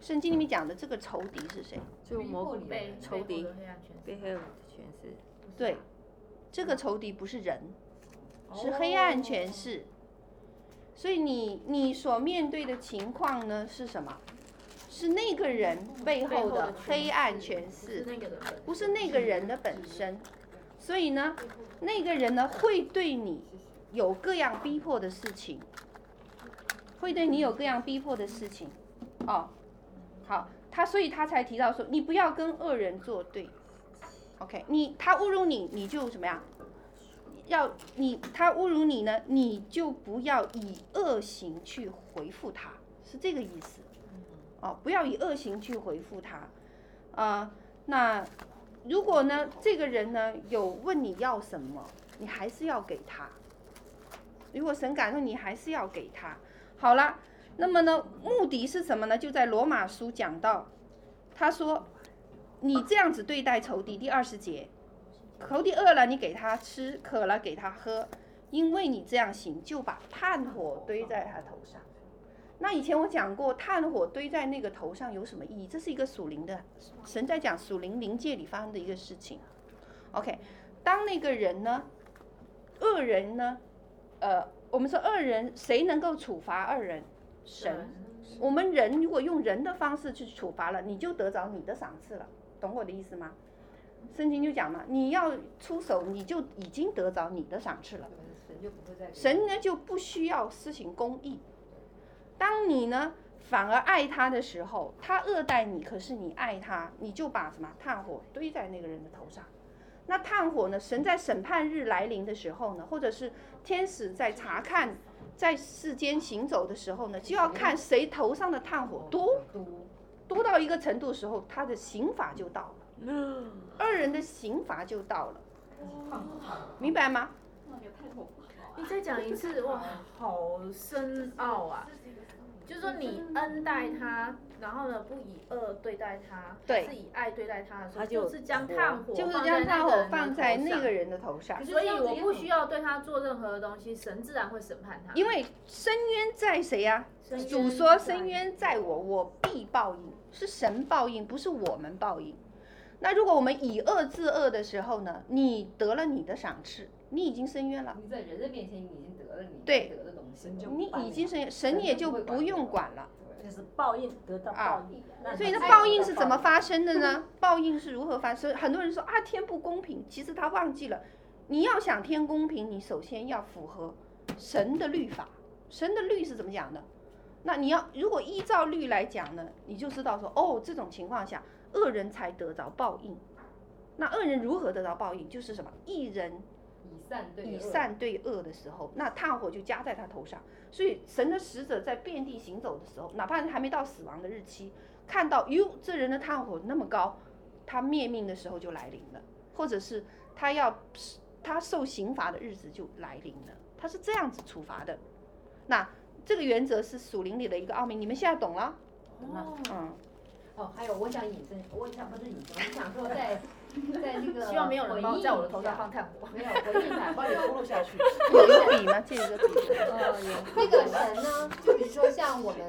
Speaker 1: 圣经里面讲的这个仇敌是谁？
Speaker 4: 就魔鬼
Speaker 9: 被
Speaker 7: 哎
Speaker 4: 仇敌
Speaker 9: 被黑
Speaker 4: 被黑
Speaker 9: 暗权势，
Speaker 4: 暗权势。
Speaker 1: 对，这个仇敌不是人，是黑暗权势。所以你你所面对的情况呢是什么？是那个人背
Speaker 9: 背
Speaker 1: 后
Speaker 9: 后的
Speaker 1: 的黑暗权
Speaker 9: 是
Speaker 1: 势，
Speaker 9: 那个人本
Speaker 1: 不是那个人的本身。所以呢，那个人呢会对你有各样逼迫的事情，会对你有各样逼迫的事情。哦，好，他所以他才提到说，你不要跟恶人作对。OK，你他侮辱你，你就怎么样？要你他侮辱你呢，你就不要以恶行去回复他，是这个意思。哦，不要以恶行去回复他。啊、那如果呢，这个人呢有问你要什么，你还是要给他。如果神感动，你还是要给他。好了，那么呢，目的是什么呢？就在罗马书讲到，他说，你这样子对待仇敌，第二十节，仇敌饿了，你给他吃；渴了，给他喝。因为你这样行，就把炭火堆在他头上。那以前我讲过，炭火堆在那个头上有什么意义？这是一个属灵的，神在讲属灵灵界里发生的一个事情。OK，当那个人呢，恶人呢，呃，我们说恶人谁能够处罚恶人？神。我们人如果用人的方式去处罚了，你就得着你的赏赐了，懂我的意思吗？圣经就讲嘛，你要出手，你就已经得着你的赏赐了。
Speaker 11: 神就不会再
Speaker 1: 神呢就不需要施行公义。当你呢反而爱他的时候，他恶待你，可是你爱他，你就把什么炭火堆在那个人的头上。那炭火呢，神在审判日来临的时候呢，或者是天使在查看在世间行走的时候呢，就要看谁头上的炭火多。多到一个程度的时候，他的刑罚就到了，二人的刑罚就到了，明白吗？
Speaker 9: 你再讲一次，哇，好深奥啊！就是说你恩待他，然后呢不以恶对待他，
Speaker 1: 对
Speaker 9: 是以爱对待他的时候，
Speaker 1: 他就
Speaker 9: 就是将炭火
Speaker 1: 就是
Speaker 9: 放在
Speaker 1: 将
Speaker 9: 那
Speaker 1: 炭
Speaker 9: 个
Speaker 1: 火
Speaker 9: 人的
Speaker 1: 放在
Speaker 9: 头
Speaker 1: 那
Speaker 9: 上
Speaker 1: 个人的头上，
Speaker 9: 所以我不需要对他做任何东西，神自然会审判他。
Speaker 1: 因为深渊在谁呀、
Speaker 9: 渊
Speaker 1: 主说深渊在我，我必报应，是神报应，不是我们报应。那如果我们以恶制恶的时候呢，你得了你的赏赐，你已经深渊了，
Speaker 11: 你在人的面前，你已经得了你
Speaker 1: 对
Speaker 11: 得的东西了，
Speaker 1: 你已经深渊，神也就不用管了。
Speaker 18: 就是报应得到报应。那
Speaker 1: 所以那
Speaker 18: 你
Speaker 1: 报应是怎么发生的呢？报应是如何发生？很多人说啊，天不公平，其实他忘记了，你要想天公平，你首先要符合神的律法。神的律是怎么讲的？那你要如果依照律来讲呢，你就知道说，哦，这种情况下恶人才得着报应。那恶人如何得着报应？就是什么？一人
Speaker 11: 以善对
Speaker 1: 以
Speaker 11: 恶
Speaker 1: 善对恶的时候，那炭火就加在他头上。所以神的使者在遍地行走的时候，哪怕还没到死亡的日期，看到哟这人的炭火那么高，他灭命的时候就来临了，或者是他要他受刑罚的日子就来临了，他是这样子处罚的。那这个原则是属灵里的一个奥秘，你们现在懂了？嗯，
Speaker 11: 哦，还有我想引申，我想不是引申，我想说在在这个
Speaker 9: 希望没有人帮
Speaker 11: 回忆
Speaker 9: 在我的
Speaker 11: 一
Speaker 9: 头上
Speaker 11: 下
Speaker 9: 放炭火
Speaker 11: 没有回忆一下，帮你铺路下去。
Speaker 1: 有一个笔吗？借一个笔。
Speaker 11: 呃，有那个神呢，就比如说像我们，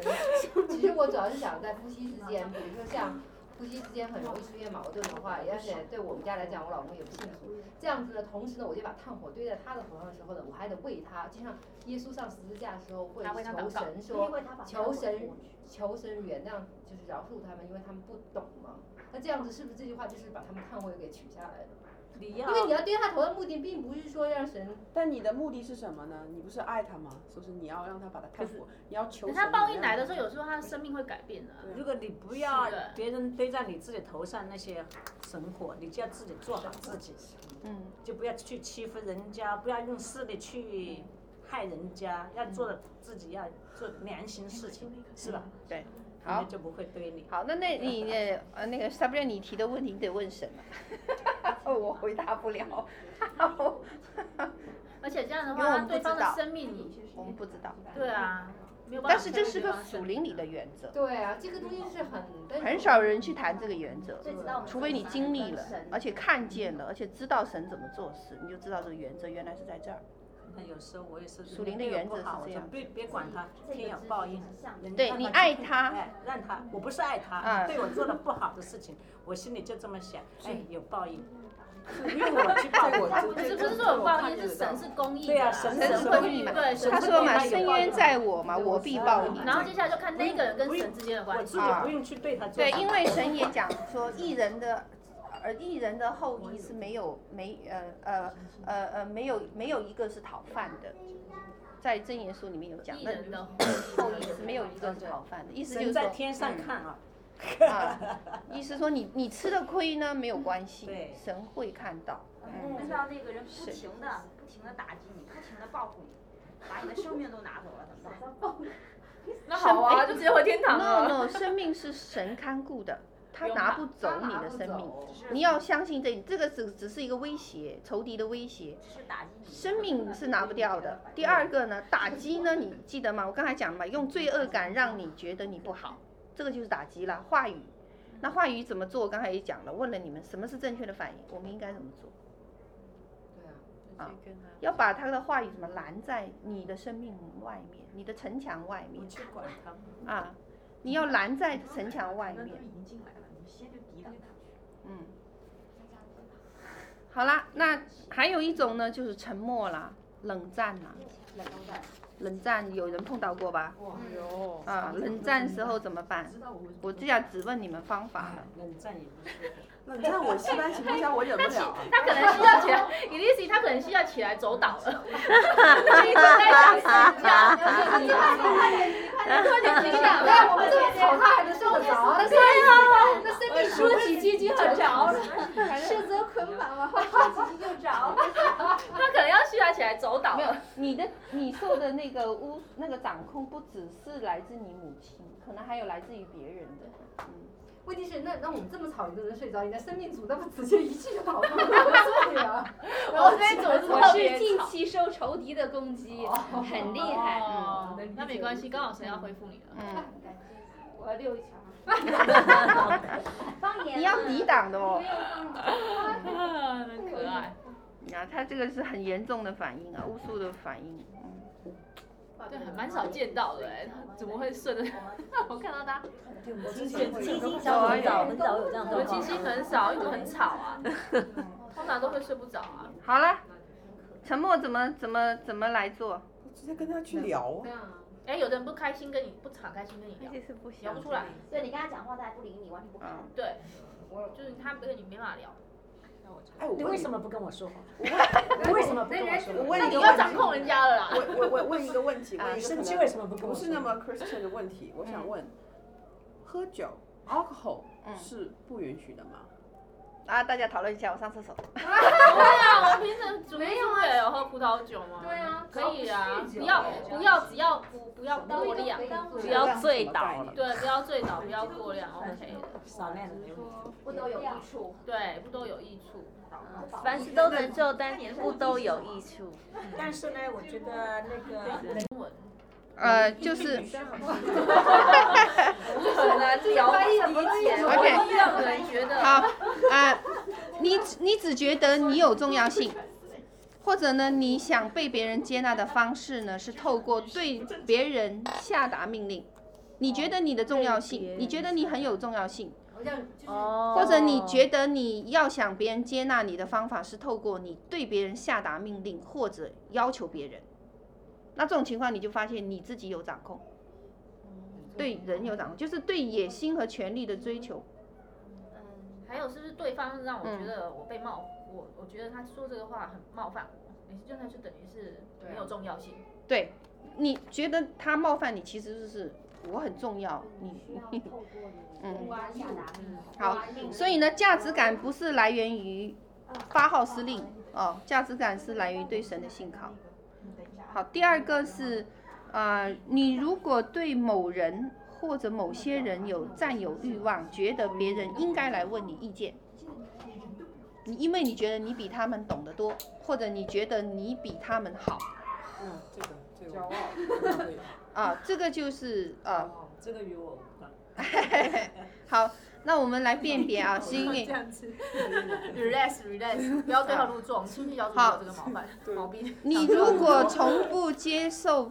Speaker 11: 其实我主要是想在夫妻之间，比如说像夫妻之间很容易出现矛盾的 话，而且对我们家来讲，我老公也不信主，这样子呢，同时呢，我就把炭火堆在他的头上的时候呢，我还得为他，就像耶稣上十字架的时候会
Speaker 9: 他为他
Speaker 11: 求
Speaker 9: 祷告
Speaker 11: 神
Speaker 1: 嗯
Speaker 9: 因为
Speaker 11: 说
Speaker 9: 他把，
Speaker 11: 求
Speaker 9: 炭火
Speaker 11: 神求神原谅，就是饶恕他们，因为他们不懂嘛。那这样子是不是这句话就是把他们炭火给取下来了？
Speaker 18: 要
Speaker 11: 因为你要堆他头的目的，并不是说让神
Speaker 6: 但你的目的是什么呢？你不是爱他吗？所以说你要让他把他看火，你要求
Speaker 9: 等
Speaker 6: 神
Speaker 9: 他报
Speaker 6: 原
Speaker 9: 应
Speaker 6: 谅
Speaker 9: 来的时候，有时候他的生命会改变的。
Speaker 18: 如果你不要
Speaker 9: 是的
Speaker 18: 别人堆在你自己头上那些神火，你就要自己做好自己，
Speaker 1: 嗯，
Speaker 18: 就不要去欺负人家，不要用势力去害人家，要做的自己要做良心事情，是吧？
Speaker 1: 对，
Speaker 18: 人家
Speaker 1: 嗯好
Speaker 18: 就不会堆你。
Speaker 1: 好，那那你那呃那个 Sabrina，你提的问题你得问神了， 哦我回答不了。
Speaker 9: 而且这样的
Speaker 1: 因为我
Speaker 9: 话，
Speaker 1: 们不
Speaker 9: 对方
Speaker 1: 知
Speaker 9: 的
Speaker 1: 道
Speaker 9: 生命
Speaker 11: 嗯
Speaker 9: 你
Speaker 1: 我们不知道。
Speaker 9: 对啊，没有办法
Speaker 1: 但是这是个属灵里的原则。
Speaker 11: 对啊，这个东西是很
Speaker 1: 很少人去谈这个原则
Speaker 11: 所以直到我，们
Speaker 1: 除非你经历了
Speaker 11: 跟神，
Speaker 1: 而且看见了，而且知道神怎么做事，你就知道这个原则原来是在这儿。
Speaker 18: 那有时候我也是
Speaker 1: 属灵的原则是这样
Speaker 18: 别别管
Speaker 1: 啊
Speaker 18: 他，天有报应。人
Speaker 1: 对
Speaker 18: 让
Speaker 1: 你
Speaker 18: 去
Speaker 1: 爱
Speaker 18: 碰
Speaker 1: 他
Speaker 18: 哎，让他，我不是爱他，
Speaker 1: 啊
Speaker 18: 对我做了不好的事情，我心里就这么想，哎，有报应，是因为我去 报应
Speaker 9: 不是不是说有报应，是神是公义的啊，
Speaker 18: 对啊神
Speaker 9: 神
Speaker 18: 是
Speaker 9: 会
Speaker 18: 公义嘛
Speaker 9: 对，神
Speaker 1: 他
Speaker 9: 会
Speaker 1: 说
Speaker 9: 对
Speaker 1: 嘛，
Speaker 9: 他有
Speaker 1: 深
Speaker 9: 报
Speaker 1: 渊
Speaker 9: 应
Speaker 1: 在我嘛，我必报应。
Speaker 9: 然后接下来就看那个人跟神之间的关系。
Speaker 1: 啊
Speaker 18: 去对他
Speaker 1: 对，因为神也讲 说，艺人的，呃，艺人的后裔是没有没呃呃呃呃没有没有一个是讨饭的，在箴言书里面有讲，
Speaker 9: 艺
Speaker 1: 那
Speaker 9: 人的
Speaker 1: 后裔是没有一个是讨饭的，意思就是
Speaker 18: 神
Speaker 1: 说
Speaker 18: 在天上
Speaker 1: 嗯
Speaker 18: 看啊，
Speaker 1: 啊，意思说你你吃的亏呢没有关 系，神会看到。
Speaker 17: 看
Speaker 1: 嗯，
Speaker 17: 到那个人不停的、不停的打击你，不停的报复你，把你的生命都拿走了，怎么办？
Speaker 9: 那好啊
Speaker 1: 哎
Speaker 9: 就直接回天堂了
Speaker 1: No No，生命是神看 顾的，他
Speaker 9: 有
Speaker 1: 拿
Speaker 9: 吗
Speaker 1: 不走
Speaker 17: 嗯他
Speaker 1: 你
Speaker 17: 拿
Speaker 1: 的
Speaker 17: 不
Speaker 1: 生命
Speaker 17: 走，
Speaker 1: 你要相信这这个只只是一个威胁，仇敌的威胁。
Speaker 17: 是打击你。
Speaker 1: 生命是拿不掉的。第二个呢，打击呢，你记得吗？我刚才讲嘛，用罪恶感让你觉得你不好，这个就是打击啦。话语，那话语怎么做？我刚才也讲了，问了你们什么是正确的反应，我们应该怎么做？啊，要把他的话语怎么拦在你的生命外面，你的城墙外面。
Speaker 18: 去管他。
Speaker 1: 啊，你要拦在城墙外面。嗯。好啦，那还有一种呢，就是沉默啦，冷战啦。
Speaker 11: 冷 淡。
Speaker 1: 冷战有人碰到过吧？
Speaker 18: 哟
Speaker 1: 啊，冷战时候怎么办？我这样只问你们方法了。
Speaker 18: 冷战也不是。
Speaker 6: 冷战我一般情况下我忍不了。
Speaker 9: 他可能需要起来 e l i s 他可能需要起来走倒了。你正在想谁呀？
Speaker 11: 我们这么吵，他还能睡得着？那生命，那生命
Speaker 5: 说起鸡鸡就着了，
Speaker 11: 斥责捆绑，然后说起鸡就着。
Speaker 9: 他可能要需要
Speaker 4: 站起来走倒
Speaker 1: 没有
Speaker 4: 了。，
Speaker 1: 你的你受的那个污那个掌控，不只是来自你母亲，可能还有来自于别人的。
Speaker 11: 问题是，那那我们这么吵，你都能睡着，你的生命组那么直接一句就好了，我不睡了。然后
Speaker 5: 我在走路
Speaker 11: 我
Speaker 5: 我
Speaker 11: 特
Speaker 5: 是
Speaker 11: 别
Speaker 5: 近
Speaker 11: 吵
Speaker 5: 期受仇敌的攻击，很厉害。
Speaker 9: 哦那没关系，刚好神要恢复你了。
Speaker 1: 嗯，
Speaker 11: 我要溜一圈。
Speaker 1: 方 言你要抵挡的哦。
Speaker 9: 很可爱。
Speaker 1: 啊，他这个是很严重的反应啊，巫术的反应。嗯
Speaker 9: 对，还蛮少见到的哎，他怎么会顺着？我看到他。
Speaker 7: 对，我们
Speaker 9: 之
Speaker 7: 金
Speaker 9: 前
Speaker 7: 星
Speaker 9: 很
Speaker 7: 金星小很少很少有这样的
Speaker 9: 我们
Speaker 7: 状
Speaker 9: 金
Speaker 7: 况。
Speaker 9: 星很少，因为很吵啊，通常都会睡不着啊。
Speaker 1: 好了，沉默怎么怎么怎么来做？
Speaker 6: 直接跟他去聊啊。
Speaker 9: 哎，有的人不开心跟你不敞开心跟你聊，聊不出来。
Speaker 3: 对你跟他讲话，他还不理你，完全不
Speaker 16: 嗯
Speaker 3: 看。
Speaker 9: 对，就是他跟你没办法聊。
Speaker 6: 哎，我
Speaker 18: 你
Speaker 6: 问
Speaker 18: 为
Speaker 6: 你
Speaker 18: 什么不跟我说话？你为什么不跟我说话？
Speaker 6: 我问
Speaker 9: 那
Speaker 6: 一
Speaker 9: 你
Speaker 6: 个
Speaker 9: 要
Speaker 6: 问
Speaker 9: 掌
Speaker 6: 题，
Speaker 9: 控人家了 啦。
Speaker 6: 我我我问一个问题，
Speaker 18: 啊
Speaker 6: 问一个可
Speaker 18: 生气
Speaker 6: 能
Speaker 18: 为什么不跟我
Speaker 6: 不是
Speaker 18: 说
Speaker 6: 那么 Christian 的问题？我
Speaker 1: 嗯
Speaker 6: 想问，喝酒 alcohol 是不允许的吗？
Speaker 1: 啊，大家讨论一下，我上厕所。
Speaker 9: 对啊，我平时煮没有啊，有喝葡萄酒吗？
Speaker 5: 对啊
Speaker 9: 可以啊，
Speaker 5: 醪酒
Speaker 9: 不要不要只要不不要过量，
Speaker 4: 不
Speaker 3: 啊
Speaker 4: 要醉倒了。
Speaker 9: 对，不要醉 倒，不要过量，OK 的。
Speaker 18: 少量的没问题。
Speaker 3: 不都有益处。
Speaker 9: 对，不都有益处。
Speaker 4: 凡事都能做，但不都有益处。
Speaker 18: 但是呢，我觉得那个人文
Speaker 1: 呃，就是。
Speaker 9: 很难
Speaker 5: 摇摆不
Speaker 9: 解
Speaker 1: OK
Speaker 9: 让人觉得
Speaker 1: 好，啊，你只你只觉得你有重要性，或者呢，你想被别人接纳的方式呢，是透过对别人下达命令。你觉得你的重要性，你觉得你很有重要性，
Speaker 11: 好像就是
Speaker 1: 或者
Speaker 7: 哦
Speaker 1: 你觉得你要想别人接纳你的方法是透过你对别人下达命令或者要求别人。那这种情况，你就发现你自己有掌控，对人有掌控，就是对野心和权力的追求。
Speaker 9: 还有是不是对方让我觉得我被冒，我我觉得他说这个话很冒犯我，你就那就等于是没有重要性。
Speaker 1: 对，你觉得他冒犯你，其实就是我很重要，你 嗯，好，
Speaker 9: 嗯
Speaker 1: 所以呢，价值感不是来源于八号司令哦，价值感是来源于对神的信靠。好，第二个是，呃，你如果对某人或者某些人有占有欲望，觉得别人应该来问你意见，你因为你觉得你比他们懂得多，或者你觉得你比他们好。
Speaker 6: 嗯，这个 这个。
Speaker 1: 啊，这个就是啊，
Speaker 18: 这个与我无关。
Speaker 1: 好，那我们来辨别啊，是因为
Speaker 9: 这样子，relax relax，不要对号入座，我们亲戚小组有这个毛病毛病。
Speaker 1: 你如果从不接受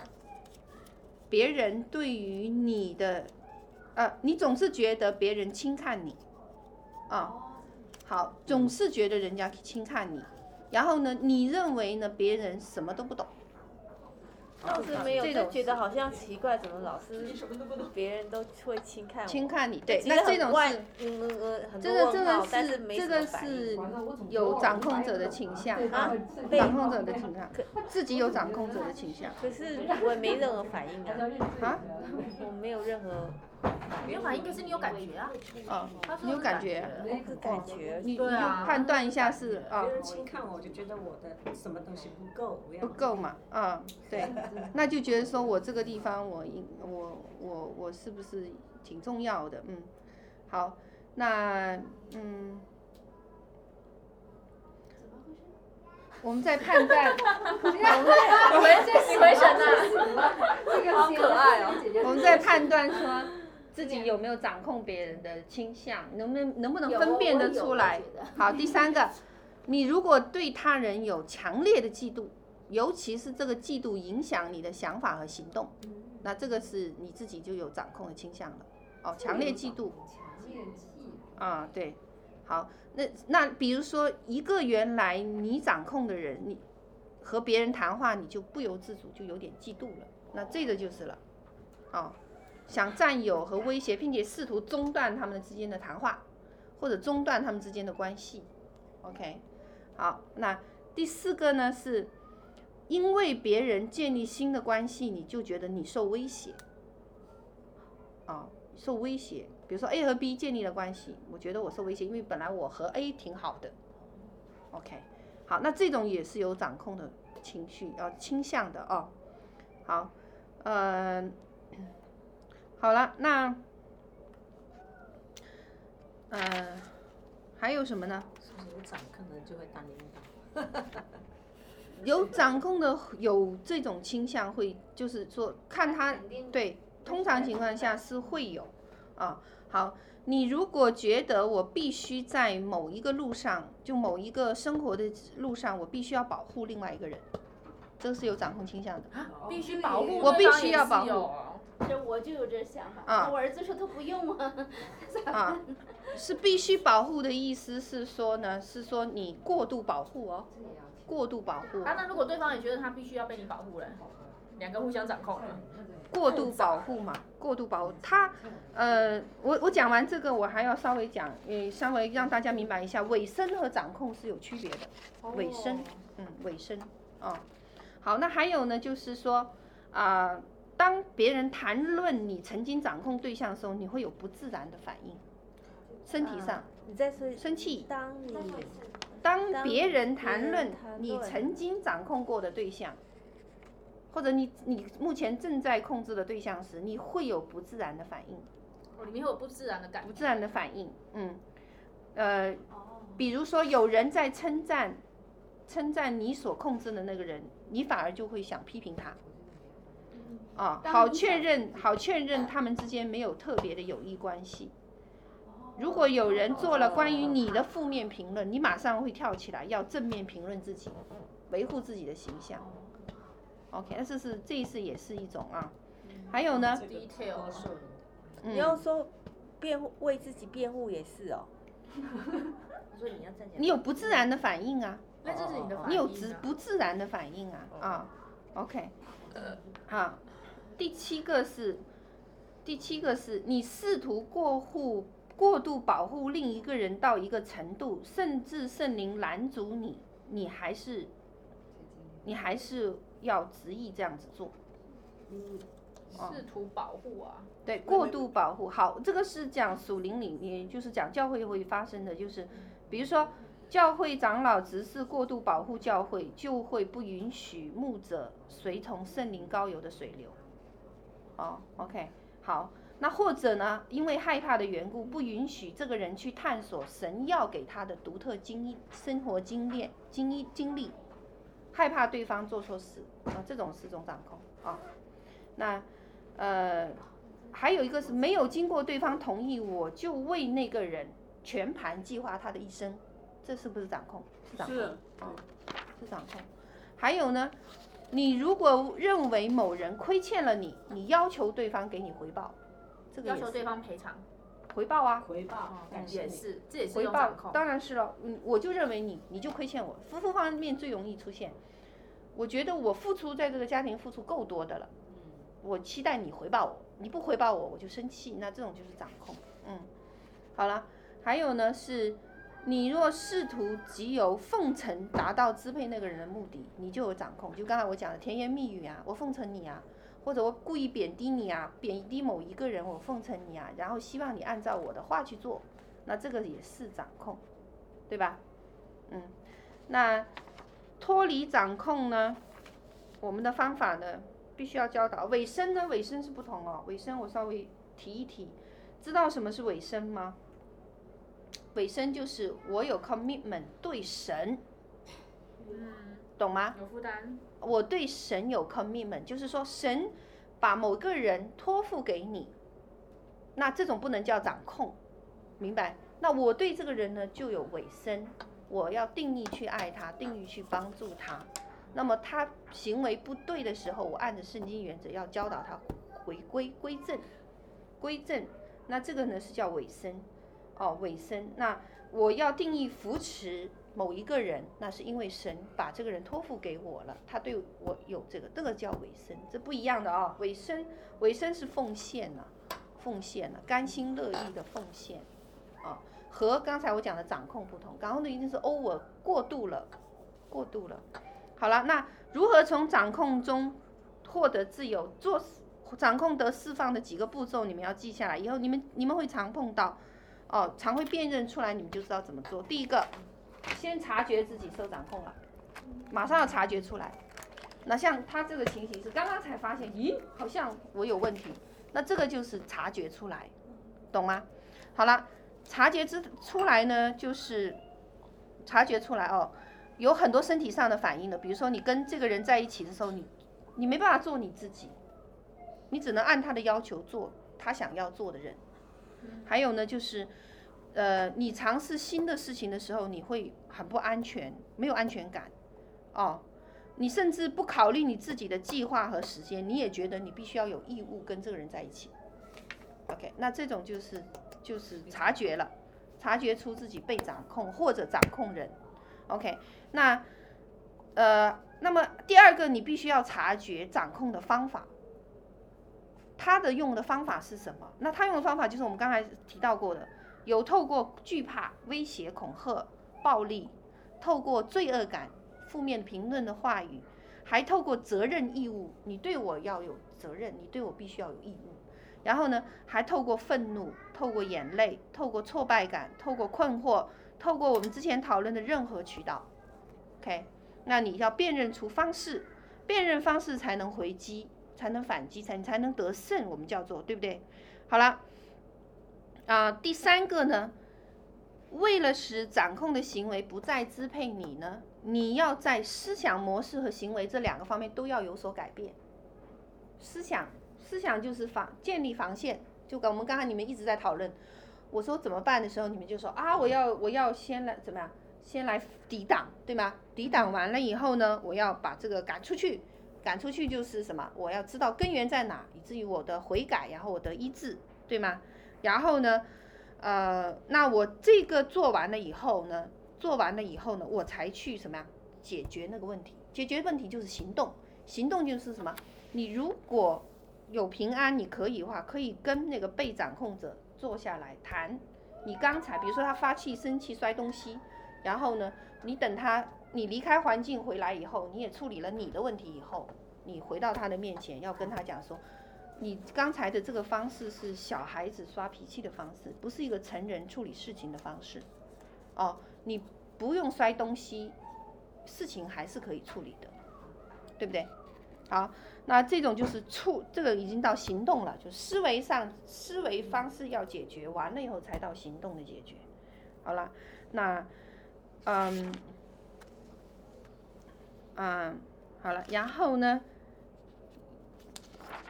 Speaker 1: 别人对于你的，呃，你总是觉得别人轻看你，啊，
Speaker 4: 哦
Speaker 1: 好，总是觉得人家轻看你，然后呢，你认为呢别人什么都不懂，
Speaker 4: 哎倒是没有，
Speaker 1: 这
Speaker 4: 就
Speaker 1: 种
Speaker 4: 觉得好像奇怪，怎么老是别人都会轻看我？
Speaker 1: 轻看你，对，
Speaker 4: 其实
Speaker 1: 那这
Speaker 4: 很
Speaker 1: 种
Speaker 4: 怪
Speaker 1: 是。
Speaker 4: 嗯嗯嗯，很
Speaker 1: 这
Speaker 4: 多
Speaker 1: 个
Speaker 4: 问
Speaker 1: 这
Speaker 4: 号
Speaker 1: 个
Speaker 4: 但是
Speaker 1: 是
Speaker 4: 没
Speaker 1: 这
Speaker 4: 什
Speaker 1: 个
Speaker 4: 么反应
Speaker 1: 是有掌控者的倾向
Speaker 4: 啊被啊
Speaker 1: 掌控者的 倾向，自己有掌控者的倾向。
Speaker 4: 可是我也没任何反应啊，
Speaker 1: 啊，
Speaker 4: 我没有任何
Speaker 9: 没有反应，可是你有感觉啊。
Speaker 1: 哦
Speaker 9: 他，说
Speaker 1: 你有
Speaker 9: 是
Speaker 1: 感
Speaker 9: 感
Speaker 1: 觉
Speaker 9: 觉，
Speaker 1: 哦
Speaker 4: 感觉。
Speaker 1: 你你就
Speaker 9: 对啊
Speaker 1: 判断一下是啊
Speaker 18: 别人轻看我，我就觉得我的什么东西不够，我要
Speaker 1: 不够嘛，啊，对，那就觉得说我这个地方我应我我我是不是挺重要的，嗯，好，那嗯。我们在判断，
Speaker 9: 你回你回神
Speaker 5: 啊
Speaker 9: 呐，
Speaker 11: 这个
Speaker 9: 好可爱哦。
Speaker 1: 我们在判断说自己有没有掌控别人的倾向，能不能能不能 分辨得出来
Speaker 3: 有我有我觉？
Speaker 1: 好，第三个，你如果对他人有强烈的嫉妒，尤其是这个嫉妒影响你的想法和行动，那这个是你自己就有掌控的倾向了。哦，强烈嫉妒啊，对，好，那那比如说一个原来你掌控的人，你和别人谈话，你就不由自主就有点嫉妒了，那这个就是了。哦，想占有和威胁，并且试图中断他们之间的谈话，或者中断他们之间的关系。OK，好，那第四个呢是，因为别人建立新的关系，你就觉得你受威胁，哦，受威胁。比如说 A 和 B 建立了关系，我觉得我受威胁，因为本来我和 A 挺好的。OK，好，那这种也是有掌控的情绪，要倾向的哦。好，嗯、好了，那，呃，还有什么呢？
Speaker 18: 是不是有掌控的人就会当领导？
Speaker 1: 有掌控的有这种倾向会，就是说看他对，通常情况下是会有啊。好，你如果觉得我必须在某一个路上，就某一个生活的路上，我必须要保护另外一个人，这是有掌控倾向的。
Speaker 5: 必须保护，
Speaker 1: 我必须要保护。
Speaker 16: 这我就有这想法。
Speaker 1: 啊
Speaker 16: 那我儿子说他不用啊，
Speaker 1: 啊，是必须保护的意思是说呢，是说你过度保护哦，过度保护，
Speaker 5: 啊，那如果对方也觉得他必须要被你保护了，两个互相掌控了，
Speaker 1: 过度保护嘛，过度保护。他，呃，我我讲完这个，我还要稍微讲，呃，稍微让大家明白一下，尾声和掌控是有区别的，尾声，嗯，尾声，哦，好，那还有呢，就是说，啊、当别人谈论你曾经掌控对象的时候，你会有不自然的反应，身体上。
Speaker 7: 你再说
Speaker 1: 生气，
Speaker 7: 当你
Speaker 1: 当别人谈
Speaker 7: 别人
Speaker 1: 论
Speaker 7: 谈
Speaker 1: 你
Speaker 7: 论
Speaker 1: 曾经掌控过的对象，或者你你目前正在控制的对象时，你会有不自然的反应，
Speaker 5: 哦里面会有不自然的感
Speaker 1: 不
Speaker 5: 觉。哦
Speaker 1: 自然的反应，嗯，呃，比如说有人在称赞称赞你所控制的那个人，你反而就会想批评他。啊，
Speaker 5: 嗯当
Speaker 1: 好
Speaker 5: 你
Speaker 1: 确
Speaker 5: 想
Speaker 1: 认，好确认他们之间没有特别的友谊关系。
Speaker 5: 哦
Speaker 1: 如果有人做了关于你的负面评论，你马上会跳起来要正面评论自己，维护自己的形象。OK，那这是这是也是一种啊。还有呢，
Speaker 5: 嗯 detail
Speaker 1: 嗯
Speaker 7: 你要说辩护为自己辩护也是哦。
Speaker 17: 所以你要站起来。
Speaker 1: 你有不自然的反应啊。
Speaker 5: 那这是你的反应啊哦
Speaker 1: 你有自不自然的反应啊啊，OK，好，第七个是，第七个是你试图过户过度保护另一个人到一个程度，甚至圣灵拦阻你，你还是，你还是要执意这样子做，
Speaker 5: 试图保护啊，
Speaker 1: 对，过度保护。好，这个是讲属灵里面，就是讲教会会发生的，就是比如说教会长老执事过度保护教会，就会不允许牧者随同圣灵高油的水流。哦，OK，好。那或者呢，因为害怕的缘故，不允许这个人去探索神要给他的独特经生活经验、经经历，害怕对方做错事啊，这种是种掌控啊。那呃，还有一个是没有经过对方同意，我就为那个人全盘计划他的一生，这是不是掌控？是掌控，
Speaker 6: 是
Speaker 1: 啊是掌控。还有呢，你如果认为某人亏欠了你，你要求对方给你回报，这个
Speaker 5: 要
Speaker 1: 也
Speaker 5: 求
Speaker 1: 是
Speaker 5: 对方赔偿，
Speaker 1: 回报啊，
Speaker 18: 回报
Speaker 5: 嗯也是，这也是一
Speaker 1: 回
Speaker 5: 种
Speaker 1: 报
Speaker 5: 掌控。
Speaker 1: 当然是了，嗯，我就认为你你就亏欠我，夫妇方面最容易出现。我觉得我付出在这个家庭付出够多的了，
Speaker 5: 嗯
Speaker 1: 我期待你回报我，你不回报我我就生气，那这种就是掌控，嗯，好了，还有呢是，你若试图藉由奉承达到支配那个人的目的，你就有掌控，就刚才我讲的甜言蜜语啊，我奉承你啊，或者我故意贬低你啊，贬低某一个人，我奉承你啊，然后希望你按照我的话去做，那这个也是掌控，对吧？嗯，那脱离掌控呢，我们的方法呢，必须要教导。尾声呢，尾声是不同哦，尾声我稍微提一提，知道什么是尾声吗？尾声就是我有 commitment 对神，
Speaker 5: 嗯，
Speaker 1: 懂吗？
Speaker 5: 有负担，
Speaker 1: 我对神有 commitment，就是说神把某个人托付给你，那这种不能叫掌控，明白？那我对这个人呢就有委身，我要定义去爱他，定义去帮助他。那么他行为不对的时候，我按着圣经原则要教导他回归归正，归正。那这个呢是叫委身，哦，委身。那我要定义扶持某一个人，那是因为神把这个人托付给我了，他对我有这个，这个叫委身，这不一样的啊、委身，委身是奉献呐、奉献呐、啊甘心乐意的奉献啊，和刚才我讲的掌控不同，掌控的一定是 over 过度了，过度了。好了，那如何从掌控中获得自由？做掌控得释放的几个步骤，你们要记下来，以后你们你们会常碰到。哦，常会辨认出来，你们就知道怎么做。第一个，先察觉自己受掌控了，马上要察觉出来。那像他这个情形是刚刚才发现，咦，好像我有问题，那这个就是察觉出来，懂吗？好了，察觉之出来呢，就是察觉出来哦，有很多身体上的反应的，比如说你跟这个人在一起的时候，你你没办法做你自己，你只能按他的要求做他想要做的人。还有呢，就是呃，你尝试新的事情的时候，你会很不安全，没有安全感，哦，你甚至不考虑你自己的计划和时间，你也觉得你必须要有义务跟这个人在一起。OK，那这种就是就是察觉了，察觉出自己被掌控或者掌控人。OK，那呃，那么第二个，你必须要察觉掌控的方法。他的用的方法是什么？那他用的方法就是我们刚才提到过的，有透过惧怕、威胁、恐吓、暴力，透过罪恶感、负面评论的话语，还透过责任义务，你对我要有责任，你对我必须要有义务。然后呢，还透过愤怒、透过眼泪、透过挫败感、透过困惑、透过我们之前讨论的任何渠道。OK，那你要辨认出方式，辨认方式才能回击。才能反击，才你才能得胜，我们叫做对不对？好了，啊、呃，第三个呢，为了使掌控的行为不再支配你呢，你要在思想模式和行为这两个方面都要有所改变。思想，思想就是防建立防线，就跟我们刚才你们一直在讨论，我说怎么办的时候，你们就说啊，我要我要先来怎么样，先来抵挡，对吗？抵挡完了以后呢，我要把这个赶出去。赶出去就是什么？我要知道根源在哪，以至于我的悔改，然后我的医治，对吗？然后呢，呃，那我这个做完了以后呢，做完了以后呢，我才去什么呀？解决那个问题。解决问题就是行动，行动就是什么？你如果有平安，你可以的话，可以跟那个被掌控者坐下来谈。你刚才比如说他发气、生气、摔东西，然后呢，你等他。你离开环境回来以后，你也处理了你的问题以后，你回到他的面前，要跟他讲说，你刚才的这个方式是小孩子刷脾气的方式，不是一个成人处理事情的方式。哦，你不用摔东西，事情还是可以处理的，对不对？好，那这种就是处，这个已经到行动了，就思维上思维方式要解决完了以后，才到行动的解决。好了，那，嗯。嗯，好了，然后呢，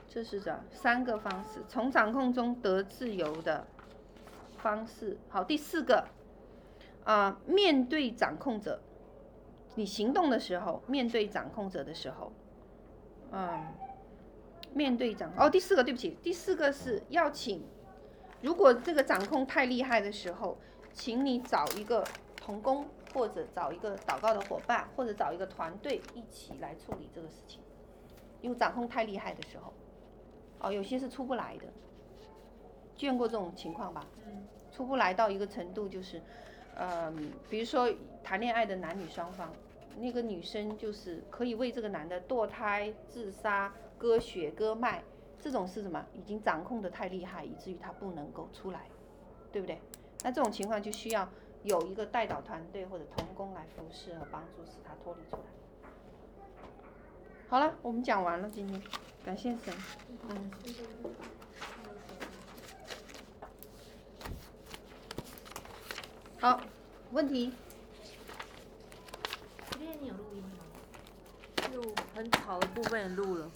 Speaker 1: 这是这三个方式，从掌控中得自由的方式。好，第四个，啊、呃，面对掌控者，你行动的时候，面对掌控者的时候，嗯，面对掌哦，第四个，对不起，第四个是要请，如果这个掌控太厉害的时候，请你找一个童工。或者找一个祷告的伙伴，或者找一个团队一起来处理这个事情。因为掌控太厉害的时候，哦，有些是出不来的，见过这种情况吧？出不来到一个程度，就是，嗯，比如说谈恋爱的男女双方，那个女生就是可以为这个男的堕胎、自杀、割血、割脉，这种是什么？已经掌控的太厉害，以至于他不能够出来，对不对？那这种情况就需要。有一个带导团队或者童工来服侍和帮助，使他脱离出来。好了，我们讲完了，今天感谢神，嗯。好，问题。
Speaker 9: 这边你有录音吗？
Speaker 4: 就很吵的部分也录了。